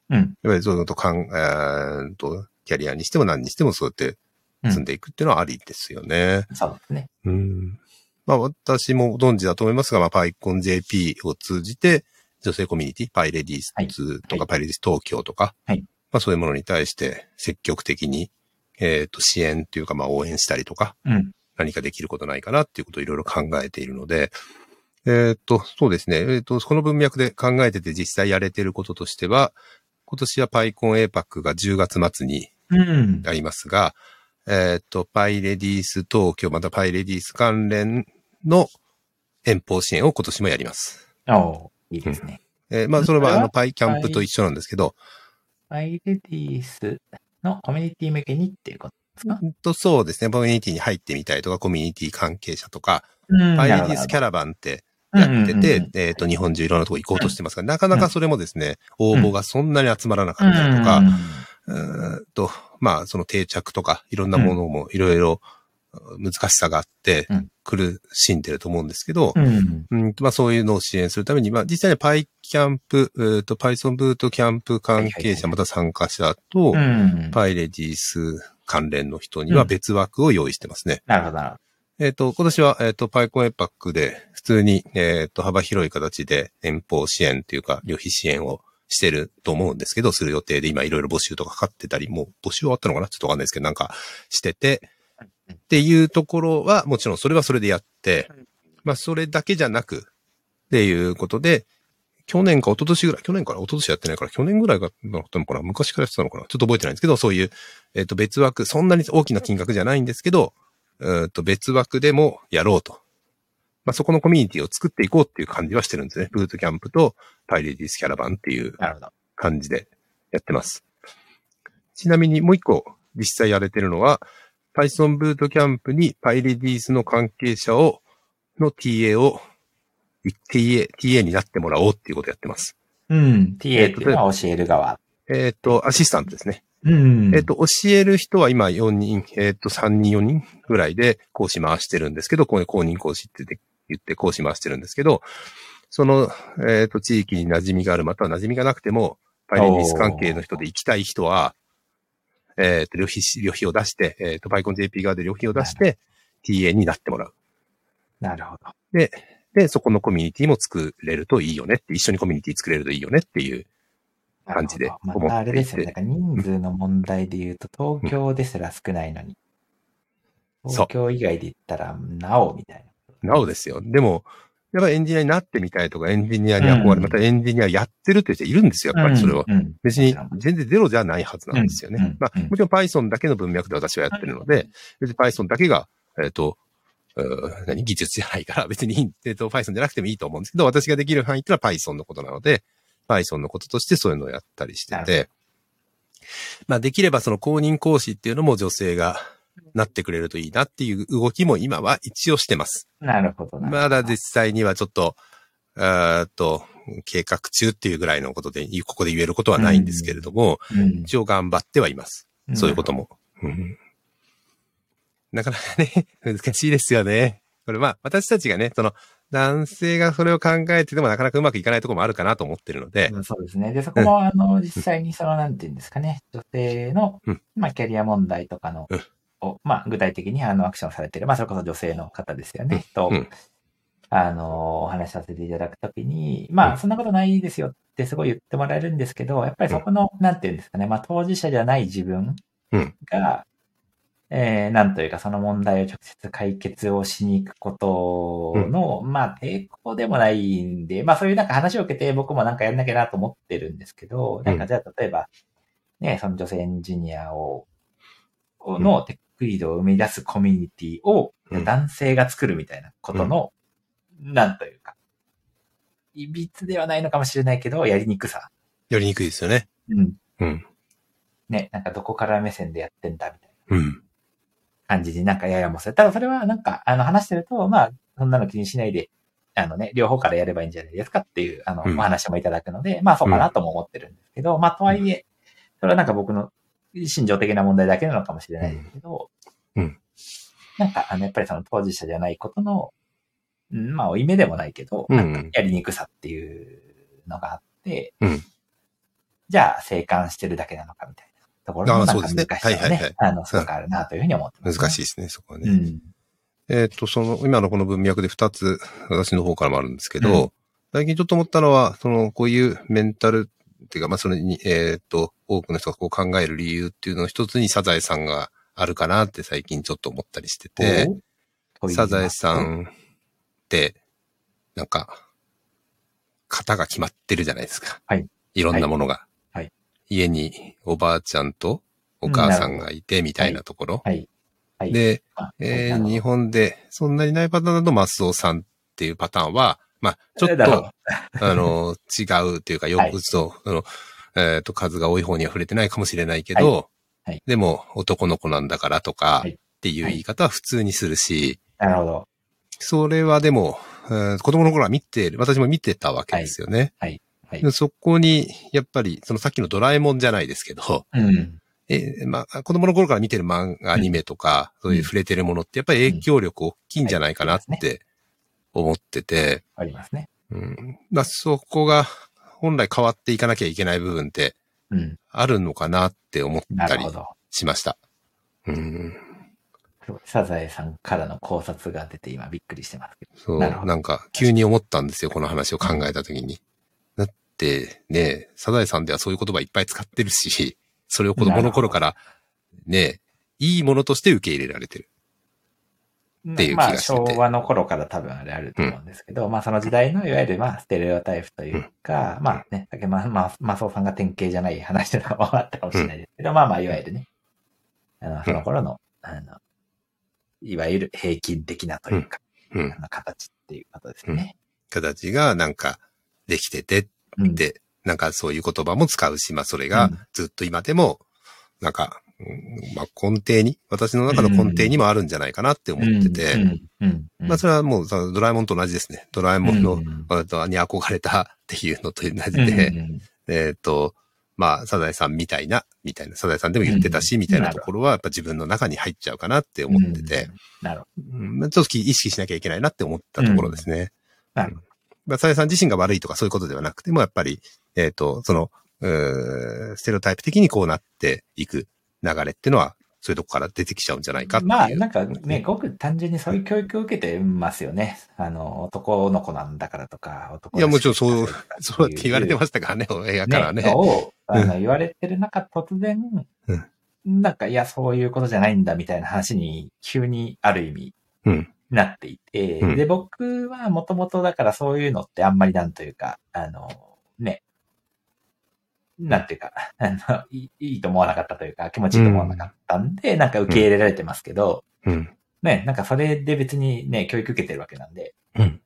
うん。いわゆるそういうのとかん、えーっと、キャリアにしても何にしてもそうやって積んでいくっていうのはありですよね。そうですね。うん。まあ私もご存知だと思いますが、まあ PyConJP を通じて、女性コミュニティ、パイレディースとはいはかパいイレディース東京とか、はいまあそういうものに対して積極的に、えっ、と支援というかまあ応援したりとか、うん。何かできることないかなっていうことをいろいろ考えているので、えっ、と、そうですね。えっ、と、この文脈で考えてて実際やれてることとしては、今年は PyCon APAC が10月末にうん。ありますが、えっ、と、パイレディース東京、またパイレディース関連の遠方支援を今年もやります。おーいいですね。えーまあ、それは、あはの、いパイキャンプと一緒なんですけど、バイレディースのコミュニティ向けにっていうことですかうんとそうですね、コミュニティに入ってみたいとか、コミュニティ関係者とか、うんパイレディースキャャラバンってやってて、えっ、と、日本中いろんなとこ行こうとしてますが、なかなかそれもですね、応募がそんなに集まらなかったりとか、うーんと、まあ、その定着とか、いろんなものもいろいろ難しさがあってうん、苦しんでると思うんですけど、うん。うん。うんとまあ、そういうのを支援するために、まあ、実際に PyCamp、えーと Python ブートキャンプ関係者、はいはいはいまた参加者とう、ん。パイレディース関連の人にはうん別枠を用意してますね。なるほど、なるほえっ、と、今年は、えっ、と、PyCon エパックで、普通に、えっ、と、幅広い形で遠方支援というか、旅費支援をしてると思うんですけど、する予定で今いろいろ募集とかかかってたり、もう募集終わったのかなちょっとわかんないですけど、なんかしてて、ど。っていうところは、もちろんそれはそれでやってうん、まあそれだけじゃなく、っていうことで、去年か一昨年ぐらい、去年から一昨年やってないから、去年ぐらいがなったのかな昔からやってたのかなちょっと覚えてないんですけど、そういう、えっ、と別枠、そんなに大きな金額じゃないんですけど、うーんと別枠でもやろうと。まあそこのコミュニティを作っていこうっていう感じはしてるんですね。ブートキャンプとパイレディースキャラバンっていうなるほど。感じでやってます。ちなみにもう一個実際やれてるのは、Python ブートキャンプに PyReduce の関係者を、の TA を、TA、TA になってもらおうっていうことやってます。うん。TA っていうのは教える側。えっ、と、アシスタントですね。うん。えっ、と、教える人は今4人、えっ、と、3人4人ぐらいで講師回してるんですけど、こういう公認講師って言って講師回してるんですけど、その、えっ、と、地域に馴染みがある、または馴染みがなくても、パイレディス関係の人で行きたい人は、えっ、と、旅費し、旅費を出して、えっ、と、パイコン JP 側で旅費を出して、TA になってもらう。なるほど。で、そこのコミュニティも作れるといいよねって、一緒にコミュニティ作れるといいよねっていう。なるほ感どじで思まっていてたあれですよね。なんか人数の問題で言うと、東京ですら少ないのに。うんそう東京以外で言ったら、なおみたいなおですよ。でも、やっぱりエンジニアになってみたいとか、エンジニアに憧れ、うんまたエンジニアやってるっていう人いるんですよ、な。やっぱりそれは。うんうん別に全然ゼロじゃないはずなんですようんうねん。まあ、うんもちろん Python だけの文脈で私はやってるので、別に Python だけが、えっ、と、うー何技術じゃないから、別にいい、えっ、と、Python じゃなくてもいいと思うんですけど、私ができる範囲ってのは Python のことなので、Python のこととしてそういうのをやったりしてなるて、まあ、できればその公認講師っていうのも女性がなってくれるといいなっていう動きも今は一応してます。なるほど。なるほどまだ実。際にはちょっと、えーっと、計画中っていうぐらいのことで、ここで言えることはないんですけれども、うん一応頑張ってはいます。そういうことも。うんなかなかね、難しいですよね。これまあ、私たちがね、その、男性がそれを考えててもなかなかうまくいかないところもあるかなと思ってるので、うんそうですね。で、そこも、あの、実際にその、なんていうんですかね、女性のうん、まあ、キャリア問題とかのうん、を、まあ、具体的に、あの、アクションされてる、まあ、それこそ女性の方ですよね、とうん、あの、お話しさせていただくときに、うまあ、んそんなことないですよってすごい言ってもらえるんですけど、やっぱりそこの、なんていうんですかね、まあ、当事者じゃない自分うんが、えー、なんというか、その問題を直接解決をしに行くことの、まあ、抵抗でもないんで、まあ、そういうなんか話を受けて、僕もなんかやんなきゃなと思ってるんですけど、なんかじゃあ、例えば、ね、その女性エンジニアを、のテックリードを生み出すコミュニティをうん男性が作るみたいなことの、なんというか、いびつではないのかもしれないけど、やりにくさ。やりにくいですよね。うん。うん。ね、なんかどこから目線でやってんだみたいな。うん。感じになんかややもする。ただそれはなんか、あの話してると、まあ、そんなの気にしないで、あのね、両方からやればいいんじゃないですかっていう、あの、うんお話もいただくので、まあそうかなとも思ってるんですけど、まあとはいえ、それはなんか僕の心情的な問題だけなのかもしれないですけど、うんうんなんか、あの、やっぱりその当事者じゃないことの、うんまあ、負い目でもないけど、うんなんかやりにくさっていうのがあって、うんじゃあ、生還してるだけなのかみたいなところあもあなんそうかですね難しさはがいはいはいね、あの、すごくあるなというふうに思ってま難す、しいですね、そこはね。うん。えーっと、その、今のこの文脈で2つ、私の方からもあるんですけど、最近ちょっと思ったのは、その、こういうメンタルっていうか、まあ、それに、えーっと、多くの人がこう考える理由っていうのの一つにサザエさんがあるかなって最近ちょっと思ったりしてて、サザエさ。んって、なんか、型が決まってるじゃないですか。はい。いろんなものが。はいはい家におばあちゃんとお母さんがいてみたいなところ。はい。はい。で、あ、えー本日本でそんなにないパターンだとマスオさんっていうパターンは、まあ、ちょっなるほどと、あの、違うというか、よはいくと、あの、えっ、と、数が多い方には触れてないかもしれないけど、いはいでも、男の子なんだからとか、はいっていう言い方は普通にするし、なるほど。それはでも、えー子供の頃は見てる、私も見てたわけですよね。はいはいでそこに、やっぱり、そのさっきのドラえもんじゃないですけど、うん。えーまあ、子供の頃から見てる漫画、アニメとか、んそういう触れてるものって、やっぱり影響力大きいんじゃないかなっうんはいて思ってて、ありますね。うんまあ、そこが本来変わっていかなきゃいけない部分ってうん。あるのかなって思っなたるりほど。しました。うんすごいサザエさんからの考察が出て今びっくりしてますけど。そう、なるほなどんか急に思ったんですよ、この話を考えたときに。だってね、サザエさんではそういう言葉いっぱい使ってるし、それを子供の頃からね、いいものとして受け入れられてる。っていう気がしててまあ、昭和の頃から多分あれあると思うんですけど、まあその時代のいわゆるまあステレオタイプというか、まあね、だけまあ、まあ、マスオさんが典型じゃない話とかもあったかもしれないですけど、まあまあいわゆるね、あの、その頃の、あの、いわゆる平均的なというか、うん。あの形っていうことですよね。形がなんかできててうんって、なんかそういう言葉も使うし、まあそれがずっと今でも、なんか、うんまあ根底に、私の中の根底にもあるんじゃないかなって思ってて、うんうんうんまあそれはもうさドラえもんと同じですね。ドラえもんのうんうんあとに憧れたっていうのと同じで、うんえっ、と、まあ、サザエさんみたいな、みたいな、サザエさんでも言ってたし、みたいなところは、やっぱ自分の中に入っちゃうかなって思ってて、なるほうんちょっと意識しなきゃいけないなって思ったところですね。ど。なるほど。まあ、サザエさん自身が悪いとかそういうことではなくても、やっぱり、えっ、と、その、うーステレオタイプ的にこうなっていく流れっていうのは、そういうとこから出てきちゃうんじゃないかっていう。まあ、なんかね、ごく単純にそういう教育を受けてますよね。あの、男の子なんだからとか、男いや、もちろんそうらしいから、とそうかやって言われてましたからね、親からね。を、あのう言われてる中、突然、うんなんか、いや、そういうことじゃないんだ、みたいな話に、急にある意味、うん。なっていて、うんで、僕はもともとだからそういうのってあんまりなんというか、あの、ね、なんていうか、あの、いいいいと思わなかったというか、気持ちいいと思わなかったんで、なんか受け入れられてますけど、うん。ね、なんかそれで別にね、教育受けてるわけなんで、うん。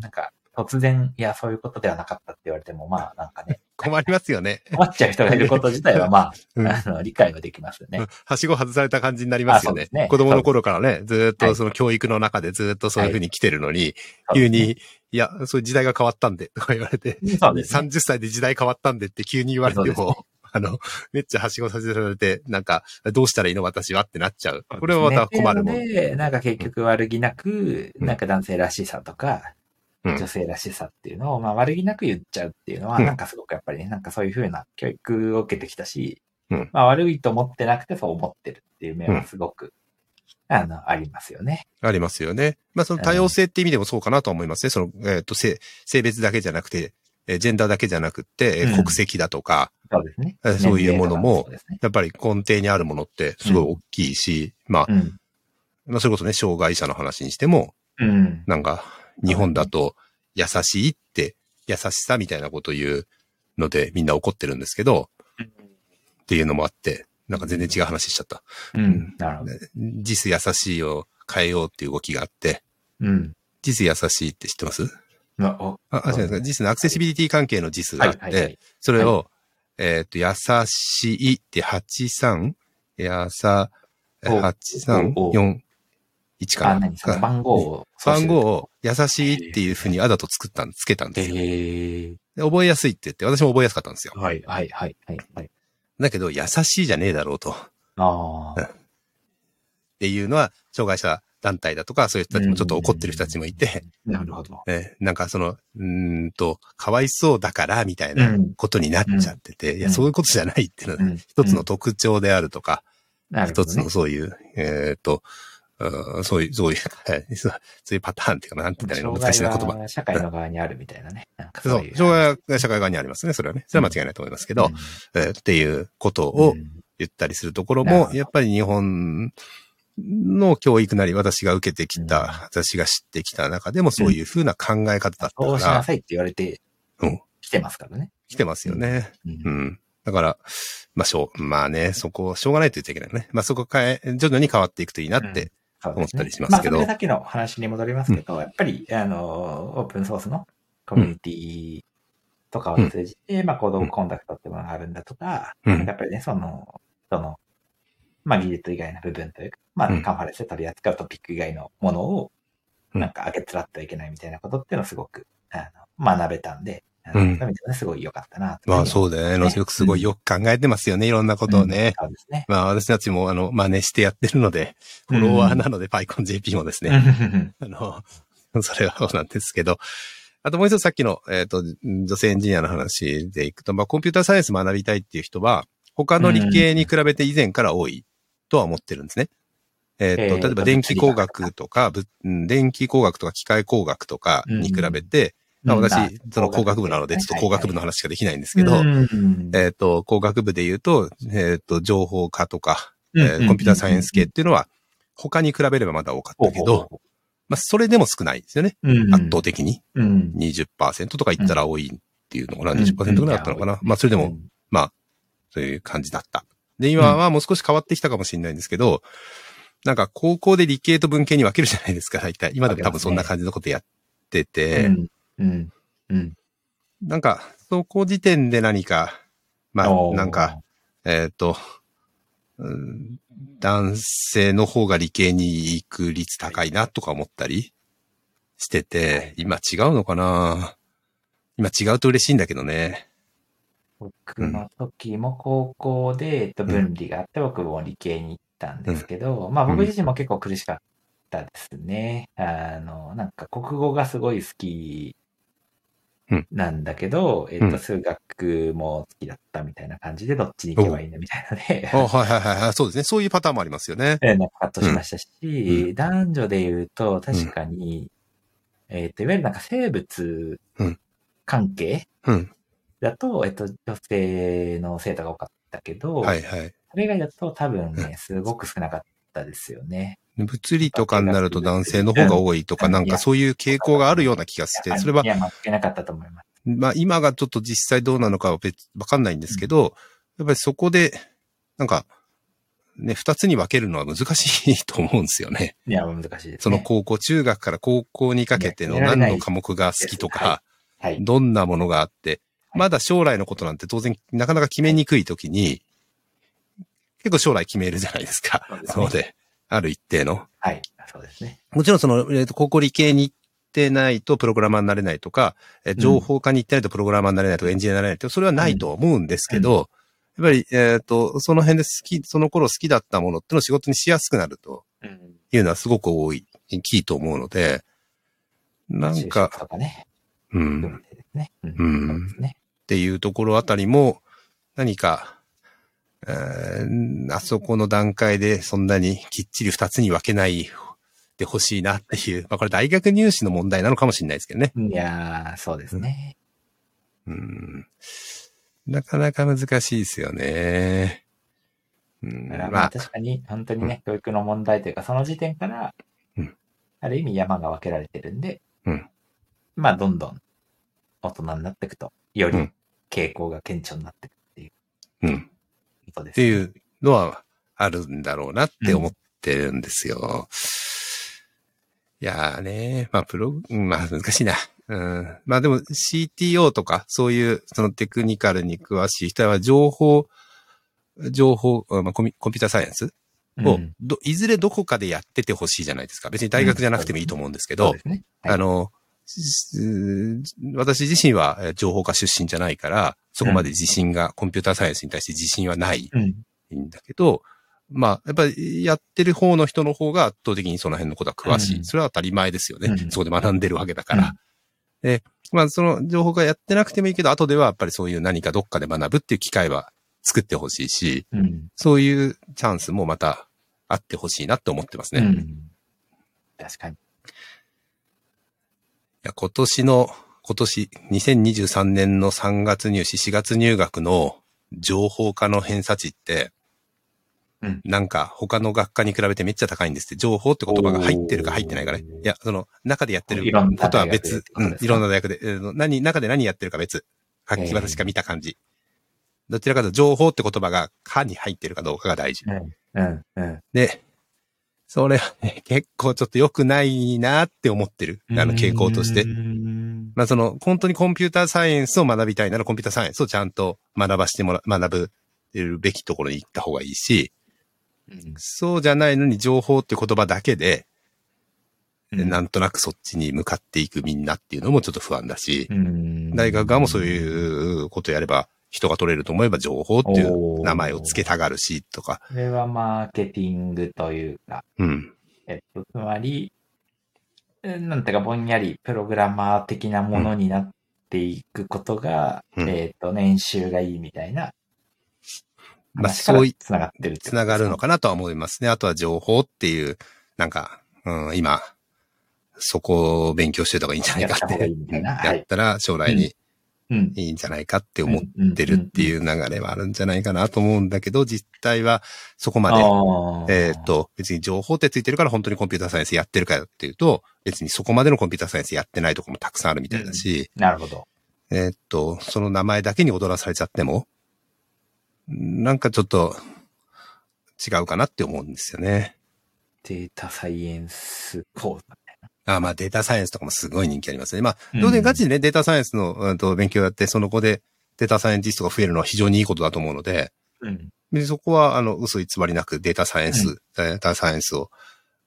なんか突然、いや、そういうことではなかったって言われても、まあ、なんか ね、困りますよね。困っちゃう人がいること自体は、まうんあ、あの、理解はできますよね。はしご外された感じになりますよあそうでねす。ね子供の頃からね、ずーっはといその教育の中でずーっとそういう風に来てるのに、そう急ですねに、いや、そういう時代が変わったんで、とか言われて、そうですね。 30歳で時代変わったんでって急に言われてそうですねも、あの、めっちゃはしごさせられて、なんか、どうしたらいいの私はってなっちゃう。これはまた困るも。なんので、なんか結局悪気なく、うんなんか男性らしさとか、うん女性らしさっていうのを、まあ悪気なく言っちゃうっていうのは、うんなんかすごくやっぱりね、なんかそういうふうな教育を受けてきたし、うんまあ悪いと思ってなくてそう思ってるっていう面はすごく、あの、ありますよね。ありますよね。まあその多様性って意味でもそうかなとは思いますね。その、えっ、と性、性別だけじゃなくて、えージェンダーだけじゃなくって、えーうん国籍だとか、そうですねえ。そういうものも年齢とかそうですねやっぱり根底にあるものってすごい大きいし、まあ、うん。まあそれこそね、障害者の話にしても、うん。なんか、日本だと優しいって、優しさみたいなこと言うのでみんな怒ってるんですけど、っていうのもあって、なんか全然違う話しちゃった。うん。なるほど。実優しいを変えようっていう動きがあって、うん。実優しいって知ってますまあおあ、あ、違う違う、JIS のアクセシビリティ関係の JIS はがいあっはいはて、い。それを、えっと、優しいって83、やさ、おおお8341あ、か何そのな。番号を。 番号を優しいっていうふうにあだと作ったん、つけたんえですよ。えで覚えやすいって言って、私も覚えやすかったんですよ。はいはいはいはいはい。だけど、優しいじゃねえだろうと。ああ。っていうのは、障害者団体だとか、そういう人たちもちょっと怒ってる人たちもいて、なるほど。えなんかその、うーんと、かわいそうだから、みたいなうんことになっちゃってて、いや、うんそういうことじゃないっていうのは、うん一つの、特徴であるとか、なるほ一どつねのそういう、えっ、と、うんそういう、そういう、はいそうそういうパターンっていうか、なんて言ったらいいの難しいな言障葉。害は社会の側にあるみたいなね。なんかそうい。障害が社会側にありますね、それはね。それは間違いないと思いますけど、えーっていうことうんを言ったりするところなるもほ、どやっぱり日本の教育なり、私が受けてきうんた、私が知ってきた中でもそういうふうな考え方だったそうしかなら、さいって言われてうん、来てますからね。来てますよね。ううんん。だから、まあ、しょう、まあね、そこ、しょうがないと言っちゃいけないね。まあ、そこ変え、徐々に変わっていくといいなって、そうですね思ったりしますけどあそれさっきの話に戻りますけど、やっぱり、あの、オープンソースのコミュニティとかを通じて、まあ、行動コンダクトってものがあるんだとか、うんやっぱりね、その、その、まあ、技術以外の部分というか、まあ、うんカンファレンスで取り扱うトピック以外のものを、うんなんか、あげつらってはいけないみたいなことっていうのをすごく、あの、学べたんで、あうのんそういう意味ではねすごい良かったなと。まあ、うそうだよね。よくすごいよく考えてますよね。いろんなことをね。んそうですね。まあ、私たちも、あの、真似してやってるので、フォロワーなので、パイコン JP もですね、 あの、それはそうなんですけど、あともう一つさっきの、えっ、と、女性エンジニアの話でいくと、まあ、コンピューターサイエンス学びたいっていう人は、他の理系に比べて以前から多いとは思ってるんですね。えっ、えーと、例えば電気工学とか、ぶうん電気工学とか機械工学とかに比べて、まあ、うん私、その工学部なので、ちょっと工学部の話しかできないんですけど、うんえっ、と、工学部で言うと、えっ、と、情報科とか、うんえーコンピューターサイエンス系っていうのは、他に比べればまだ多かったけど、、まあ、それでも少ないですよね。うん圧倒的にうん。 20%とか言ったら多いっていうのかな、うん ?20% ぐらいだったのかな、まあ、それでも、そういう感じだった。で、今はもう少し変わってきたかもしれないんですけど、なんか高校で理系と文系に分けるじゃないですか、大体。今でも多分そんな感じのことやってて、うん、うん、うん。なんか、そこ時点で何か、まおあ、ーなんか、、えっ、と、うん男性の方が理系に行く率高いなとか思ったりしてて、今違うのかな今違うと嬉しいんだけどね。僕の時も高校で、えっと、分離があって、僕も理系に行ったんですけど、まあ僕自身も結構苦しかったですね。あの、なんか国語がすごい好きうんなんだけど、えっ、うと、ん数学も好きだったみたいな感じで、どっちに行けばいいんだみたいなね あ、はいはいはいはい。そうですね。そういうパターンもありますよね。えーなんかカットしましたし、う男女で言うと、確かに、えっ、と、いわゆるなんか生物うん関係うん。だと、えっ、と、女性の生徒が多かったけど、はいはい。それ以外だと多分ね、すごく少なかったですよね。物理とかになると男性の方が多いとか、うん、なんかそういう傾向があるような気がして、それはいや、間違いなかったと思います。まあ今がちょっと実際どうなのかは別、わかんないんですけど、やっぱりそこで、なんか、ね、二つに分けるのは難しいと思うんですよね。いや、難しいです、ね。その高校、中学から高校にかけてのね何の科目が好きとか、はい。どんなものがあって、はいまだ将来のことなんて当然なかなか決めにくいときに、結構将来決めるじゃないですか。そうですそねので、ある一定の。はい。そうですね。もちろんその、えーと、高校理系に行ってないとプログラマーになれないとか、えーん情報科に行ってないとプログラマーになれないとか、エンジニアになれないとか、それはないと思うんですけど、やっぱり、えっ、と、その辺で好き、その頃好きだったものっていうのを仕事にしやすくなるとうん。いうのはすごく多い、大きいと思うので、なん就か職、とかね。う含ん、っめてですね。ううんそうですね。ていうところあたりも、何か、えーあそこの段階でそんなにきっちり二つに分けないでほしいなっていう、まあこれ大学入試の問題なのかもしれないですけどね。いやー、そうですね。うんなかなか難しいですよね。うん、だからままあ、あ、確かに、本当にね、教育の問題というか、その時点からうん、ある意味山が分けられてるんでうん、まあ、どんどん大人になっていくと、ようりん傾向が顕著になっていくっていううん、っことですてね。いうのはあるんだろうなって思ってるんですよ。いやーね、まあ、プログ、うんまあ、難しいな。うん、まあでも CTO とか、そういう、そのテクニカルに詳しい人は、情報、情報、うんまあ、コミコンピューターサイエンスうんをど、いずれどこかでやっててほしいじゃないですか。別に大学じゃなくてもいいと思うんですけそどうで、すね。はいあの、しうー私自身はえー情報科出身じゃないから、そこまで自信が、コンピューターサイエンスに対して自信はないうん。んだけど、まあ、やっぱりやってる方の人の方が圧倒的にその辺のことは詳しい。うんそれは当たり前ですよね。うんそこで学んでるわけだから。まあ、その情報がやってなくてもいいけど、後ではやっぱりそういう何かどっかで学ぶっていう機会は作ってほしいし、うん。うん。そういうチャンスもまたあってほしいなって思ってますね。ういん確かに。や今年の、今年2023年の3月入試、4月入学の情報科の偏差値って、うんなんか他の学科に比べてめっちゃ高いんですって、情報って言葉が入ってるか入ってないかね。おーいや、その中でやってるいろんなことは大学で別って、こうとんで、すいかろんな大学で、えー何、中で何やってるか別。書きえ方ーしか見た感じ。どちらかというと情報って言葉が科に入ってるかどうかが大事。うん。うん。で、それはね、結構ちょっと良くないなって思ってる。あの傾向としてう。んまあその、本当にコンピューターサイエンスを学びたいならコンピューターサイエンスをちゃんと学ばしてもら、学ぶるべきところに行った方がいいし、そうじゃないのに情報って言葉だけで、うんなんとなくそっちに向かっていくみんなっていうのもちょっと不安だし、うん大学側もそうういうことやれば人が取れると思えば情報っていう名前を付けたがるしとか、これはマーケティングというか、うん、えっと、つまり、うんなんていうか、ぼんやりプログラマー的なものになっていくことが、うんえっと、年収がいいみたいな、まあ話からそういつながってるってことですつねながるのかなとは思いますね。あとは情報っていう、なんか、うん、今、そこを勉強してた方がいいんじゃないかっやった方がていいみたいな、はやいったら将来にうん。いいんじゃないかって思ってるってういう流れはあるんじゃないかなと思うんだけど、実態はそこんまうんでうん。えあーーっ、と、別に情報ってついてるから本当にコンピューターサイエンスやってるかよっていうと、別にそこまでのコンピューターサイエンスやってないとこもたくさんあるみたいだし、なるほど。えーっと、その名前だけに踊らされちゃっても、なんかちょっと違うかなって思うんですよね。データサイエンス講座みたいあーまあデータサイエンスとかもすごい人気ありますね。まあ、な。当然ガチで。でね、データサイエンスの、うん、と勉強やって、その子でデータサイエンティストが増えるのは非常にいいことだと思うので、うん。でそこは、あの、嘘偽りなくデータサイエンス、データサイエンスを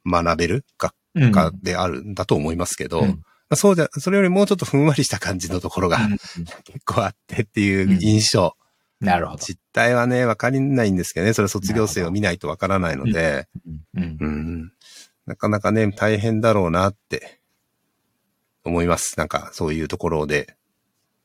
学べる学うん科であるんだと思いますけど、うんまあそうじゃ、それよりもうちょっとふんわりした感じのところがうん結構あってっていう印象。なるほど。実態はね、わかりないんですけどね、それは卒業生を見ないとわからないので、うんうんなかなかね、大変だろうなって思います。なんかそういうところで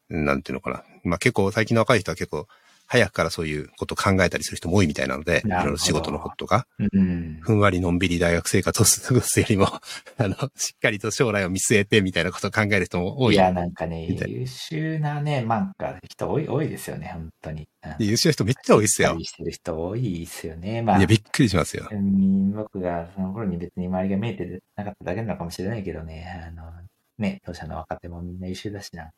なんていうのかな。まあ結構最近の若い人は結構早くからそういうこと考えたりする人も多いみたいなので、いなるほどろいろ仕事のこととか、うん。ふんわりのんびり大学生活を過ごすよりも、あ の、しっかりと将来を見据えてみたいなことを考える人も多い。いや、なんかね、みたい優秀なね、なんか人多い、多いですよね、本当に。うん優秀な人めっちゃ多いですよ。してる人多いですよね。まあ、いや、びっくりしますよ。うん僕がその頃に別に周りが見えてなかっただけなのかもしれないけどね、あの、ね、当社の若手もみんな優秀だし、なんか、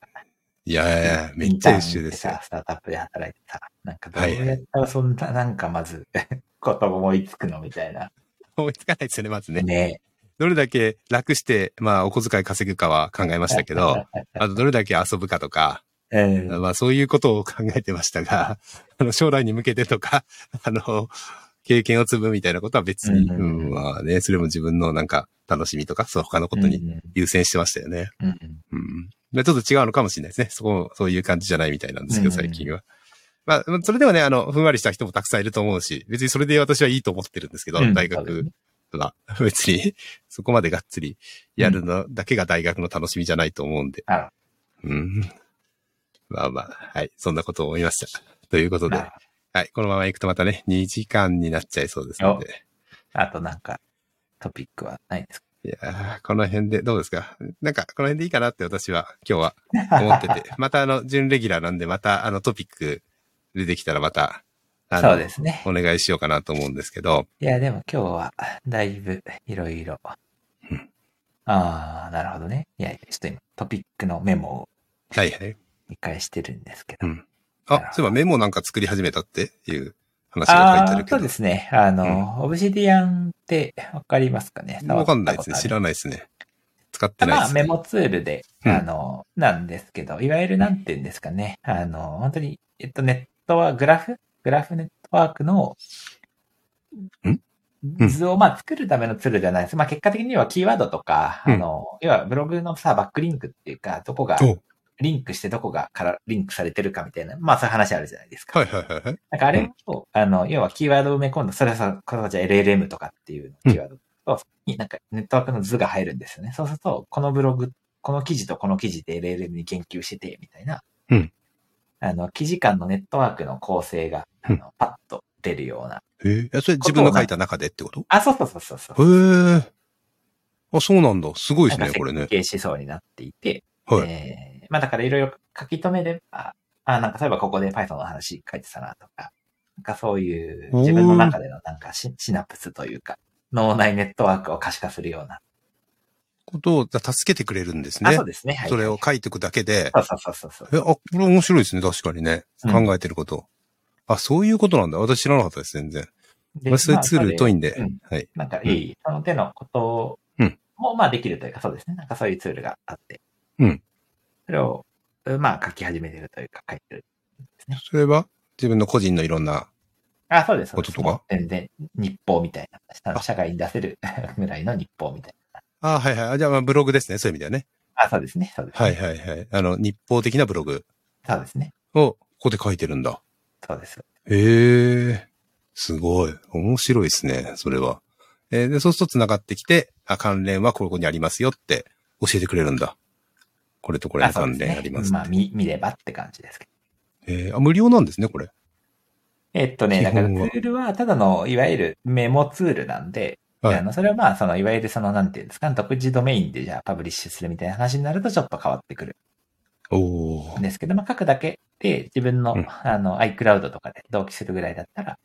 いやいやいや、めっちゃ優秀ですインよターン行ってさ。スタートアップで働いてさ、なんかどはいはいうやったらそんな、なんかまず、 ことを思いつくのみたいな。思いつかないですよね、まずね。ね。どれだけ楽して、まあ、お小遣い稼ぐかは考えましたけ ど、あとどれだけ遊ぶかとか、うん。まあ、そういうことを考えてましたが、 あの、将来に向けてとか、 あの、経験を積むみたいなことは別に、ううんん、まあね、それも自分のなんか、楽しみとか、そう、他のことにうん優先してましたよね。うんうんうん。まあちょっと違うのかもしれないですね。そこ、そういう感じじゃないみたいなんですけど、うんうん最近は。まあ、まあそれではね、あの、ふんわりした人もたくさんいると思うし、別にそれで私はいいと思ってるんですけど、うん大そうです学ねは、 別に、そこまでがっつりやるのだけが大学の楽しみじゃないと思うんで。あうん。まあまあ、はい、そんなことを思いました。ということで、あはい、このまま行くとまたね、2時間になっちゃいそうですので。あとなんか、トピックはないですかいやーこの辺でどうですかなんか、この辺でいいかなって私は今日は思って て。またあの、準レギュラーなんで、またあのトピック出てきたらまた、あのそうですね。お願いしようかなと思うんですけど、いや、でも今日は、だいぶ、いろいろ。あうんあー、なるほどね。いやいや、ちょっと今、トピックのメモをはいはい。見返してるんですけうど。んあ、そういえばメモなんか作り始めたっていう話が書いあてああるー、けそど。うですね。あの、オブシディアンってわかりますかねわかんないですね。知んらないですね。使ってないでまあ、すメね。モツールで、うんあの、なんですけど、いわゆるなんて言うんですかね。あの、本当に、えっと、ネットワーク、グラフグラフネットワークのんうん図をまあ作るためのツールじゃないです。まあ結果的にはキーワードとか、うんあの、要はブログのさ、バックリンクっていうか、どこがおリンクしてどこがからリンクされてるかみたいな、まあそういう話あるじゃないですか。はいはいはいはい。なんかあれを、あの、要はキーワードを埋め込んだ、それはさ、このじゃ LLM とかっていうキーワードと、そこになんかネットワークの図が入るんですよね。そうすると、このブログ、この記事とこの記事で LLM に言及してて、みたいな。うんあの、記事間のネットワークの構成が、あの、パッと出るような。えー、それ自分の書いた中でってことあ、そうそうそうそうそう。へえ。あ、そうなんだ。すごいなですね、んか設これね。計思想になっていて、はい。えーまあだからいろいろ書き留めれば、あ、なんか例えばここで Python の話書いてたなとか、なんかそういう自分の中でのなんかシシナプスというか、脳内ネットワークを可視化するような。ことを助けてくれるんですあ、ねそう。ですね。はい。それを書いておくだけで。そうそうそうそうそう。え、あ、これ面白いですね、確かにね。うん考えてること。あ、そういうことなんだ。私知らなかったです、全然。で私そういうツーまルあ疎いんで。うんはい。なんかいい、その手のことうんも、まあできるというか、そうですね。なんかそういうツールがあって。うん。それを、まあ書き始めてるというか、書いてる。それは自分の個人のいろんな、あ、そうです。そうですこととか全然、日報みたいな。あ社会に出せる ぐらいの日報みたいな。あはいはい。あじゃあ、まあブログですね。そういう意味だよね。あ、そうですね。そうですね。はいはいはい。あの、日報的なブログそうですね。をここで書いてるんだ。そうです。へえ、すごい。面白いですね、それは。えーで、そうすると繋がってきて、あ、関連はここにありますよって教えてくれるんだ。これとこれあのそう関です連ねあります。まあ、見、見ればって感じですけど。えーあ、無料なんですね、これ。えっとね、基だからツ本はールは、ただの、いわゆるメモツールなんで、はいあの、それはまあ、その、いわゆるその、なんていうんですか、独自ドメインで、じゃあ、パブリッシュするみたいな話になると、ちょっと変わってくるおんー。ですけど、まあ、書くだけで、自分の、うんあの、iCloud とかで同期するぐらいだったら、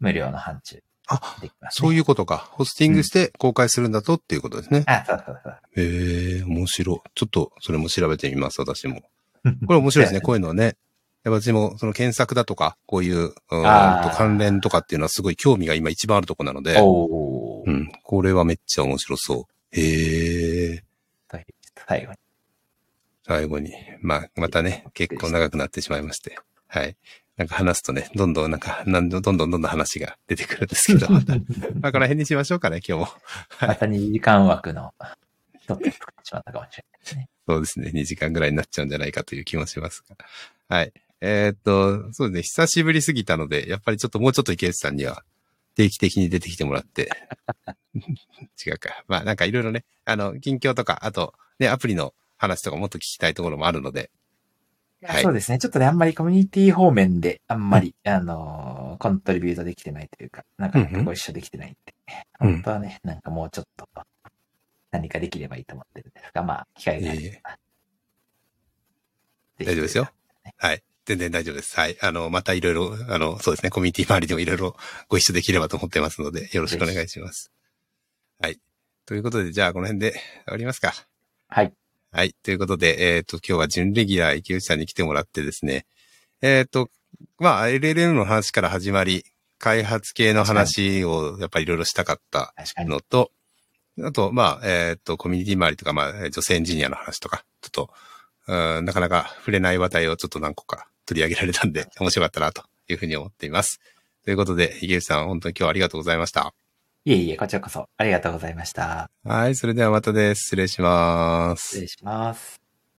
無料の範疇あ、できます、ね。そうう。いうことか。ホスティングして公開するんだとっていうことですね。あ、そうそうそう。へえ面白い。ちょっと、それも調べてみます、私も。これ面白いですね、こういうのはね。やっぱ私も、その検索だとか、こういう、うあーんーと関連とかっていうのはすごい興味が今一番あるとこなので、おーうん、これはめっちゃ面白そう。へえという最後に。最後に、まあ、またね、結構長くなってしまいまして。はい。なんか話すとね、どんどんなんか、なんどんどんどんどん話が出てくるんですけ ど、またまあ、この辺にしましょうかね、今日も。また2時間枠の一つ作ってしまったかもしれないですね。そうですね。2時間ぐらいになっちゃうんじゃないかという気もしますが。はい。えーっと、そうですね。久しぶりすぎたので、やっぱりちょっともうちょっと池内さんには定期的に出てきてもらって。 違うか。まあなんかいろいろね、あの、近況とか、あと、ね、アプリの話とかもっと聞きたいところもあるので、はいそうですね。ちょっとね、あんまりコミュニティ方面で、あんまり、あのー、コントリビュートできてないというか、なかなうんうかんご一緒できてないんで、うん本当はね、なんかもうちょっと、何かできればいいと思ってるんですが、まあ、機会があれば。大丈夫ですよ。はい。全然大丈夫です。はい。あの、またいろいろ、あの、そうですね、コミュニティ周りでもいろいろご一緒できればと思ってますので、よろしくお願いします。はい。ということで、じゃあ、この辺で終わりますか。はい。はい。ということで、えっ、と、今日は準レギュラー池内さんに来てもらってですね、えっ、と、まあ、LLM の話から始まり、開発系の話をやっぱりいろいろしたかった確かに。のと、あと、まあ、えーっと、コミュニティ周りとか、まあ、えー女性エンジニアの話とか、ちょっと、うーんなかなか触れない話題をちょっと何個か取り上げられたんで、面白かったな、というふうに思っています。ということで、池内さん、本当に今日はありがとうございました。いえいえ、こちらこそ、ありがとうございました。はい、それではまたです。失礼します。失礼します。